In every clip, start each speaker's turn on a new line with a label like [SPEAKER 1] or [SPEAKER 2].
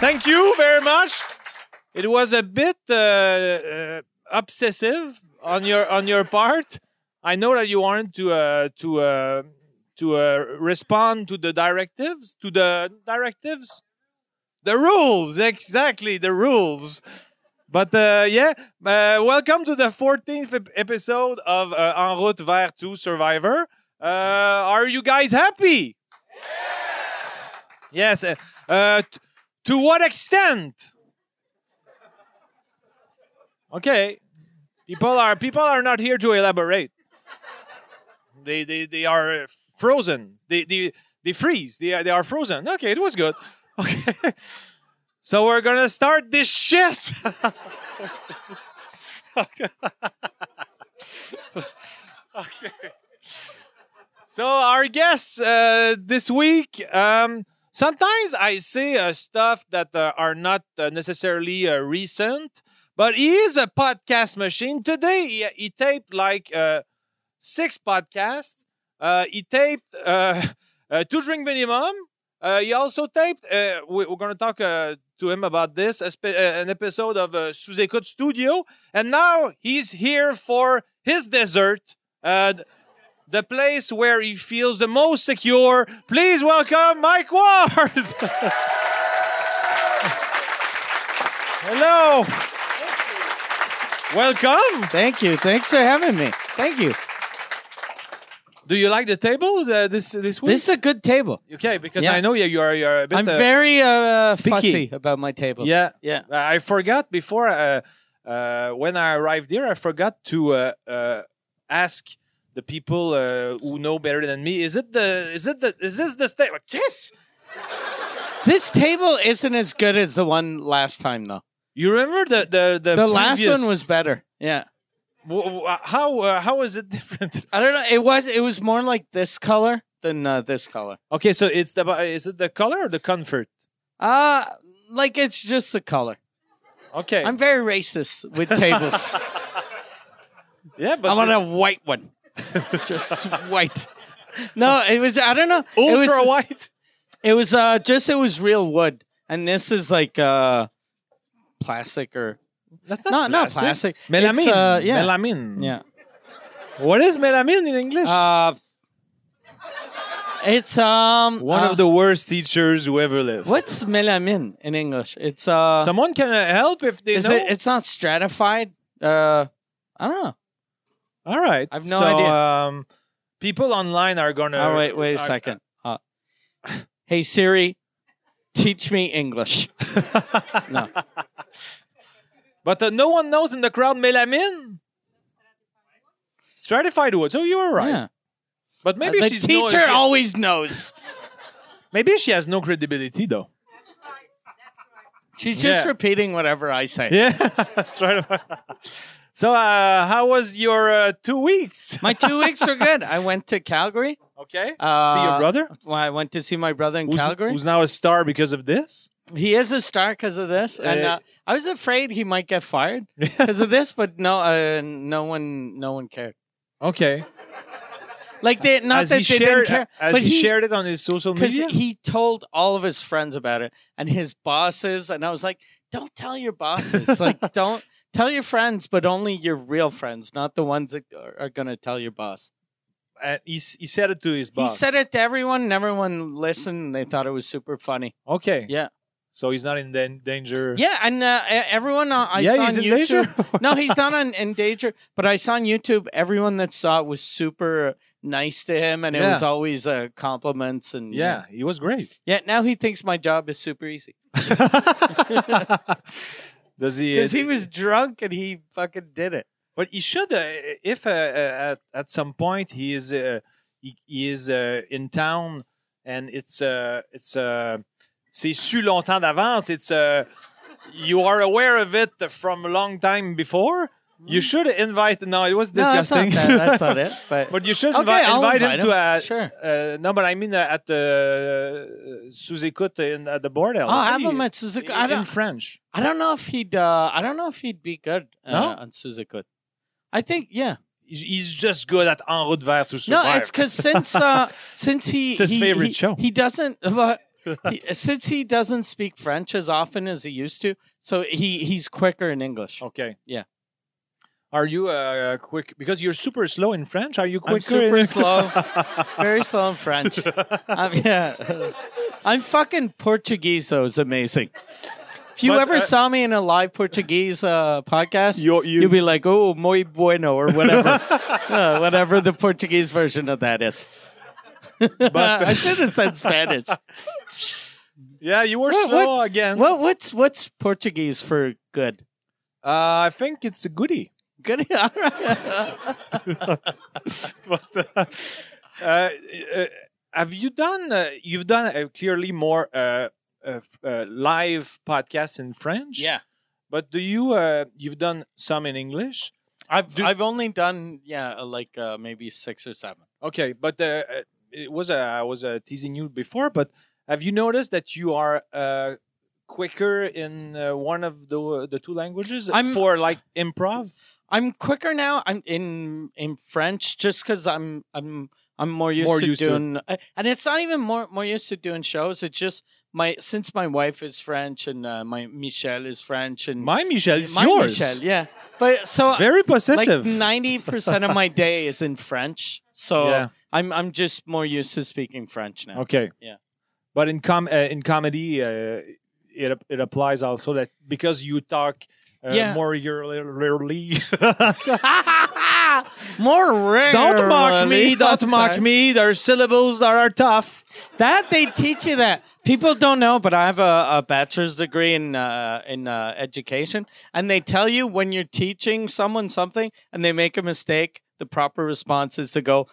[SPEAKER 1] Thank you very much. It was a bit uh, uh, obsessive on your on your part. I know that you wanted to uh, to uh, to uh, respond to the directives to the directives, the rules exactly the rules. But uh, yeah, uh, welcome to the 14th ep- episode of uh, En route vers to Survivor. Uh, are you guys happy? Yes. Uh, uh, t- to what extent? Okay. People are people are not here to elaborate. They they, they are frozen. They they they freeze. They are, they are frozen. Okay, it was good. Okay. So we're gonna start this shit. okay. So our guests uh, this week. Um, sometimes I say uh, stuff that uh, are not uh, necessarily uh, recent, but he is a podcast machine. Today he, uh, he taped like uh, six podcasts. Uh, he taped uh, uh, two drink minimum. Uh, he also taped. Uh, we, we're gonna talk uh, to him about this. a spe- uh, an episode of uh, Sous Écoute Studio, and now he's here for his dessert. Uh, the place where he feels the most secure. Please welcome Mike Ward. Hello. Welcome.
[SPEAKER 2] Thank you. Thanks for having me. Thank you.
[SPEAKER 1] Do you like the table uh, this this week?
[SPEAKER 2] This is a good table.
[SPEAKER 1] okay, because
[SPEAKER 2] Yeah.
[SPEAKER 1] I know you, you are you are a bit.
[SPEAKER 2] I'm
[SPEAKER 1] uh,
[SPEAKER 2] very uh,
[SPEAKER 1] picky.
[SPEAKER 2] fussy about my table.
[SPEAKER 1] Yeah.
[SPEAKER 2] Yeah.
[SPEAKER 1] I forgot before uh, uh, when I arrived here. I forgot to uh, uh, ask the people uh, who know better than me. Is it the is it the is this the state? Yes.
[SPEAKER 2] This table isn't as good as the one last time, though.
[SPEAKER 1] You remember the the the,
[SPEAKER 2] The, last
[SPEAKER 1] previous-
[SPEAKER 2] one was better. Yeah.
[SPEAKER 1] W- w- how uh, how is it different?
[SPEAKER 2] I don't know. It was it was more like this color than uh, this color.
[SPEAKER 1] okay, so it's the is it the color or the comfort?
[SPEAKER 2] Uh like it's just the color.
[SPEAKER 1] Okay,
[SPEAKER 2] I'm very racist with tables.
[SPEAKER 1] yeah, but
[SPEAKER 2] I want a
[SPEAKER 1] this-
[SPEAKER 2] white one. just white. No, it was I don't know. it was,
[SPEAKER 1] ultra white.
[SPEAKER 2] It was uh just it was real wood, and this is like uh plastic or
[SPEAKER 1] That's
[SPEAKER 2] not not plastic.
[SPEAKER 1] Melamine.
[SPEAKER 2] It's, uh, yeah,
[SPEAKER 1] Melamine.
[SPEAKER 2] yeah.
[SPEAKER 1] What is melamine in English?
[SPEAKER 2] Uh, it's um
[SPEAKER 1] One
[SPEAKER 2] uh,
[SPEAKER 1] of the worst teachers who ever lived.
[SPEAKER 2] what's melamine in English? It's uh
[SPEAKER 1] Someone can uh, help if they
[SPEAKER 2] is
[SPEAKER 1] know.
[SPEAKER 2] it, it's not stratified. Uh, I don't know.
[SPEAKER 1] All right.
[SPEAKER 2] I've no
[SPEAKER 1] So,
[SPEAKER 2] idea.
[SPEAKER 1] Um, people online are gonna.
[SPEAKER 2] oh wait, wait a
[SPEAKER 1] are-
[SPEAKER 2] second. Uh, hey Siri, teach me English. no,
[SPEAKER 1] But uh, no one knows in the crowd melamine. Stratified wood. So you were right.
[SPEAKER 2] Yeah.
[SPEAKER 1] But maybe
[SPEAKER 2] the
[SPEAKER 1] she's no-
[SPEAKER 2] teacher
[SPEAKER 1] she-
[SPEAKER 2] always knows.
[SPEAKER 1] Maybe she has no credibility though.
[SPEAKER 2] She's just
[SPEAKER 1] Yeah.
[SPEAKER 2] repeating whatever I say.
[SPEAKER 1] Yeah, that's right. So, uh, how was your uh, two weeks?
[SPEAKER 2] My two weeks were good. I went to Calgary.
[SPEAKER 1] Okay.
[SPEAKER 2] Uh,
[SPEAKER 1] see your brother?
[SPEAKER 2] Well, I went to see my brother in
[SPEAKER 1] Who's,
[SPEAKER 2] Calgary.
[SPEAKER 1] who's now a star because of this?
[SPEAKER 2] he is a star because of this, and
[SPEAKER 1] Uh,
[SPEAKER 2] uh, I was afraid he might get fired because of this, but no, uh, no one, no one cared.
[SPEAKER 1] Okay.
[SPEAKER 2] Like they, not
[SPEAKER 1] As
[SPEAKER 2] that
[SPEAKER 1] he
[SPEAKER 2] they
[SPEAKER 1] shared,
[SPEAKER 2] didn't care,
[SPEAKER 1] as
[SPEAKER 2] but
[SPEAKER 1] he, shared it on his social
[SPEAKER 2] because
[SPEAKER 1] media.
[SPEAKER 2] he told all of his friends about it and his bosses, and I was like, don't tell your bosses, like don't tell your friends, but only your real friends, not the ones that are, are gonna tell your boss.
[SPEAKER 1] Uh, he, s- he said it to his boss.
[SPEAKER 2] He said it to everyone, and everyone listened. And they thought it was super funny.
[SPEAKER 1] Okay.
[SPEAKER 2] Yeah.
[SPEAKER 1] So he's not in dan- danger.
[SPEAKER 2] Yeah, and uh, e- everyone uh, I
[SPEAKER 1] Yeah,
[SPEAKER 2] saw
[SPEAKER 1] he's
[SPEAKER 2] on
[SPEAKER 1] in
[SPEAKER 2] YouTube.
[SPEAKER 1] danger.
[SPEAKER 2] no, he's not on endanger, but I saw on YouTube everyone that saw it was super nice to him, and it
[SPEAKER 1] Yeah.
[SPEAKER 2] was always uh, compliments and
[SPEAKER 1] Yeah, he was great.
[SPEAKER 2] yeah. Now he thinks my job is super easy
[SPEAKER 1] Does he? uh,
[SPEAKER 2] because he was drunk and he fucking did it.
[SPEAKER 1] But he should, uh, if uh, uh, at at some point he is uh, he, he is uh, in town and it's uh, it's uh, c'est su longtemps d'avance. It's uh, you are aware of it from a long time before. You should invite. No, it was disgusting.
[SPEAKER 2] Mm. No, that's not, that. that's not it. But,
[SPEAKER 1] but you should
[SPEAKER 2] Okay,
[SPEAKER 1] invite,
[SPEAKER 2] I'll
[SPEAKER 1] invite, him,
[SPEAKER 2] invite
[SPEAKER 1] to
[SPEAKER 2] him.
[SPEAKER 1] a
[SPEAKER 2] Sure.
[SPEAKER 1] Uh, no, but I mean uh, at the uh, sous écoute in at the bordel.
[SPEAKER 2] oh, have
[SPEAKER 1] See,
[SPEAKER 2] him at Suzuki. I
[SPEAKER 1] in, in
[SPEAKER 2] don't.
[SPEAKER 1] French.
[SPEAKER 2] I don't know if he'd. Uh, I don't know if he'd be good uh,
[SPEAKER 1] No?
[SPEAKER 2] on Suzuki. I think yeah.
[SPEAKER 1] He's- He's just good at en route vers to
[SPEAKER 2] No,
[SPEAKER 1] survive.
[SPEAKER 2] it's because since uh, since he
[SPEAKER 1] It's his
[SPEAKER 2] he-
[SPEAKER 1] favorite
[SPEAKER 2] he-
[SPEAKER 1] show.
[SPEAKER 2] he doesn't. Well, he, since he doesn't speak French as often as he used to, so he he's quicker in English.
[SPEAKER 1] Okay.
[SPEAKER 2] Yeah.
[SPEAKER 1] Are you uh, quick? Because you're super slow in French. Are you quicker?
[SPEAKER 2] super
[SPEAKER 1] in-
[SPEAKER 2] slow. Very slow in French. Um, yeah, I'm fucking Portuguese. though is amazing. If you
[SPEAKER 1] But,
[SPEAKER 2] ever
[SPEAKER 1] uh,
[SPEAKER 2] saw me in a live Portuguese uh, podcast,
[SPEAKER 1] You- you-
[SPEAKER 2] will be like, "Oh, muy bueno," or whatever, Uh, whatever the Portuguese version of that is. I should have said Spanish.
[SPEAKER 1] yeah, you were
[SPEAKER 2] What-
[SPEAKER 1] slow again.
[SPEAKER 2] What, what's what's Portuguese for good?
[SPEAKER 1] Uh, I think it's a goodie.
[SPEAKER 2] Good. All right.
[SPEAKER 1] but uh, uh, uh, have you done? Uh, you've done uh, clearly more uh, uh, f- uh, live podcasts in French.
[SPEAKER 2] yeah,
[SPEAKER 1] But do you? Uh, you've done some in English.
[SPEAKER 2] I've
[SPEAKER 1] Do-
[SPEAKER 2] I've only done yeah like uh, maybe six or seven.
[SPEAKER 1] Okay, but uh, uh, it was uh, I was uh, teasing you before. But have you noticed that you are uh, quicker in uh, one of the the two languages
[SPEAKER 2] I'm-
[SPEAKER 1] for like improv?
[SPEAKER 2] I'm quicker now. I'm in in French just because I'm I'm I'm more used
[SPEAKER 1] More
[SPEAKER 2] to
[SPEAKER 1] used to it.
[SPEAKER 2] doing, uh, and it's not even more more used to doing shows. It's just my since my wife is French and uh, my Michelle is French and
[SPEAKER 1] My Michel, it's
[SPEAKER 2] my
[SPEAKER 1] yours.
[SPEAKER 2] Michelle, yeah. But so
[SPEAKER 1] Very
[SPEAKER 2] like
[SPEAKER 1] possessive.
[SPEAKER 2] ninety percent of my day is in French, so
[SPEAKER 1] Yeah.
[SPEAKER 2] I'm I'm just more used to speaking French now.
[SPEAKER 1] Okay.
[SPEAKER 2] Yeah.
[SPEAKER 1] But in com uh, in comedy, uh, it ap- it applies also that because you talk uh,
[SPEAKER 2] Yeah.
[SPEAKER 1] more regularly.
[SPEAKER 2] more rare.
[SPEAKER 1] don't mock me!
[SPEAKER 2] really.
[SPEAKER 1] Don't mock
[SPEAKER 2] Sorry.
[SPEAKER 1] me! There are syllables that are tough.
[SPEAKER 2] That they teach you that people don't know, but I have a, a bachelor's degree in uh, in uh, education, and they tell you when you're teaching someone something and they make a mistake, the proper response is to go,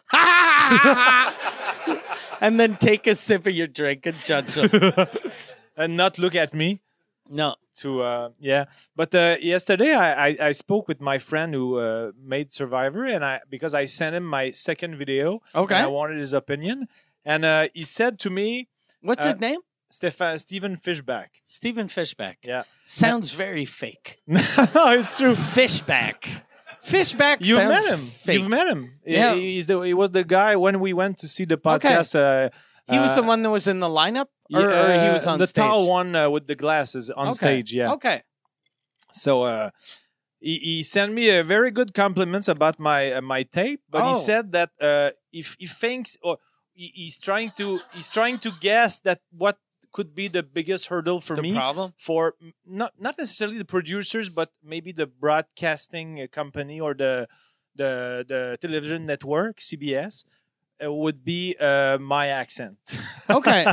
[SPEAKER 2] and then take a sip of your drink and judge them.
[SPEAKER 1] And not look at me.
[SPEAKER 2] no,
[SPEAKER 1] To uh, yeah, but uh, yesterday I, I I spoke with my friend who uh, made Survivor, and I because I sent him my second video.
[SPEAKER 2] Okay.
[SPEAKER 1] and I wanted his opinion, and uh, he said to me,
[SPEAKER 2] what's
[SPEAKER 1] Uh,
[SPEAKER 2] his name?
[SPEAKER 1] Stefan Stephen Fishback.
[SPEAKER 2] Stephen Fishback.
[SPEAKER 1] Yeah.
[SPEAKER 2] sounds very fake.
[SPEAKER 1] no, it's true.
[SPEAKER 2] Fishback. Fishback.
[SPEAKER 1] You've
[SPEAKER 2] sounds
[SPEAKER 1] met him.
[SPEAKER 2] Fake.
[SPEAKER 1] You've met him. He-
[SPEAKER 2] Yeah.
[SPEAKER 1] he's the, he was the guy when we went to see the podcast. Uh,
[SPEAKER 2] he was the
[SPEAKER 1] uh,
[SPEAKER 2] one that was in the lineup,
[SPEAKER 1] yeah, uh,
[SPEAKER 2] or, or he was on
[SPEAKER 1] the
[SPEAKER 2] stage?
[SPEAKER 1] tall one uh, with the glasses on
[SPEAKER 2] Okay.
[SPEAKER 1] stage. Yeah.
[SPEAKER 2] Okay.
[SPEAKER 1] So uh, he, he sent me a very good compliments about my uh, my tape, but he
[SPEAKER 2] Oh.
[SPEAKER 1] said that uh, if he thinks or he, he's trying to he's trying to guess that what could be the biggest hurdle for
[SPEAKER 2] the
[SPEAKER 1] me.
[SPEAKER 2] problem.
[SPEAKER 1] for m- not not necessarily the producers, but maybe the broadcasting uh, company or the the the television network CBS uh, would be uh, my accent.
[SPEAKER 2] Okay.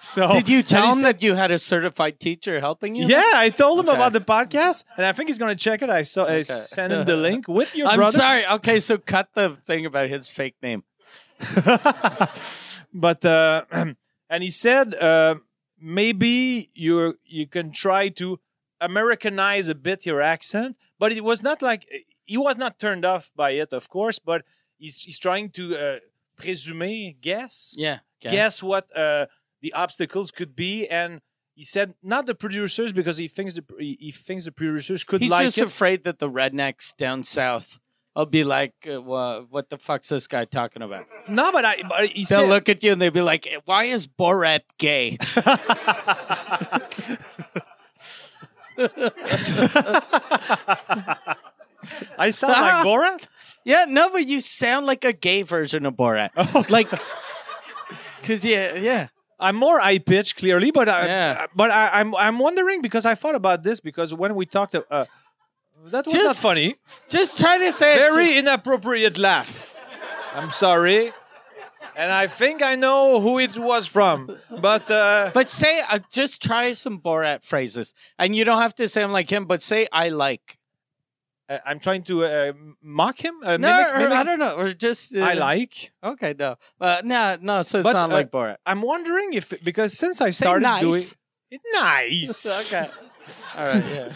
[SPEAKER 1] so
[SPEAKER 2] Did you
[SPEAKER 1] Oh.
[SPEAKER 2] tell
[SPEAKER 1] and he
[SPEAKER 2] him that you had a certified teacher helping you?
[SPEAKER 1] said- Yeah, I told him
[SPEAKER 2] Okay.
[SPEAKER 1] about the podcast, and I think he's gonna check it. I saw I
[SPEAKER 2] Okay.
[SPEAKER 1] sent him the link with your
[SPEAKER 2] I'm
[SPEAKER 1] brother.
[SPEAKER 2] sorry. Okay, so cut the thing about his fake name.
[SPEAKER 1] but uh, and he said uh, maybe you you can try to Americanize a bit your accent, but it was not like he was not turned off by it, of course. But he's he's trying to uh, presume, guess,
[SPEAKER 2] Yeah.
[SPEAKER 1] guess, what uh, the obstacles could be, and he said not the producers because he thinks the pr- he he thinks the producers could
[SPEAKER 2] He's
[SPEAKER 1] like
[SPEAKER 2] just
[SPEAKER 1] it.
[SPEAKER 2] afraid that the rednecks down south will be like, uh, wha- what the fuck's this guy talking about?
[SPEAKER 1] no, but I but he
[SPEAKER 2] They'll
[SPEAKER 1] said
[SPEAKER 2] look at you and they'll be like, why is Borat gay?
[SPEAKER 1] I sound like Borat.
[SPEAKER 2] yeah, no, but you sound like a gay version of Borat. Like, because, yeah, yeah.
[SPEAKER 1] I'm more high pitched, clearly, but I,
[SPEAKER 2] Yeah.
[SPEAKER 1] but I, I'm I'm wondering because I thought about this because when we talked, uh, that was not
[SPEAKER 2] Just-
[SPEAKER 1] funny.
[SPEAKER 2] Just try to say it.
[SPEAKER 1] Very inappropriate laugh. I'm sorry, and I think I know who it was from, but uh,
[SPEAKER 2] But say, uh, just try some Borat phrases. And you don't have to say I'm like him, but say, I like.
[SPEAKER 1] I- I'm trying to uh, mock him. Uh,
[SPEAKER 2] No,
[SPEAKER 1] mimic-
[SPEAKER 2] or,
[SPEAKER 1] mimic-
[SPEAKER 2] I don't know. Or just. Uh,
[SPEAKER 1] I like.
[SPEAKER 2] Okay, no. Uh, no, no, so it's
[SPEAKER 1] But,
[SPEAKER 2] not
[SPEAKER 1] uh,
[SPEAKER 2] like Borat.
[SPEAKER 1] I'm wondering if because since I
[SPEAKER 2] Say
[SPEAKER 1] started
[SPEAKER 2] nice.
[SPEAKER 1] doing it, nice.
[SPEAKER 2] okay. All right, yeah.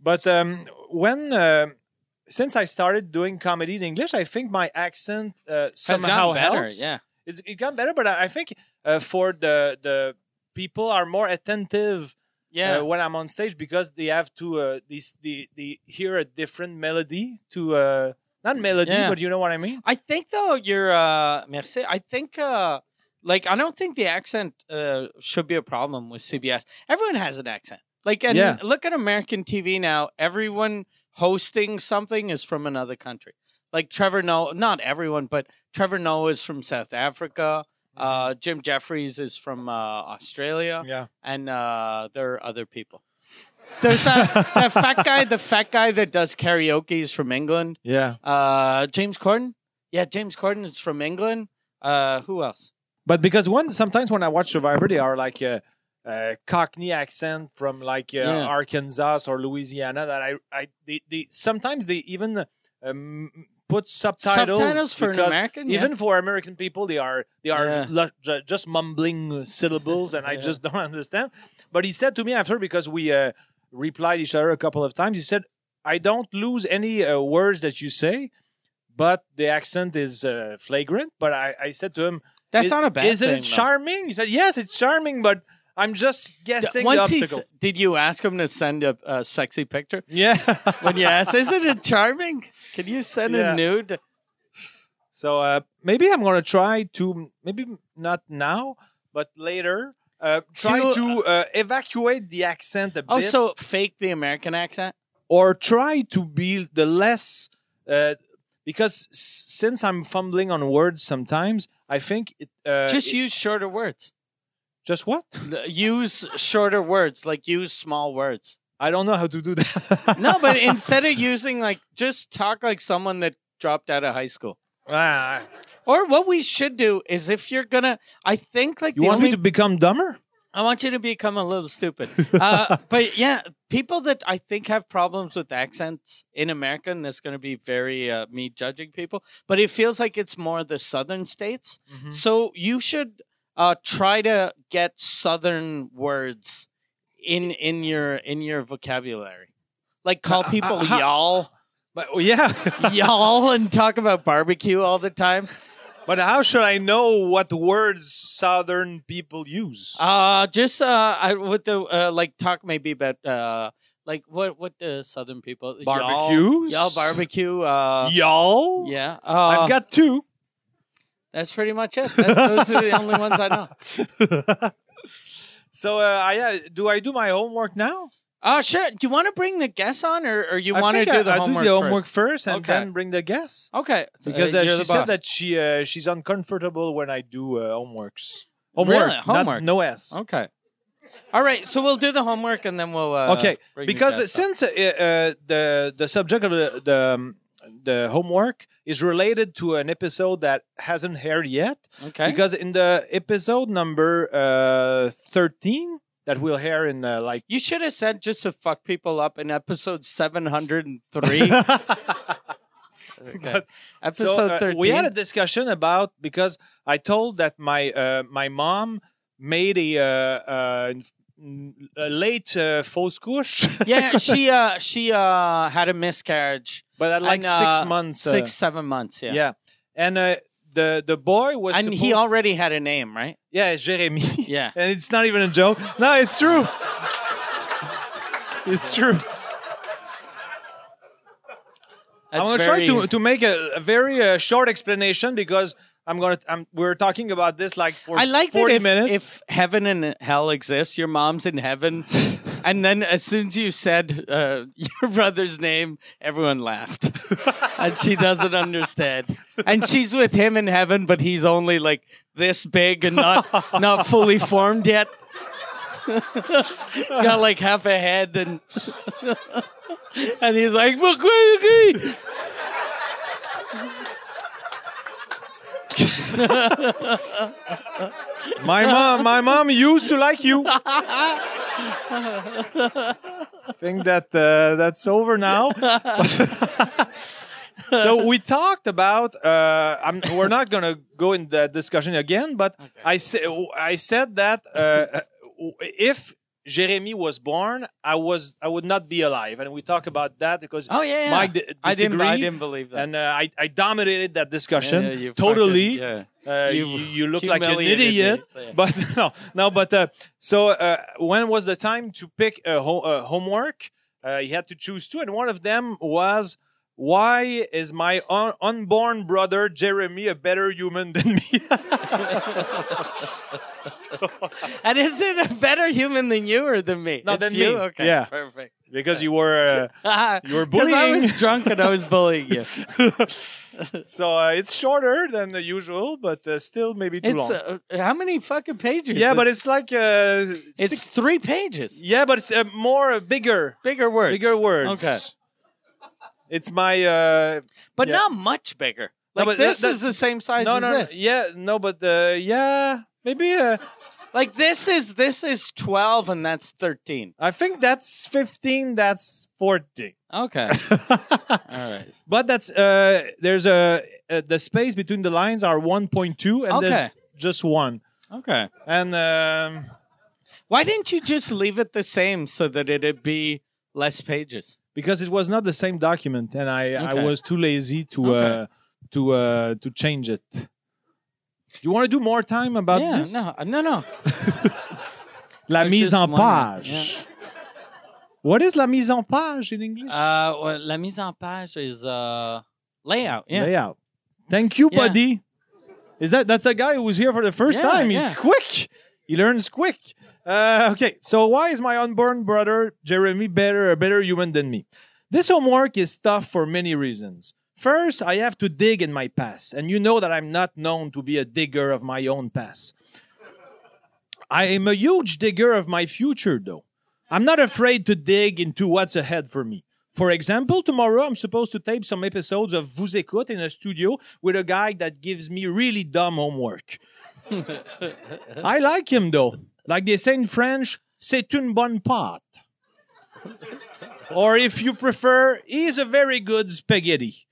[SPEAKER 1] But um, when uh, since I started doing comedy in English, I think my accent uh, somehow helps.
[SPEAKER 2] yeah.
[SPEAKER 1] it's it got better. But I, I think uh, for the the people are more attentive
[SPEAKER 2] Yeah.
[SPEAKER 1] uh, when I'm on stage because they have to uh, they, s- they they hear a different melody to uh, not melody,
[SPEAKER 2] Yeah.
[SPEAKER 1] but you know what I mean.
[SPEAKER 2] I think, though, you're. Uh, merci. I think, uh, Like, I don't think the accent uh, should be a problem with CBS. Everyone has an accent. Like, and
[SPEAKER 1] Yeah.
[SPEAKER 2] look at American TV now. Everyone hosting something is from another country. Like Trevor Noah, not everyone, but Trevor Noah is from South Africa.
[SPEAKER 1] Mm-hmm.
[SPEAKER 2] Uh, Jim Jeffries is from uh, Australia,
[SPEAKER 1] Yeah.
[SPEAKER 2] and uh, there are other people. There's that, that fat guy, the fat guy that does karaoke is from England.
[SPEAKER 1] Yeah.
[SPEAKER 2] Uh, James Corden. Yeah, James Corden is from England. Uh, who else?
[SPEAKER 1] But because one sometimes when I watch Survivor, they are like a, a Cockney accent from like uh,
[SPEAKER 2] Yeah.
[SPEAKER 1] Arkansas or Louisiana. That I, I, they, they sometimes they even um, put subtitles,
[SPEAKER 2] Subtitles for an
[SPEAKER 1] because
[SPEAKER 2] American.
[SPEAKER 1] Even for American people, they are they are
[SPEAKER 2] Yeah.
[SPEAKER 1] lu- ju- just mumbling syllables, and I
[SPEAKER 2] Yeah.
[SPEAKER 1] just don't understand. But he said to me after because we uh, replied each other a couple of times. He said, "I don't lose any uh, words that you say, but the accent is uh, flagrant." But I, I said to him,
[SPEAKER 2] yeah. that's
[SPEAKER 1] "Is-
[SPEAKER 2] not a bad.
[SPEAKER 1] Isn't
[SPEAKER 2] thing,
[SPEAKER 1] it
[SPEAKER 2] though.
[SPEAKER 1] charming?" He said, "Yes, it's charming, but I'm just guessing the
[SPEAKER 2] Once he s-
[SPEAKER 1] obstacles."
[SPEAKER 2] did you ask him to send a, a sexy picture?
[SPEAKER 1] yeah.
[SPEAKER 2] When you asked, isn't it charming? Can you send
[SPEAKER 1] Yeah.
[SPEAKER 2] a nude?
[SPEAKER 1] So uh, maybe I'm gonna try to maybe not now, but later. Uh, try
[SPEAKER 2] To-
[SPEAKER 1] to uh, evacuate the accent a bit,
[SPEAKER 2] Also, Oh, fake the American accent.
[SPEAKER 1] or try to be the less. Uh, because s- since I'm fumbling on words sometimes, I think it, uh,
[SPEAKER 2] Just
[SPEAKER 1] it-
[SPEAKER 2] use shorter words.
[SPEAKER 1] just what
[SPEAKER 2] Use shorter words, like use small words.
[SPEAKER 1] I don't know how to do that.
[SPEAKER 2] No, but instead of using like, just talk like someone that dropped out of high school.
[SPEAKER 1] Ah,
[SPEAKER 2] Or what we should do is if you're gonna, I think like
[SPEAKER 1] you
[SPEAKER 2] the
[SPEAKER 1] want
[SPEAKER 2] only,
[SPEAKER 1] me to become dumber?
[SPEAKER 2] I want you to become a little stupid. uh, but yeah, people that I think have problems with accents in America, and that's gonna be very uh, me judging people. But it feels like it's more the southern states.
[SPEAKER 1] Hmm. Mm-hmm.
[SPEAKER 2] So you should uh, try to get southern words in in your in your vocabulary, like call
[SPEAKER 1] Uh, uh,
[SPEAKER 2] people
[SPEAKER 1] uh, how-
[SPEAKER 2] y'all
[SPEAKER 1] But oh, yeah,
[SPEAKER 2] y'all and talk about barbecue all the time.
[SPEAKER 1] but how should I know what words Southern people use?
[SPEAKER 2] Uh just uh I with the uh like talk maybe about uh like what what the southern people y'all-
[SPEAKER 1] Barbecues?
[SPEAKER 2] Y'all barbecue uh
[SPEAKER 1] Y'all,
[SPEAKER 2] yeah. Uh
[SPEAKER 1] I've got two.
[SPEAKER 2] that's pretty much it. That, those are the only ones I know.
[SPEAKER 1] so uh, I, uh, do I do my homework now?
[SPEAKER 2] Uh sure. Do you want to bring the guests on or, or you
[SPEAKER 1] I
[SPEAKER 2] want to
[SPEAKER 1] think
[SPEAKER 2] do
[SPEAKER 1] I,
[SPEAKER 2] the
[SPEAKER 1] I
[SPEAKER 2] homework?
[SPEAKER 1] do the homework
[SPEAKER 2] first?
[SPEAKER 1] first, and
[SPEAKER 2] Okay.
[SPEAKER 1] then bring the guests.
[SPEAKER 2] Okay. So,
[SPEAKER 1] Because
[SPEAKER 2] uh,
[SPEAKER 1] uh,
[SPEAKER 2] you're
[SPEAKER 1] she
[SPEAKER 2] the
[SPEAKER 1] said
[SPEAKER 2] boss.
[SPEAKER 1] that she uh, she's uncomfortable when I do uh, homeworks.
[SPEAKER 2] Really?
[SPEAKER 1] Homework, not-
[SPEAKER 2] Homework.
[SPEAKER 1] no s.
[SPEAKER 2] Okay. All right, so we'll do the homework and then we'll uh,
[SPEAKER 1] okay,
[SPEAKER 2] bring the
[SPEAKER 1] because
[SPEAKER 2] guests on.
[SPEAKER 1] since uh, uh, the the subject of the the, um, the homework is related to an episode that hasn't aired yet,
[SPEAKER 2] okay.
[SPEAKER 1] because in the episode number uh, thirteen that we'll air in uh, like.
[SPEAKER 2] you should have said just to fuck people up in episode 703. Okay. Episode
[SPEAKER 1] so, uh,
[SPEAKER 2] 13.
[SPEAKER 1] We had a discussion about because I told that my uh, my mom made a, uh, uh, a late uh, fausse couche,
[SPEAKER 2] yeah, she uh she uh had a miscarriage
[SPEAKER 1] but at like
[SPEAKER 2] And, uh,
[SPEAKER 1] six months. uh,
[SPEAKER 2] six seven months. Yeah,
[SPEAKER 1] yeah. and uh, the the boy was
[SPEAKER 2] and he
[SPEAKER 1] supposed-
[SPEAKER 2] already had a name, right?
[SPEAKER 1] yeah it's Jeremy.
[SPEAKER 2] Yeah.
[SPEAKER 1] and it's not even a joke. No, it's true. It's true. I'm
[SPEAKER 2] That's
[SPEAKER 1] going to
[SPEAKER 2] very-
[SPEAKER 1] try to, to make a, a very uh, short explanation because I'm going to I'm, we're talking about this like for
[SPEAKER 2] I like that
[SPEAKER 1] 40
[SPEAKER 2] if,
[SPEAKER 1] minutes.
[SPEAKER 2] if heaven and hell exist, your mom's in heaven, and then as soon as you said uh, your brother's name, everyone laughed, and she doesn't understand, and she's with him in heaven, but he's only like this big and not not fully formed yet. he's got like half a head, and and he's like, "Look, look, look, look."
[SPEAKER 1] My mom, my mom used to like you. Think that uh, that's over now. so we talked about. Uh, I'm, we're not gonna go in the discussion again, but I said I said that uh, if Jeremy was born, I was I would not be alive, and we talk about that because
[SPEAKER 2] "Oh yeah, yeah.
[SPEAKER 1] Mike d- disagreed,
[SPEAKER 2] I didn't, I didn't believe that."
[SPEAKER 1] and uh, I I dominated that discussion
[SPEAKER 2] Yeah, you
[SPEAKER 1] totally.
[SPEAKER 2] fucking- yeah.
[SPEAKER 1] Uh, you,
[SPEAKER 2] You
[SPEAKER 1] you look like an
[SPEAKER 2] humiliated
[SPEAKER 1] idiot.
[SPEAKER 2] me. Yeah.
[SPEAKER 1] But no, no. But uh, so uh, when was the time to pick a ho- uh, homework? Uh, you had to choose two, and one of them was why is my un- unborn brother Jeremy a better human than me? So,
[SPEAKER 2] And is it a better human than you or than me?
[SPEAKER 1] No,
[SPEAKER 2] It's
[SPEAKER 1] than
[SPEAKER 2] you?
[SPEAKER 1] me.
[SPEAKER 2] Okay,
[SPEAKER 1] Yeah.
[SPEAKER 2] perfect.
[SPEAKER 1] because you were uh,
[SPEAKER 2] Ah,
[SPEAKER 1] you were
[SPEAKER 2] 'cause I
[SPEAKER 1] bullying.
[SPEAKER 2] was drunk and I was bullying you.
[SPEAKER 1] uh, so uh, it's shorter than the usual, but uh, still maybe too
[SPEAKER 2] It's
[SPEAKER 1] long.
[SPEAKER 2] uh, how many fucking pages?
[SPEAKER 1] yeah, but it's like uh,
[SPEAKER 2] it's
[SPEAKER 1] six-
[SPEAKER 2] three pages.
[SPEAKER 1] yeah, but it's uh, more uh, bigger,
[SPEAKER 2] Bigger words.
[SPEAKER 1] bigger words.
[SPEAKER 2] Okay.
[SPEAKER 1] It's my uh,
[SPEAKER 2] But
[SPEAKER 1] Yeah.
[SPEAKER 2] not much bigger.
[SPEAKER 1] No,
[SPEAKER 2] Like
[SPEAKER 1] but
[SPEAKER 2] this
[SPEAKER 1] that-
[SPEAKER 2] is the same size
[SPEAKER 1] no,
[SPEAKER 2] as
[SPEAKER 1] no,
[SPEAKER 2] this.
[SPEAKER 1] yeah, no, but uh, yeah, maybe uh,
[SPEAKER 2] Like this is this is twelve and that's thirteen.
[SPEAKER 1] I think that's fifteen. That's fourteen.
[SPEAKER 2] Okay. All right.
[SPEAKER 1] But that's uh, there's a uh, the space between the lines are 1.2 and
[SPEAKER 2] Okay.
[SPEAKER 1] there's just one.
[SPEAKER 2] Okay.
[SPEAKER 1] And um,
[SPEAKER 2] Why didn't you just leave it the same so that it'd be less pages?
[SPEAKER 1] because it was not the same document, and I, I
[SPEAKER 2] Okay.
[SPEAKER 1] was too lazy to
[SPEAKER 2] Okay.
[SPEAKER 1] uh, to uh, to change it. Do you want to do more time about
[SPEAKER 2] yeah.
[SPEAKER 1] this?
[SPEAKER 2] No. uh, No. No.
[SPEAKER 1] La
[SPEAKER 2] There's
[SPEAKER 1] mise
[SPEAKER 2] just
[SPEAKER 1] en
[SPEAKER 2] one minute,
[SPEAKER 1] page. What is la mise en page in English?
[SPEAKER 2] Uh, well, la mise en page is uh layout. Yeah.
[SPEAKER 1] Layout. Thank you,
[SPEAKER 2] Yeah.
[SPEAKER 1] buddy. Is that that's the guy who was here for the first
[SPEAKER 2] Yeah,
[SPEAKER 1] time? He's
[SPEAKER 2] yeah.
[SPEAKER 1] quick. He learns quick. Uh, okay, so why is my unborn brother Jeremy better a better human than me? This homework is tough for many reasons. First, I have to dig in my past, and you know that I'm not known to be a digger of my own past. I am a huge digger of my future, though. I'm not afraid to dig into what's ahead for me. For example, tomorrow I'm supposed to tape some episodes of Vous Écoute in a studio with a guy that gives me really dumb homework. I like him though. Like they say in French, c'est une bonne pâte. or if you prefer, he's a very good spaghetti.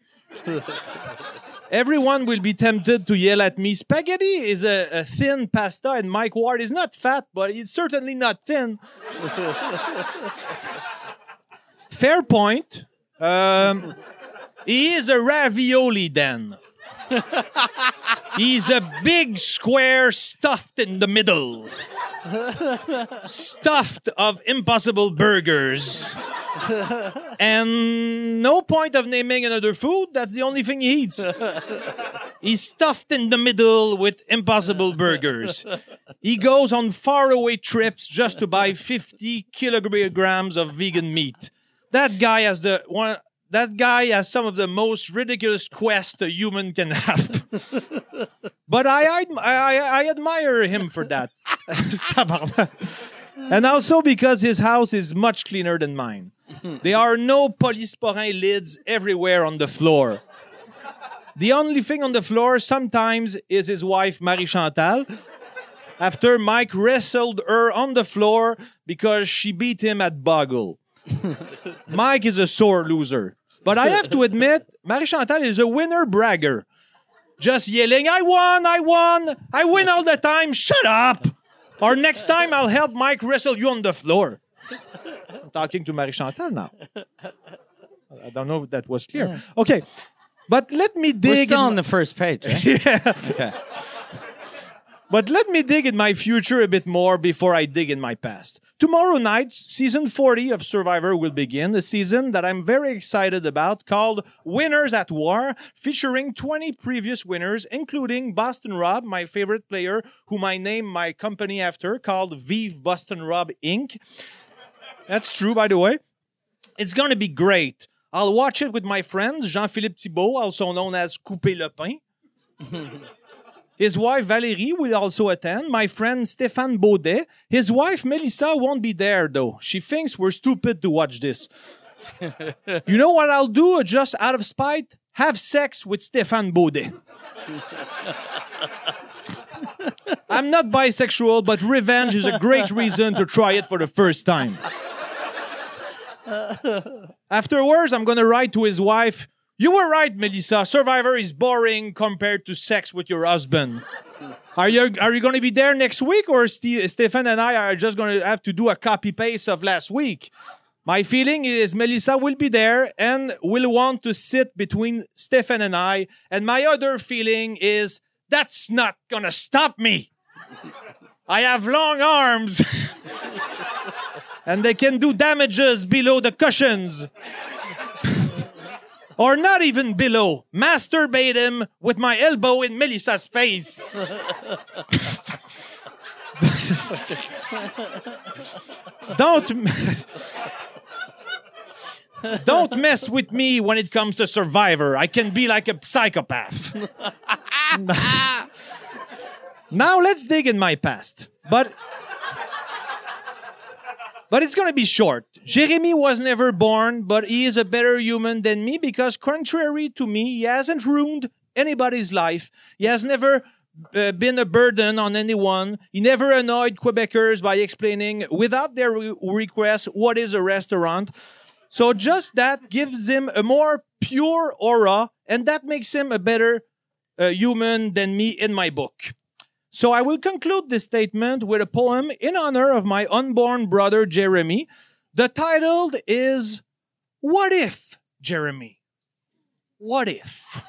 [SPEAKER 1] Everyone will be tempted to yell at me. Spaghetti is a, a thin pasta, and Mike Ward is not fat, but he's certainly not thin. Fair point. Um, he is a ravioli then. He's a big square stuffed in the middle, stuffed of impossible burgers. And no point of naming another food, that's the only thing he eats. He's stuffed in the middle with impossible burgers. He goes on faraway trips just to buy 50 kilograms of vegan meat. That guy has the one. That guy has some of the most ridiculous quests a human can have. but I, I, I, I admire him for that. Tabarnak. and also because his house is much cleaner than mine. There are no polysporin lids everywhere on the floor. The only thing on the floor sometimes is his wife Marie Chantal. After Mike wrestled her on the floor because she beat him at Boggle. Mike is a sore loser. But I have to admit, Marie Chantal is a winner bragger. Just yelling, I won, I won, I win all the time, shut up! Or next time I'll help Mike wrestle you on the floor. I'm talking to Marie Chantal now. I don't know if that was clear. Okay, but let me dig.
[SPEAKER 2] We're
[SPEAKER 1] in
[SPEAKER 2] still
[SPEAKER 1] my-
[SPEAKER 2] on the first page. Right?
[SPEAKER 1] But let me dig in my future a bit more before I dig in my past. Tomorrow night, season 40 of Survivor will begin, a season that I'm very excited about called Winners at War, featuring 20 previous winners, including Boston Rob, my favorite player, whom I named my company after, called Vive Boston Rob Inc. That's true, by the way. It's going to be great. I'll watch it with my friends, Jean Philippe Thibault, also known as Couper Le Pain. His wife Valérie will also attend. My friend Stéphane Baudet. His wife Melissa won't be there though. She thinks we're stupid to watch this. you know what I'll do just out of spite? Have sex with Stéphane Baudet. I'm not bisexual, but revenge is a great reason to try it for the first time. Afterwards, I'm going to write to his wife. You were right, Melissa. Survivor is boring compared to sex with your husband. Are you are you going to be there next week, or Ste- Stefan and I are just going to have to do a copy paste of last week? My feeling is Melissa will be there and will want to sit between Stefan and I. And my other feeling is that's not going to stop me. I have long arms. and they can do damages below the cushions. or not even below. Masturbate him with my elbow in Melissa's face. don't don't mess with me when it comes to survivor. I can be like a psychopath. now let's dig in my past. But but it's going to be short. Jeremy was never born, but he is a better human than me because, contrary to me, he hasn't ruined anybody's life. He has never uh, been a burden on anyone. He never annoyed Quebecers by explaining, without their re- request, what is a restaurant. So, just that gives him a more pure aura, and that makes him a better uh, human than me in my book. So I will conclude this statement with a poem in honor of my unborn brother Jeremy. The title is What If, Jeremy? What If?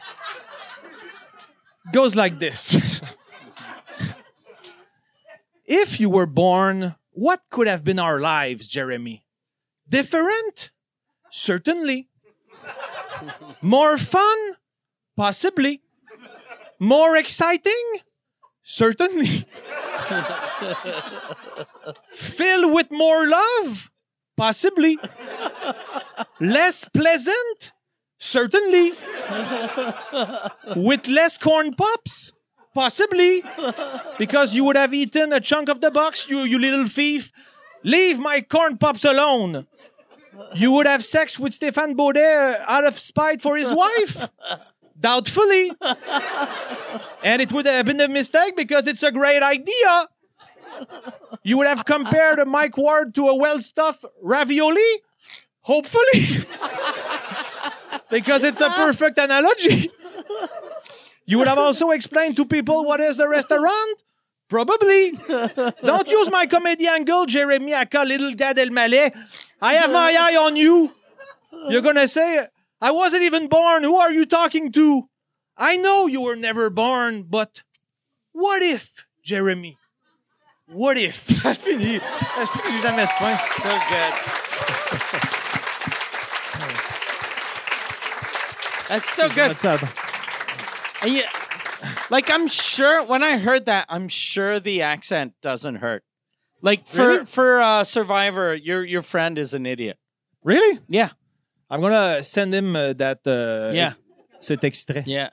[SPEAKER 1] Goes like this If you were born, what could have been our lives, Jeremy? Different? Certainly. More fun? Possibly. More exciting? Certainly. Fill with more love? Possibly. less pleasant? Certainly. with less corn pops? Possibly. because you would have eaten a chunk of the box, you, you little thief. Leave my corn pops alone. You would have sex with Stéphane Baudet uh, out of spite for his wife? Doubtfully. And it would have been a mistake because it's a great idea. You would have compared a Mike Ward to a well stuffed ravioli, hopefully, because it's a perfect analogy. You would have also explained to people what is the restaurant. Probably. Don't use my comedy angle, Jeremy Aka, little dad El Malais. I have my eye on you. You're gonna say, I wasn't even born. Who are you talking to? I know you were never born, but what if, Jeremy? What if? C'est fini. Est-ce que j'ai jamais de fin?
[SPEAKER 3] So good.
[SPEAKER 2] That's so good.
[SPEAKER 1] What's up?
[SPEAKER 2] Yeah. Like I'm sure when I heard that, I'm sure the accent doesn't hurt. Like for
[SPEAKER 1] Really?
[SPEAKER 2] for uh, Survivor, your your friend is an idiot.
[SPEAKER 1] Really?
[SPEAKER 2] Yeah.
[SPEAKER 1] I'm gonna send him uh, that. Uh,
[SPEAKER 2] Yeah.
[SPEAKER 1] Cet extrait.
[SPEAKER 2] Yeah.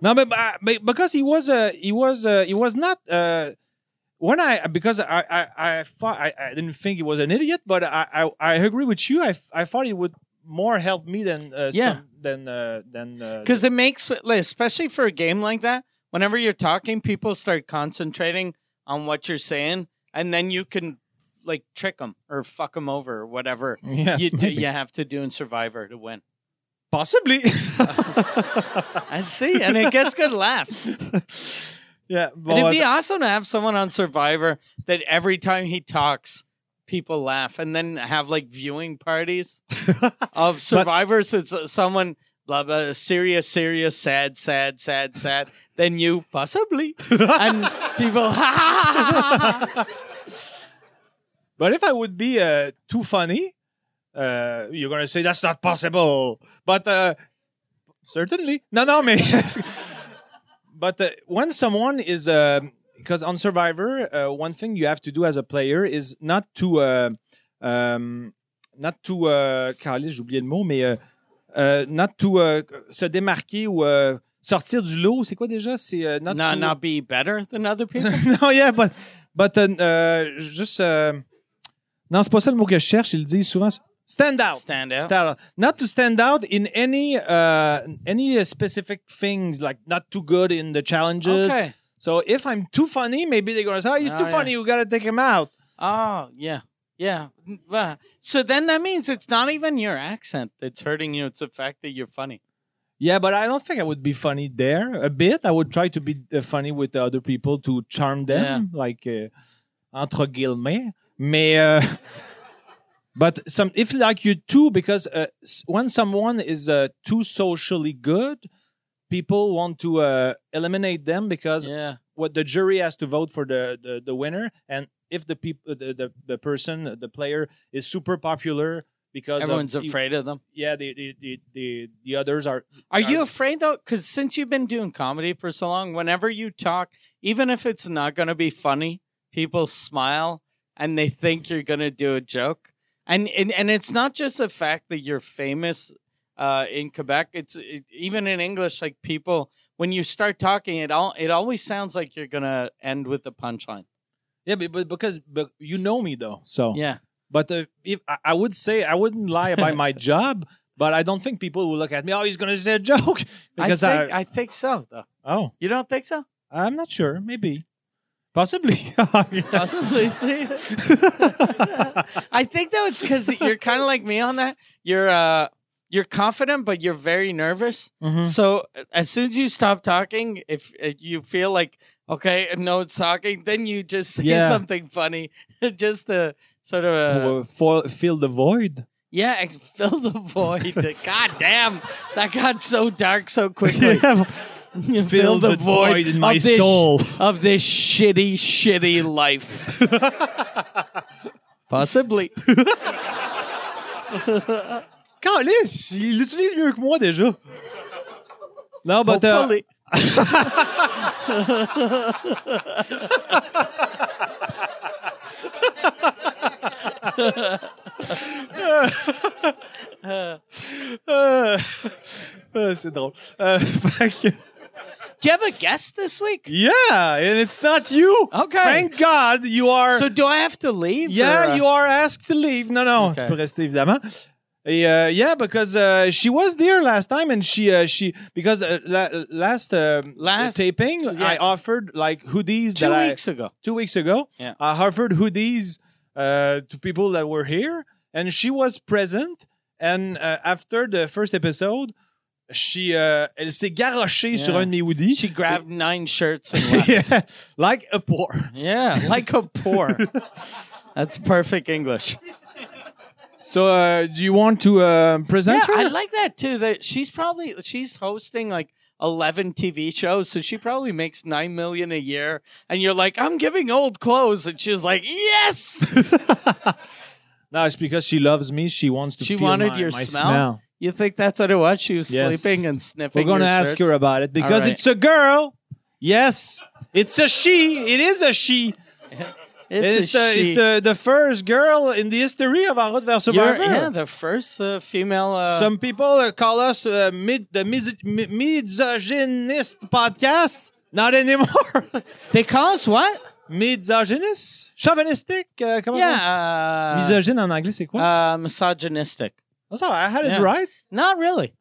[SPEAKER 1] No, but, but- but because he was uh, he was uh, he was not uh, when I because I I I, thought, I I didn't think he was an idiot, but I I, I agree with you. I, I thought it would more help me than uh,
[SPEAKER 2] Yeah.
[SPEAKER 1] some, than uh, than uh,
[SPEAKER 2] Because it makes, like, especially for a game like that, whenever you're talking, people start concentrating on what you're saying, and then you can like trick them or fuck them over or whatever
[SPEAKER 1] yeah
[SPEAKER 2] you do, you have to do in Survivor to win.
[SPEAKER 1] possibly
[SPEAKER 2] And see, and it gets good laughs.
[SPEAKER 1] yeah.
[SPEAKER 2] And
[SPEAKER 1] But,
[SPEAKER 2] it'd be awesome to have someone on Survivor that every time he talks, people laugh, and then have like viewing parties of Survivors. it's uh, someone blah blah serious, serious, sad, sad, sad, sad. then you possibly and people. Ha, ha, ha, ha, ha.
[SPEAKER 1] but if I would be uh, too funny, uh, you're gonna say that's not possible. But uh, certainly, no, no, me. but uh, when someone is, um because on Survivor, uh, one thing you have to do as a player is not to, uh, um, not to, uh, Carlis, j'ai oublié le mot, mais uh, uh, not to uh, se démarquer ou uh, sortir du lot. C'est quoi déjà? C'est uh, not
[SPEAKER 2] Not
[SPEAKER 1] to-
[SPEAKER 2] not be better than other people.
[SPEAKER 1] non, yeah, but, but uh, euh, juste. euh, non, c'est pas ça le mot que je cherche. Ils le disent souvent. Stand out.
[SPEAKER 2] Stand out.
[SPEAKER 1] Stand out. Not to stand out in any uh, any uh, specific things, like not too good in the challenges.
[SPEAKER 2] Okay.
[SPEAKER 1] So if I'm too funny, maybe they're gonna say, "Oh, he's
[SPEAKER 2] Oh,
[SPEAKER 1] too
[SPEAKER 2] yeah.
[SPEAKER 1] funny. You gotta take him out."
[SPEAKER 2] Oh yeah. Yeah. Well, So then that means it's not even your accent that's hurting you. It's the fact that you're funny.
[SPEAKER 1] Yeah, but I don't think I would be funny there a bit. I would try to be uh, funny with the other people to charm them, like uh, entre guillemets. Mais, uh, but some if like you too, because uh, s- when someone is uh, too socially good, people want to uh, eliminate them because
[SPEAKER 2] Yeah.
[SPEAKER 1] what the jury has to vote for the the, the winner, and if the people the, the the person the player is super popular. because of-
[SPEAKER 2] Everyone's
[SPEAKER 1] you-
[SPEAKER 2] afraid of them.
[SPEAKER 1] yeah, the the, the the the others are.
[SPEAKER 2] Are you afraid though? Because since you've been doing comedy for so long, whenever you talk, even if it's not going to be funny, people smile and they think you're going to do a joke. And, and and it's not just the fact that you're famous uh, in Quebec. It's it, even in English, like people when you start talking, it all it always sounds like you're going to end with a punchline.
[SPEAKER 1] Yeah, but, but because but you know me though, so
[SPEAKER 2] Yeah,
[SPEAKER 1] But uh, if I, I would say I wouldn't lie about my job, but I don't think people will look at me. Oh, he's gonna say a joke because
[SPEAKER 2] I
[SPEAKER 1] I,
[SPEAKER 2] think, I think so though.
[SPEAKER 1] Oh,
[SPEAKER 2] You don't think so?
[SPEAKER 1] I'm not sure. Maybe, possibly.
[SPEAKER 2] Possibly. See,
[SPEAKER 1] Mm-hmm.
[SPEAKER 2] I think though it's because you're kind of like me on that. You're uh, you're confident, but you're very nervous.
[SPEAKER 1] Mhm.
[SPEAKER 2] So uh, as soon as you stop talking, if, uh you feel like okay, no one's talking, then you just say
[SPEAKER 1] Yeah.
[SPEAKER 2] something funny, just to sort of uh,
[SPEAKER 1] Well, for, fill the void.
[SPEAKER 2] yeah, ex- fill the void. God damn, that got so dark so quickly. You
[SPEAKER 1] Fill the void in my
[SPEAKER 2] of this-
[SPEAKER 1] soul.
[SPEAKER 2] of this shitty, shitty life. Possibly.
[SPEAKER 1] Calice, il l'utilise mieux que moi déjà. Non, but uh,
[SPEAKER 2] Hopefully.
[SPEAKER 1] euh, euh, c'est drôle. Euh, fait que-
[SPEAKER 2] Do you have a guest this week?
[SPEAKER 1] yeah, and it's not you.
[SPEAKER 2] Okay.
[SPEAKER 1] Thank God you are.
[SPEAKER 2] So do I have to leave? uh,
[SPEAKER 1] yeah, you are asked to leave. No, no,
[SPEAKER 2] Okay.
[SPEAKER 1] tu peux rester évidemment. Et, uh, yeah, because uh, she was there last time, and she uh, she because uh, la- last uh,
[SPEAKER 2] Last-
[SPEAKER 1] taping
[SPEAKER 2] yeah.
[SPEAKER 1] I offered like hoodies
[SPEAKER 2] two
[SPEAKER 1] that I-
[SPEAKER 2] weeks ago.
[SPEAKER 1] two weeks ago.
[SPEAKER 2] Yeah.
[SPEAKER 1] I offered hoodies uh, to people that were here, and she was present. And uh, after the first episode, she uh, elle s'est garochée sur
[SPEAKER 2] Yeah.
[SPEAKER 1] un de mes hoodies.
[SPEAKER 2] She grabbed nine shirts and left.
[SPEAKER 1] yeah, like a poor.
[SPEAKER 2] yeah, like a poor. That's perfect English.
[SPEAKER 1] So, uh, do you want to uh, present
[SPEAKER 2] Yeah,
[SPEAKER 1] her?
[SPEAKER 2] I like that too. That she's probably she's hosting like eleven TV shows, so she probably makes nine million a year. And you're like, I'm giving old clothes, and she's like, Yes.
[SPEAKER 1] no, it's because she loves me. She wants to.
[SPEAKER 2] She
[SPEAKER 1] feel
[SPEAKER 2] wanted
[SPEAKER 1] my,
[SPEAKER 2] your
[SPEAKER 1] my
[SPEAKER 2] smell? you think that's what it was? She was
[SPEAKER 1] Yes.
[SPEAKER 2] sleeping and sniffing.
[SPEAKER 1] We're gonna
[SPEAKER 2] your
[SPEAKER 1] ask
[SPEAKER 2] shirts?
[SPEAKER 1] her about it because
[SPEAKER 2] right.
[SPEAKER 1] it's a girl. Yes, it's a she. It is a she.
[SPEAKER 2] It's, a
[SPEAKER 1] the,
[SPEAKER 2] she.
[SPEAKER 1] it's the the first girl in the history of En route vers
[SPEAKER 2] You're-
[SPEAKER 1] Survivor.
[SPEAKER 2] yeah, the first uh, female. Uh,
[SPEAKER 1] Some people uh, call us uh, mid, the mis- mi- misogynist podcast. Not anymore.
[SPEAKER 2] they call us what?
[SPEAKER 1] misogynist? Chauvinistic? Uh, comment on-
[SPEAKER 2] Yeah, uh,
[SPEAKER 1] Misogyne en anglais, c'est quoi?
[SPEAKER 2] uh, misogynistic.
[SPEAKER 1] I'm sorry, I had it
[SPEAKER 2] yeah.
[SPEAKER 1] right.
[SPEAKER 2] Not really.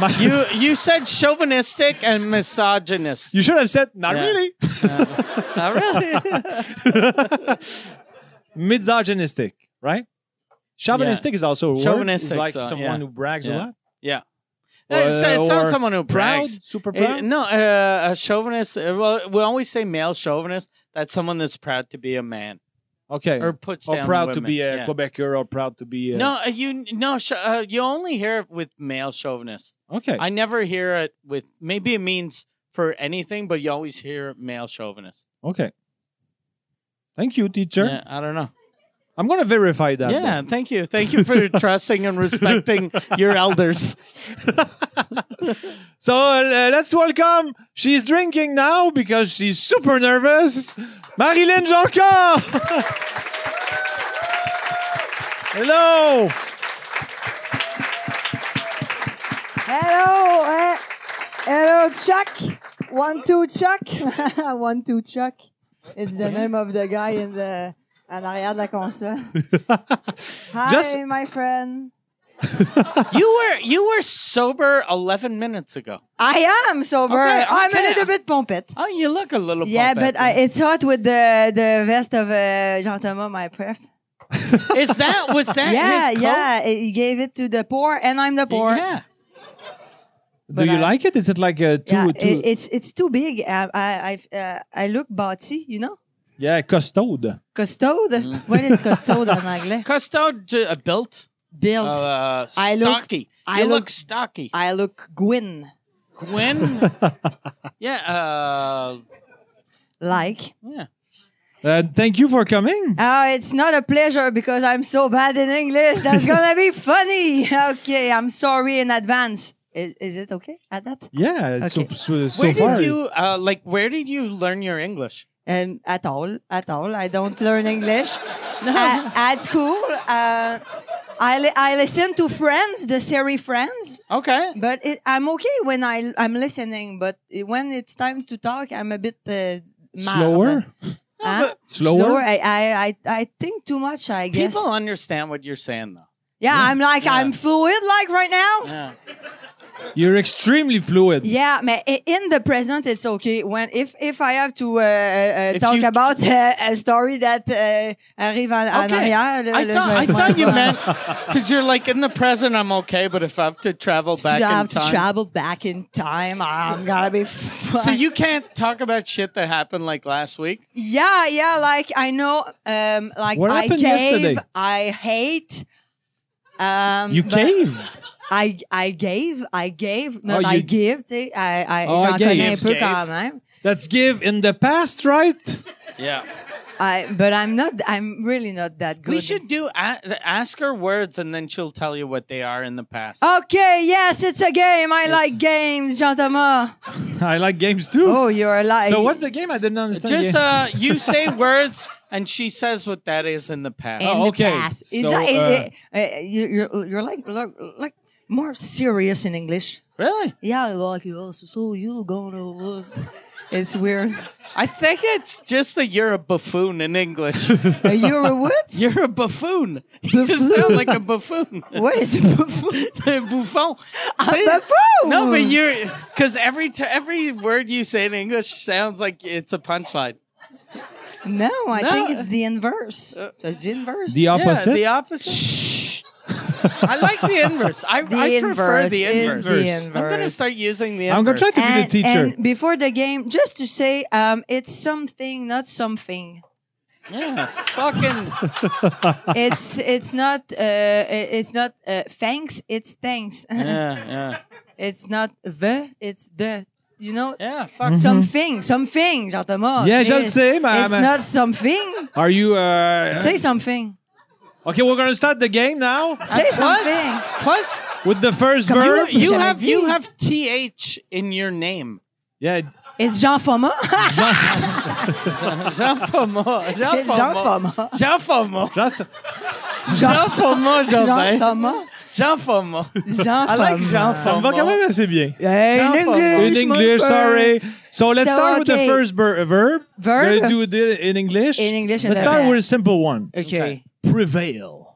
[SPEAKER 1] My- you,
[SPEAKER 2] You you said chauvinistic and misogynist.
[SPEAKER 1] should have said, not
[SPEAKER 2] Yeah.
[SPEAKER 1] really.
[SPEAKER 2] Not really.
[SPEAKER 1] Misogynistic, right? Chauvinistic is also a word.
[SPEAKER 2] Chauvinistic,
[SPEAKER 1] It's like
[SPEAKER 2] so,
[SPEAKER 1] someone
[SPEAKER 2] yeah.
[SPEAKER 1] who brags a
[SPEAKER 2] Yeah.
[SPEAKER 1] lot.
[SPEAKER 2] yeah.
[SPEAKER 1] Or-
[SPEAKER 2] it's, it's
[SPEAKER 1] or
[SPEAKER 2] not someone who
[SPEAKER 1] Proud,
[SPEAKER 2] brags.
[SPEAKER 1] super
[SPEAKER 2] It-
[SPEAKER 1] proud.
[SPEAKER 2] no, uh, a chauvinist. uh, Well, we always say male chauvinist. That's someone that's proud to be a man
[SPEAKER 1] okay.
[SPEAKER 2] or puts
[SPEAKER 1] or
[SPEAKER 2] down
[SPEAKER 1] proud to
[SPEAKER 2] women.
[SPEAKER 1] be a
[SPEAKER 2] Yeah.
[SPEAKER 1] Quebecer or proud to be a...
[SPEAKER 2] No, uh, you no. sh- Uh, you only hear it with male chauvinists.
[SPEAKER 1] Okay.
[SPEAKER 2] I never hear it with. Maybe it means for anything, but you always hear male chauvinist.
[SPEAKER 1] Okay. Thank you, teacher.
[SPEAKER 2] Yeah, I don't know.
[SPEAKER 1] I'm going to verify that.
[SPEAKER 2] yeah, thank you, thank you for trusting and respecting your elders.
[SPEAKER 1] though. So uh, let's welcome. She's drinking now because she's super nervous. Marilyn Jonca. Hello.
[SPEAKER 4] Hello, eh, hello, Chuck. One, two, Chuck. One, two, Chuck. It's the name of the guy in the en arrière de la console. Hi,
[SPEAKER 1] Just-
[SPEAKER 4] my friend.
[SPEAKER 2] You were you were sober eleven minutes ago.
[SPEAKER 4] I am sober.
[SPEAKER 2] Okay,
[SPEAKER 4] I'm
[SPEAKER 2] okay.
[SPEAKER 4] a little bit pompette.
[SPEAKER 2] Oh, you look a little.
[SPEAKER 4] Yeah,
[SPEAKER 2] pumped
[SPEAKER 4] but I,
[SPEAKER 2] up.
[SPEAKER 4] it's hot with the the vest of uh, Jean Thomas, my pref.
[SPEAKER 2] is that was that
[SPEAKER 4] Yeah,
[SPEAKER 2] his coat?
[SPEAKER 4] yeah. He gave it to the poor, and I'm the poor.
[SPEAKER 2] yeah.
[SPEAKER 1] Do
[SPEAKER 4] But
[SPEAKER 1] you
[SPEAKER 4] I-
[SPEAKER 1] like it? Is it like a two?
[SPEAKER 4] Yeah,
[SPEAKER 1] Yeah,
[SPEAKER 4] it- it's it's too big. I I I've, uh, I look body, you know,
[SPEAKER 1] yeah custode.
[SPEAKER 4] custode.
[SPEAKER 2] Mm.
[SPEAKER 4] What is custode in English?
[SPEAKER 2] Custode uh, built.
[SPEAKER 4] Built.
[SPEAKER 2] Uh,
[SPEAKER 4] I look-
[SPEAKER 2] stocky.
[SPEAKER 4] I
[SPEAKER 2] you look,
[SPEAKER 4] look-
[SPEAKER 2] stocky.
[SPEAKER 4] I look Gwyn
[SPEAKER 2] Gwen. yeah. Uh,
[SPEAKER 4] like.
[SPEAKER 2] yeah.
[SPEAKER 1] Uh, thank you for coming.
[SPEAKER 4] Oh, it's not a pleasure because I'm so bad in English. That's gonna be funny. Okay, I'm sorry in advance. Is, is it okay at that?
[SPEAKER 1] Yeah, so,
[SPEAKER 4] Okay.
[SPEAKER 1] so, so
[SPEAKER 2] where
[SPEAKER 1] far.
[SPEAKER 2] did you uh, like? Where did you learn your English?
[SPEAKER 4] Um, at all, at all. I don't learn English. At, at school, uh, I, li- I listen to Friends, the series Friends,
[SPEAKER 2] Okay.
[SPEAKER 4] but it, I'm okay when I, I'm listening. But when it's time to talk, I'm a bit uh, mad.
[SPEAKER 1] slower?
[SPEAKER 4] Huh?
[SPEAKER 1] Slower?
[SPEAKER 4] I, I, I, I think too much, I guess.
[SPEAKER 2] People understand what you're saying, though.
[SPEAKER 4] yeah, I'm like,
[SPEAKER 2] Yeah.
[SPEAKER 4] I'm fluid, like right now.
[SPEAKER 2] Yeah.
[SPEAKER 1] You're extremely fluid.
[SPEAKER 4] Yeah, but i- in the present, it's okay. When if if I have to uh, uh,
[SPEAKER 2] If
[SPEAKER 4] talk
[SPEAKER 2] you-
[SPEAKER 4] about uh, a story that uh, arrive en, en
[SPEAKER 2] Okay.
[SPEAKER 4] arrière, le-
[SPEAKER 2] I
[SPEAKER 4] le-
[SPEAKER 2] thought I
[SPEAKER 4] le-
[SPEAKER 2] thought you meant because you're like in the present. I'm okay, but if I have to travel
[SPEAKER 4] If
[SPEAKER 2] back
[SPEAKER 4] you have
[SPEAKER 2] in time,
[SPEAKER 4] to travel back in time. Ah, I'm gonna be. Fun.
[SPEAKER 2] so you can't talk about shit that happened like last week.
[SPEAKER 4] yeah, yeah. Like I know, um, like
[SPEAKER 1] What
[SPEAKER 4] I
[SPEAKER 1] happened
[SPEAKER 4] cave,
[SPEAKER 1] yesterday?
[SPEAKER 4] I hate. Um,
[SPEAKER 1] You
[SPEAKER 4] but
[SPEAKER 1] cave.
[SPEAKER 4] I I gave, I gave, not
[SPEAKER 1] Oh,
[SPEAKER 4] I
[SPEAKER 1] you-
[SPEAKER 4] give. tu sais, I, I,
[SPEAKER 1] Oh,
[SPEAKER 4] j'en
[SPEAKER 1] gave.
[SPEAKER 4] connais un peu
[SPEAKER 2] Gave.
[SPEAKER 4] quand même.
[SPEAKER 1] That's give in the past, right?
[SPEAKER 2] Yeah.
[SPEAKER 4] I, but I'm not. I'm really not that good.
[SPEAKER 2] We should do a- ask her words and then she'll tell you what they are in the past.
[SPEAKER 4] Oh, Okay, yes, it's a game. I like games, Jean Thomas.
[SPEAKER 1] I like games too.
[SPEAKER 4] Oh, you're alive.
[SPEAKER 1] so what's the game? I didn't understand.
[SPEAKER 2] Just
[SPEAKER 1] Yeah.
[SPEAKER 2] uh, you say words and she says what that is in the past.
[SPEAKER 4] in
[SPEAKER 1] Oh,
[SPEAKER 4] the
[SPEAKER 1] okay.
[SPEAKER 4] past. Is
[SPEAKER 1] So,
[SPEAKER 4] that-
[SPEAKER 1] uh,
[SPEAKER 4] uh, uh, you- you're you're like, like like more serious in English.
[SPEAKER 2] Oh, Really?
[SPEAKER 4] Yeah, like uh, so- so you're gonna. uh, It's weird.
[SPEAKER 2] I think it's just that you're a buffoon in English.
[SPEAKER 4] Uh, you're a what?
[SPEAKER 2] you're a buffoon. You just sound like a buffoon.
[SPEAKER 4] what is a buffoon?
[SPEAKER 2] a buffon.
[SPEAKER 4] A buffoon.
[SPEAKER 2] No, but you're because every t- every word you say in English sounds like it's a punchline.
[SPEAKER 4] No, I
[SPEAKER 2] No.
[SPEAKER 4] think it's the inverse. it's the inverse.
[SPEAKER 1] the opposite.
[SPEAKER 2] Yeah, the opposite. I like the inverse. I, I prefer the
[SPEAKER 4] is
[SPEAKER 2] inverse.
[SPEAKER 4] the
[SPEAKER 1] Inverse.
[SPEAKER 4] inverse.
[SPEAKER 2] I'm gonna start using the inverse.
[SPEAKER 1] I'm gonna try to
[SPEAKER 4] and,
[SPEAKER 1] be the teacher.
[SPEAKER 4] and before the game, just to say, um, it's something, not something.
[SPEAKER 2] Yeah, fucking.
[SPEAKER 4] it's it's not uh, i- it's not uh, thanks it's thanks
[SPEAKER 2] Yeah, yeah,
[SPEAKER 4] it's not the it's the you know
[SPEAKER 2] yeah. Fuck.
[SPEAKER 4] Mm-hmm. something something Jean Thomas
[SPEAKER 1] Yeah, je le
[SPEAKER 4] please.
[SPEAKER 1] sais, mais-
[SPEAKER 4] it's
[SPEAKER 1] mais-
[SPEAKER 4] not something
[SPEAKER 1] Are you? Uh,
[SPEAKER 4] say something
[SPEAKER 1] okay, we're gonna start the game now
[SPEAKER 4] say something
[SPEAKER 2] Plus, plus
[SPEAKER 1] with the first
[SPEAKER 4] Come
[SPEAKER 1] verb.
[SPEAKER 4] on.
[SPEAKER 2] you
[SPEAKER 4] J'avais
[SPEAKER 2] have
[SPEAKER 4] dit.
[SPEAKER 2] you have th in your name.
[SPEAKER 1] Yeah,
[SPEAKER 4] it's Jean Thomas
[SPEAKER 2] Jean Fomor. Jean
[SPEAKER 4] it's Jean
[SPEAKER 2] Fomor.
[SPEAKER 4] Thomas
[SPEAKER 1] Oh,
[SPEAKER 2] Jean
[SPEAKER 1] Jean-
[SPEAKER 2] Fomor. Jean Fomor.
[SPEAKER 4] Jean
[SPEAKER 2] Jean
[SPEAKER 4] Thomas
[SPEAKER 2] Jean Fomor.
[SPEAKER 4] Jean
[SPEAKER 2] I like Jean
[SPEAKER 4] Thomas.
[SPEAKER 1] ça me va quand même assez bien.
[SPEAKER 4] Hey, in
[SPEAKER 2] Jean Thomas.
[SPEAKER 4] English
[SPEAKER 1] In
[SPEAKER 4] my
[SPEAKER 1] English,
[SPEAKER 4] friend.
[SPEAKER 1] sorry. So let's
[SPEAKER 4] So,
[SPEAKER 1] start with the
[SPEAKER 4] okay.
[SPEAKER 1] first ver- verb.
[SPEAKER 4] Verb?
[SPEAKER 1] We're gonna do it in English.
[SPEAKER 4] In English and
[SPEAKER 1] Let's
[SPEAKER 4] then
[SPEAKER 1] start
[SPEAKER 4] back.
[SPEAKER 1] with a simple one.
[SPEAKER 4] okay
[SPEAKER 1] Prevail.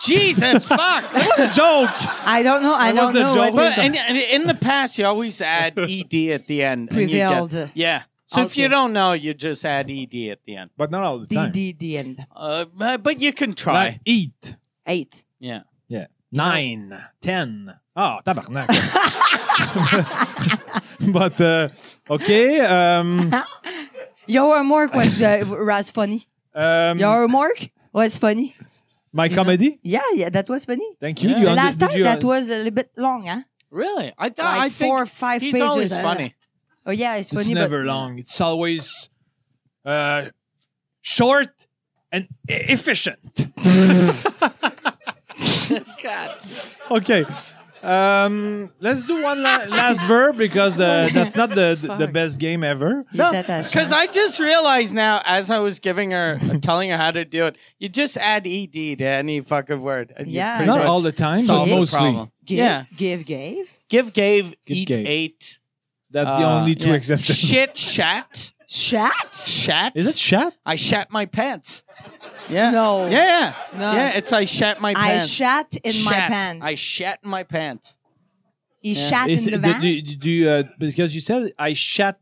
[SPEAKER 2] Jesus fuck.
[SPEAKER 1] Joke.
[SPEAKER 4] I don't know I
[SPEAKER 1] That
[SPEAKER 4] don't
[SPEAKER 1] was the
[SPEAKER 4] know
[SPEAKER 1] joke.
[SPEAKER 4] what
[SPEAKER 2] But
[SPEAKER 4] is-
[SPEAKER 2] and, and in the past, you always add ed at the end. and you get-
[SPEAKER 4] Prevailed.
[SPEAKER 2] yeah. So if
[SPEAKER 4] Okay.
[SPEAKER 2] you don't know, you just add ed at the end.
[SPEAKER 1] But not all the
[SPEAKER 4] D
[SPEAKER 1] time.
[SPEAKER 4] D D end
[SPEAKER 2] Uh, but you can try.
[SPEAKER 1] Like eat.
[SPEAKER 4] eight
[SPEAKER 2] yeah.
[SPEAKER 1] Yeah. Nine. Ten. Oh, tabarnak. but, uh, okay. Um,
[SPEAKER 4] your homework was uh, was funny
[SPEAKER 1] um,
[SPEAKER 4] your homework was funny
[SPEAKER 1] my comedy.
[SPEAKER 4] Yeah, yeah, that was funny.
[SPEAKER 1] Thank you.
[SPEAKER 2] Yeah.
[SPEAKER 1] You
[SPEAKER 4] The
[SPEAKER 1] under-
[SPEAKER 4] last
[SPEAKER 1] did
[SPEAKER 4] time
[SPEAKER 1] you- uh,
[SPEAKER 4] that was a little bit long, huh?
[SPEAKER 2] Really? I thought
[SPEAKER 4] Like
[SPEAKER 2] uh, I think
[SPEAKER 4] four or five
[SPEAKER 2] he's
[SPEAKER 4] pages,
[SPEAKER 2] always
[SPEAKER 4] uh,
[SPEAKER 2] funny.
[SPEAKER 4] Oh yeah, it's
[SPEAKER 1] It's
[SPEAKER 4] funny.
[SPEAKER 1] never
[SPEAKER 4] but
[SPEAKER 1] long. It's always uh, short and e- efficient. Okay. Um, let's do one la- last verb because
[SPEAKER 2] Oh,
[SPEAKER 1] uh, that's not the, the, the best game ever.
[SPEAKER 2] No,
[SPEAKER 4] That- that's
[SPEAKER 2] because I just realized now, as I was giving her, uh, telling her how to do it, you just add ed to any fucking word. and you
[SPEAKER 4] Yeah.
[SPEAKER 2] pretty
[SPEAKER 1] Not
[SPEAKER 2] much
[SPEAKER 1] all the time, but
[SPEAKER 2] solve the
[SPEAKER 1] mostly.
[SPEAKER 2] problem.
[SPEAKER 4] Give,
[SPEAKER 2] Yeah,
[SPEAKER 4] give, gave.
[SPEAKER 2] give, gave,
[SPEAKER 1] Give,
[SPEAKER 2] eat,
[SPEAKER 1] gave.
[SPEAKER 2] ate.
[SPEAKER 1] That's the
[SPEAKER 2] uh,
[SPEAKER 1] only two
[SPEAKER 2] yeah.
[SPEAKER 1] exceptions.
[SPEAKER 2] Shit, shat,
[SPEAKER 4] Chat.
[SPEAKER 2] shat.
[SPEAKER 1] Is it chat?
[SPEAKER 2] I shat my pants. Yeah.
[SPEAKER 4] No.
[SPEAKER 2] Yeah.
[SPEAKER 4] No.
[SPEAKER 2] Yeah. It's I shat my
[SPEAKER 4] I
[SPEAKER 2] pants.
[SPEAKER 4] shat in my
[SPEAKER 2] Shat.
[SPEAKER 4] pants.
[SPEAKER 2] I shat in my pants.
[SPEAKER 4] he shat
[SPEAKER 1] Is
[SPEAKER 4] in the
[SPEAKER 1] it-
[SPEAKER 4] van.
[SPEAKER 1] do, do, do you, uh, because you said I shat.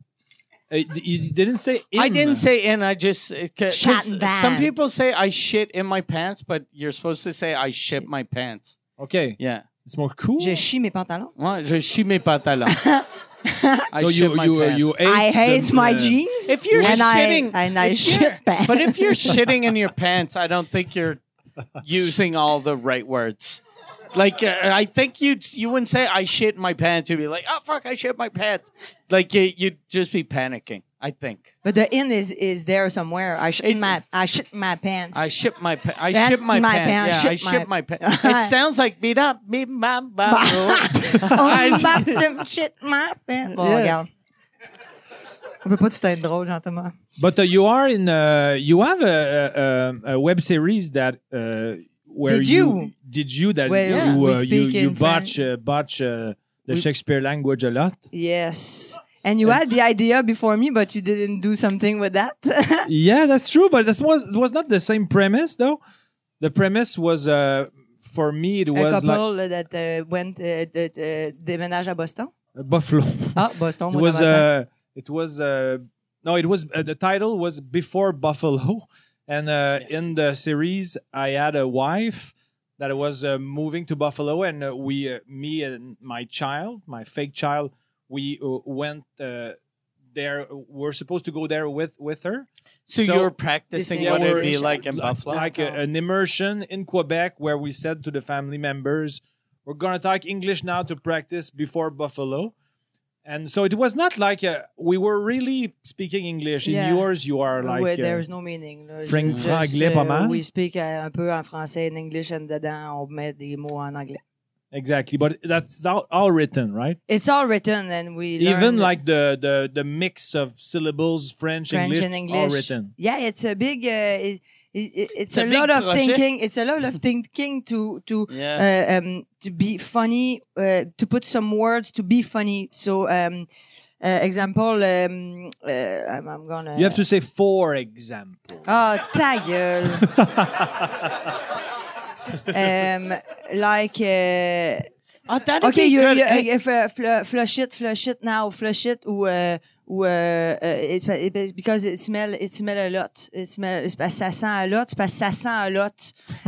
[SPEAKER 1] Uh, d- you didn't say in.
[SPEAKER 2] I didn't say in. I just it, ca- 'cause
[SPEAKER 4] Shat in van.
[SPEAKER 2] some people say I shit in my pants, but you're supposed to say I shit my pants.
[SPEAKER 1] Okay,
[SPEAKER 2] Yeah.
[SPEAKER 1] it's more cool.
[SPEAKER 4] Je chie mes pantalons.
[SPEAKER 2] Moi, je chie mes pantalons. I
[SPEAKER 1] so
[SPEAKER 2] shit
[SPEAKER 1] you
[SPEAKER 2] my
[SPEAKER 1] you uh,
[SPEAKER 2] pants.
[SPEAKER 1] you ate
[SPEAKER 4] I hate
[SPEAKER 1] the-
[SPEAKER 4] my
[SPEAKER 1] the-
[SPEAKER 4] jeans.
[SPEAKER 2] If you're
[SPEAKER 4] and
[SPEAKER 2] shitting,
[SPEAKER 4] I, and I
[SPEAKER 2] if you're-
[SPEAKER 4] shit pants.
[SPEAKER 2] but if you're shitting in your pants, I don't think you're using all the right words. Like uh, I think you you wouldn't say I shit in my pants. You'd be like, oh fuck, I shit my pants. Like you, you'd just be panicking. I think.
[SPEAKER 4] But the in is is there somewhere. I shit my I shit my pants.
[SPEAKER 2] I ship my pa- I
[SPEAKER 4] That-
[SPEAKER 2] ship my,
[SPEAKER 4] my
[SPEAKER 2] pants.
[SPEAKER 4] pants,
[SPEAKER 2] Yeah,
[SPEAKER 4] ship
[SPEAKER 2] I ship my,
[SPEAKER 4] my-
[SPEAKER 2] pants. it sounds like beat up me my my- I-
[SPEAKER 4] Bap, them Oh, shit my pants. Bon,
[SPEAKER 2] Yes.
[SPEAKER 4] regarde. On peut pas tout être drôle, Jean-Thomas.
[SPEAKER 1] But uh, you are in. Uh, you have a, a, a web series that uh, where
[SPEAKER 4] Did you?
[SPEAKER 1] did you that
[SPEAKER 4] Well,
[SPEAKER 2] Yeah.
[SPEAKER 1] you,
[SPEAKER 4] we
[SPEAKER 1] uh, you
[SPEAKER 4] speak
[SPEAKER 1] you
[SPEAKER 4] in
[SPEAKER 1] botch
[SPEAKER 4] French.
[SPEAKER 1] uh, botch uh, the
[SPEAKER 2] We-
[SPEAKER 1] Shakespeare language a lot.
[SPEAKER 4] Yes. And you had the idea before me, but you didn't do something with that.
[SPEAKER 1] yeah, that's true. But that was it was not the same premise though. The premise was uh, for me it
[SPEAKER 4] A
[SPEAKER 1] was
[SPEAKER 4] couple
[SPEAKER 1] like
[SPEAKER 4] uh, that uh, went uh, d- d- déménage à Boston.
[SPEAKER 1] a buffalo.
[SPEAKER 4] Ah, Boston.
[SPEAKER 1] it
[SPEAKER 4] moi,
[SPEAKER 1] was
[SPEAKER 4] dans ma tête.
[SPEAKER 1] uh, it was uh, no, it was uh, the title was before Buffalo, and uh,
[SPEAKER 2] Yes.
[SPEAKER 1] in the series I had a wife that was uh, moving to Buffalo, and uh, we, uh, me and my child, my fake child, we uh, went uh, there. We're supposed to go there with with her.
[SPEAKER 2] so,
[SPEAKER 1] So-
[SPEAKER 2] you're practicing
[SPEAKER 4] Yeah,
[SPEAKER 2] what it'd
[SPEAKER 4] we're-
[SPEAKER 2] be like in Buffalo.
[SPEAKER 1] like a, an immersion in Quebec where we said to the family members, we're going to talk English now to practice before Buffalo. And so it was not like uh we were really speaking English. In
[SPEAKER 4] Yeah.
[SPEAKER 1] yours, you are like.
[SPEAKER 4] ouais,
[SPEAKER 1] uh,
[SPEAKER 4] there is no meaning. Là.
[SPEAKER 1] Frank-
[SPEAKER 4] Je-
[SPEAKER 1] franglais
[SPEAKER 4] je-
[SPEAKER 1] pas mal.
[SPEAKER 4] We speak euh, un peu en français, en English, and dedans, on met des mots en anglais.
[SPEAKER 1] uh, exactly. But that's all, all written, right?
[SPEAKER 4] It's all written, and we
[SPEAKER 1] Even
[SPEAKER 4] learn
[SPEAKER 1] like the, the, the mix of syllables, French,
[SPEAKER 4] French
[SPEAKER 1] English,
[SPEAKER 4] and
[SPEAKER 1] all
[SPEAKER 4] English.
[SPEAKER 1] written.
[SPEAKER 4] Yeah, it's a big. Uh, it, it, it's
[SPEAKER 2] a
[SPEAKER 4] a,
[SPEAKER 2] big
[SPEAKER 4] lot of
[SPEAKER 2] projet.
[SPEAKER 4] thinking. It's a lot of thinking to to
[SPEAKER 2] yeah.
[SPEAKER 4] uh, um, to be funny, uh, to put some words to be funny. So, um, uh, example, um, uh, I'm, I'm gonna.
[SPEAKER 1] You have to say, for example.
[SPEAKER 4] Oh, ta gueule. um, like, uh,
[SPEAKER 2] oh, that'd be
[SPEAKER 4] okay, you,
[SPEAKER 2] good.
[SPEAKER 4] you,
[SPEAKER 2] Hey,
[SPEAKER 4] if, uh, fl- flush it, flush it now, flush it, ou, uh, ou, uh, uh, it's, it's because it smell, it smell a lot. It smell, c'est parce que ça sent a lot, c'est parce que ça sent a lot.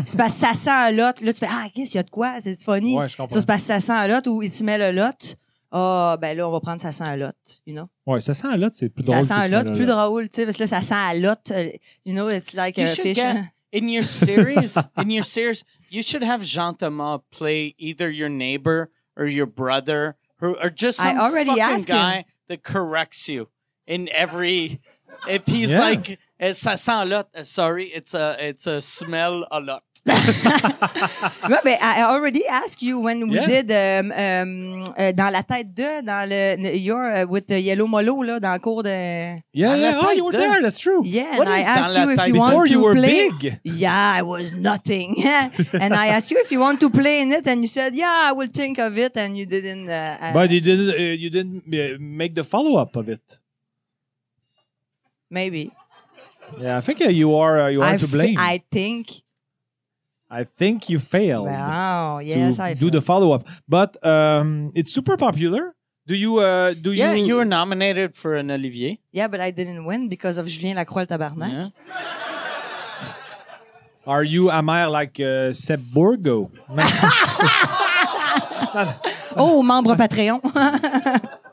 [SPEAKER 4] C'est parce que ça sent a lot. Là, tu fais, ah, qu'est-ce, il y a de quoi? C'est funny.
[SPEAKER 1] Ouais, je comprends.
[SPEAKER 4] Ça, c'est parce que ça sent a lot ou il smell a lot. Ah, ben là, on va prendre ça sent a lot, you know?
[SPEAKER 1] Ouais, ça sent un lot, c'est plus drôle.
[SPEAKER 4] Ça
[SPEAKER 1] que
[SPEAKER 4] sent a
[SPEAKER 1] tu
[SPEAKER 4] lot,
[SPEAKER 1] mets
[SPEAKER 4] plus drôle, tu sais, parce que là, ça sent à lot. euh, You know, it's like
[SPEAKER 2] You
[SPEAKER 4] a
[SPEAKER 2] should
[SPEAKER 4] fish.
[SPEAKER 2] get-
[SPEAKER 4] hein.
[SPEAKER 2] in your series, in your series, you should have Jean Thomas play either your neighbor or your brother, who or just
[SPEAKER 4] I
[SPEAKER 2] some
[SPEAKER 4] already
[SPEAKER 2] fucking
[SPEAKER 4] asked him.
[SPEAKER 2] guy that corrects you in every. If he's
[SPEAKER 1] Yeah.
[SPEAKER 2] like, "Eh, ça sent a lot. eh, Sorry, it's a it's a smell a lot.
[SPEAKER 4] Ouais, ben, I already asked you when we
[SPEAKER 1] Yeah.
[SPEAKER 4] did um, um, euh, dans la tête de dans le your uh, with the yellow molo là dans le cours de
[SPEAKER 1] Yeah,
[SPEAKER 2] And
[SPEAKER 1] yeah.
[SPEAKER 2] that's
[SPEAKER 1] Oh,
[SPEAKER 2] right,
[SPEAKER 1] you were
[SPEAKER 2] then-
[SPEAKER 1] there. That's true.
[SPEAKER 4] yeah
[SPEAKER 2] What
[SPEAKER 4] and I
[SPEAKER 2] is dans
[SPEAKER 4] asked
[SPEAKER 2] la
[SPEAKER 4] you if
[SPEAKER 2] tête
[SPEAKER 4] you
[SPEAKER 2] de?
[SPEAKER 4] want
[SPEAKER 1] Before
[SPEAKER 4] to
[SPEAKER 1] you were
[SPEAKER 4] play
[SPEAKER 1] big.
[SPEAKER 4] yeah I was nothing and I asked you if you want to play in it and you said yeah I will think of it and you didn't uh, uh,
[SPEAKER 1] But you didn't. Uh, you didn't uh, make the follow up of it.
[SPEAKER 4] maybe
[SPEAKER 1] Yeah, I think uh, you are. Uh, you are
[SPEAKER 4] I,
[SPEAKER 1] to
[SPEAKER 4] f-
[SPEAKER 1] blame. I,
[SPEAKER 4] I think
[SPEAKER 1] think you failed
[SPEAKER 4] wow
[SPEAKER 1] Oh, to
[SPEAKER 4] yes I
[SPEAKER 1] do the follow up. But um, it's super popular. Do you? Uh, do
[SPEAKER 2] Yeah,
[SPEAKER 1] you?
[SPEAKER 2] you were nominated for an Olivier.
[SPEAKER 4] yeah but I didn't win because of Julien Lacroix le tabarnak
[SPEAKER 2] Yeah.
[SPEAKER 1] Are you? Am I like uh, Seb Borgo?
[SPEAKER 4] oh membre Patreon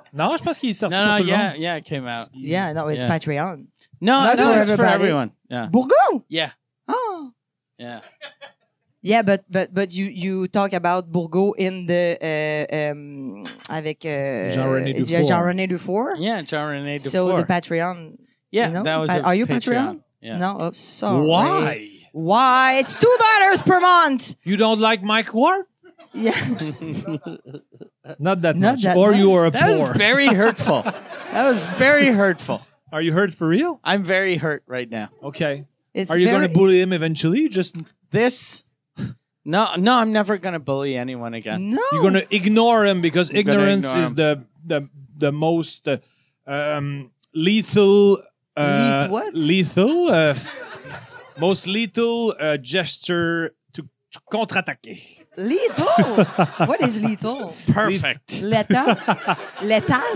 [SPEAKER 1] non, je pense qu'il est sorti
[SPEAKER 2] No,
[SPEAKER 1] pour
[SPEAKER 2] no,
[SPEAKER 1] tout le
[SPEAKER 2] yeah,
[SPEAKER 1] monde.
[SPEAKER 2] yeah, it came out.
[SPEAKER 4] yeah no it's
[SPEAKER 2] Yeah.
[SPEAKER 4] Patreon
[SPEAKER 2] No,
[SPEAKER 4] Not
[SPEAKER 2] no,
[SPEAKER 4] for
[SPEAKER 2] it's for
[SPEAKER 4] everybody.
[SPEAKER 2] everyone. Yeah,
[SPEAKER 4] Bourgon
[SPEAKER 2] yeah,
[SPEAKER 4] oh
[SPEAKER 2] yeah.
[SPEAKER 4] Yeah, but but but you you talk about Bourgo in the uh, um, avec uh,
[SPEAKER 1] Jean-René
[SPEAKER 4] uh, yeah,
[SPEAKER 1] Dufour.
[SPEAKER 4] Jean-René Dufour.
[SPEAKER 2] Yeah, John Rene
[SPEAKER 4] So the Patreon.
[SPEAKER 2] yeah,
[SPEAKER 4] you know,
[SPEAKER 2] that was.
[SPEAKER 4] Pa-
[SPEAKER 2] a
[SPEAKER 4] are you
[SPEAKER 2] Patreon?
[SPEAKER 4] Patreon?
[SPEAKER 2] Yeah.
[SPEAKER 4] No, oh, sorry.
[SPEAKER 1] Why?
[SPEAKER 4] Why? It's two dollars per month.
[SPEAKER 1] You don't like Mike Ward?
[SPEAKER 4] Yeah,
[SPEAKER 1] Uh, Not that
[SPEAKER 4] Not
[SPEAKER 1] much.
[SPEAKER 4] that
[SPEAKER 1] or
[SPEAKER 4] much.
[SPEAKER 1] you are a
[SPEAKER 2] That
[SPEAKER 1] poor.
[SPEAKER 2] was very hurtful. that was very hurtful.
[SPEAKER 1] Are you hurt for real?
[SPEAKER 2] I'm very hurt right now.
[SPEAKER 1] Okay.
[SPEAKER 4] it's
[SPEAKER 1] are you
[SPEAKER 4] very,
[SPEAKER 1] going to bully him eventually? Just
[SPEAKER 2] This, no, no, I'm never gonna bully anyone again.
[SPEAKER 4] No,
[SPEAKER 1] you're gonna ignore him because
[SPEAKER 2] gonna
[SPEAKER 1] ignorance
[SPEAKER 2] ignore
[SPEAKER 1] is
[SPEAKER 2] him.
[SPEAKER 1] the the the most uh, um, lethal uh,
[SPEAKER 4] Leth- what?
[SPEAKER 1] lethal uh, f- most lethal uh, gesture to, to contre-attaquer.
[SPEAKER 4] lethal. what is lethal?
[SPEAKER 2] Perfect.
[SPEAKER 4] Lethal. Lethal.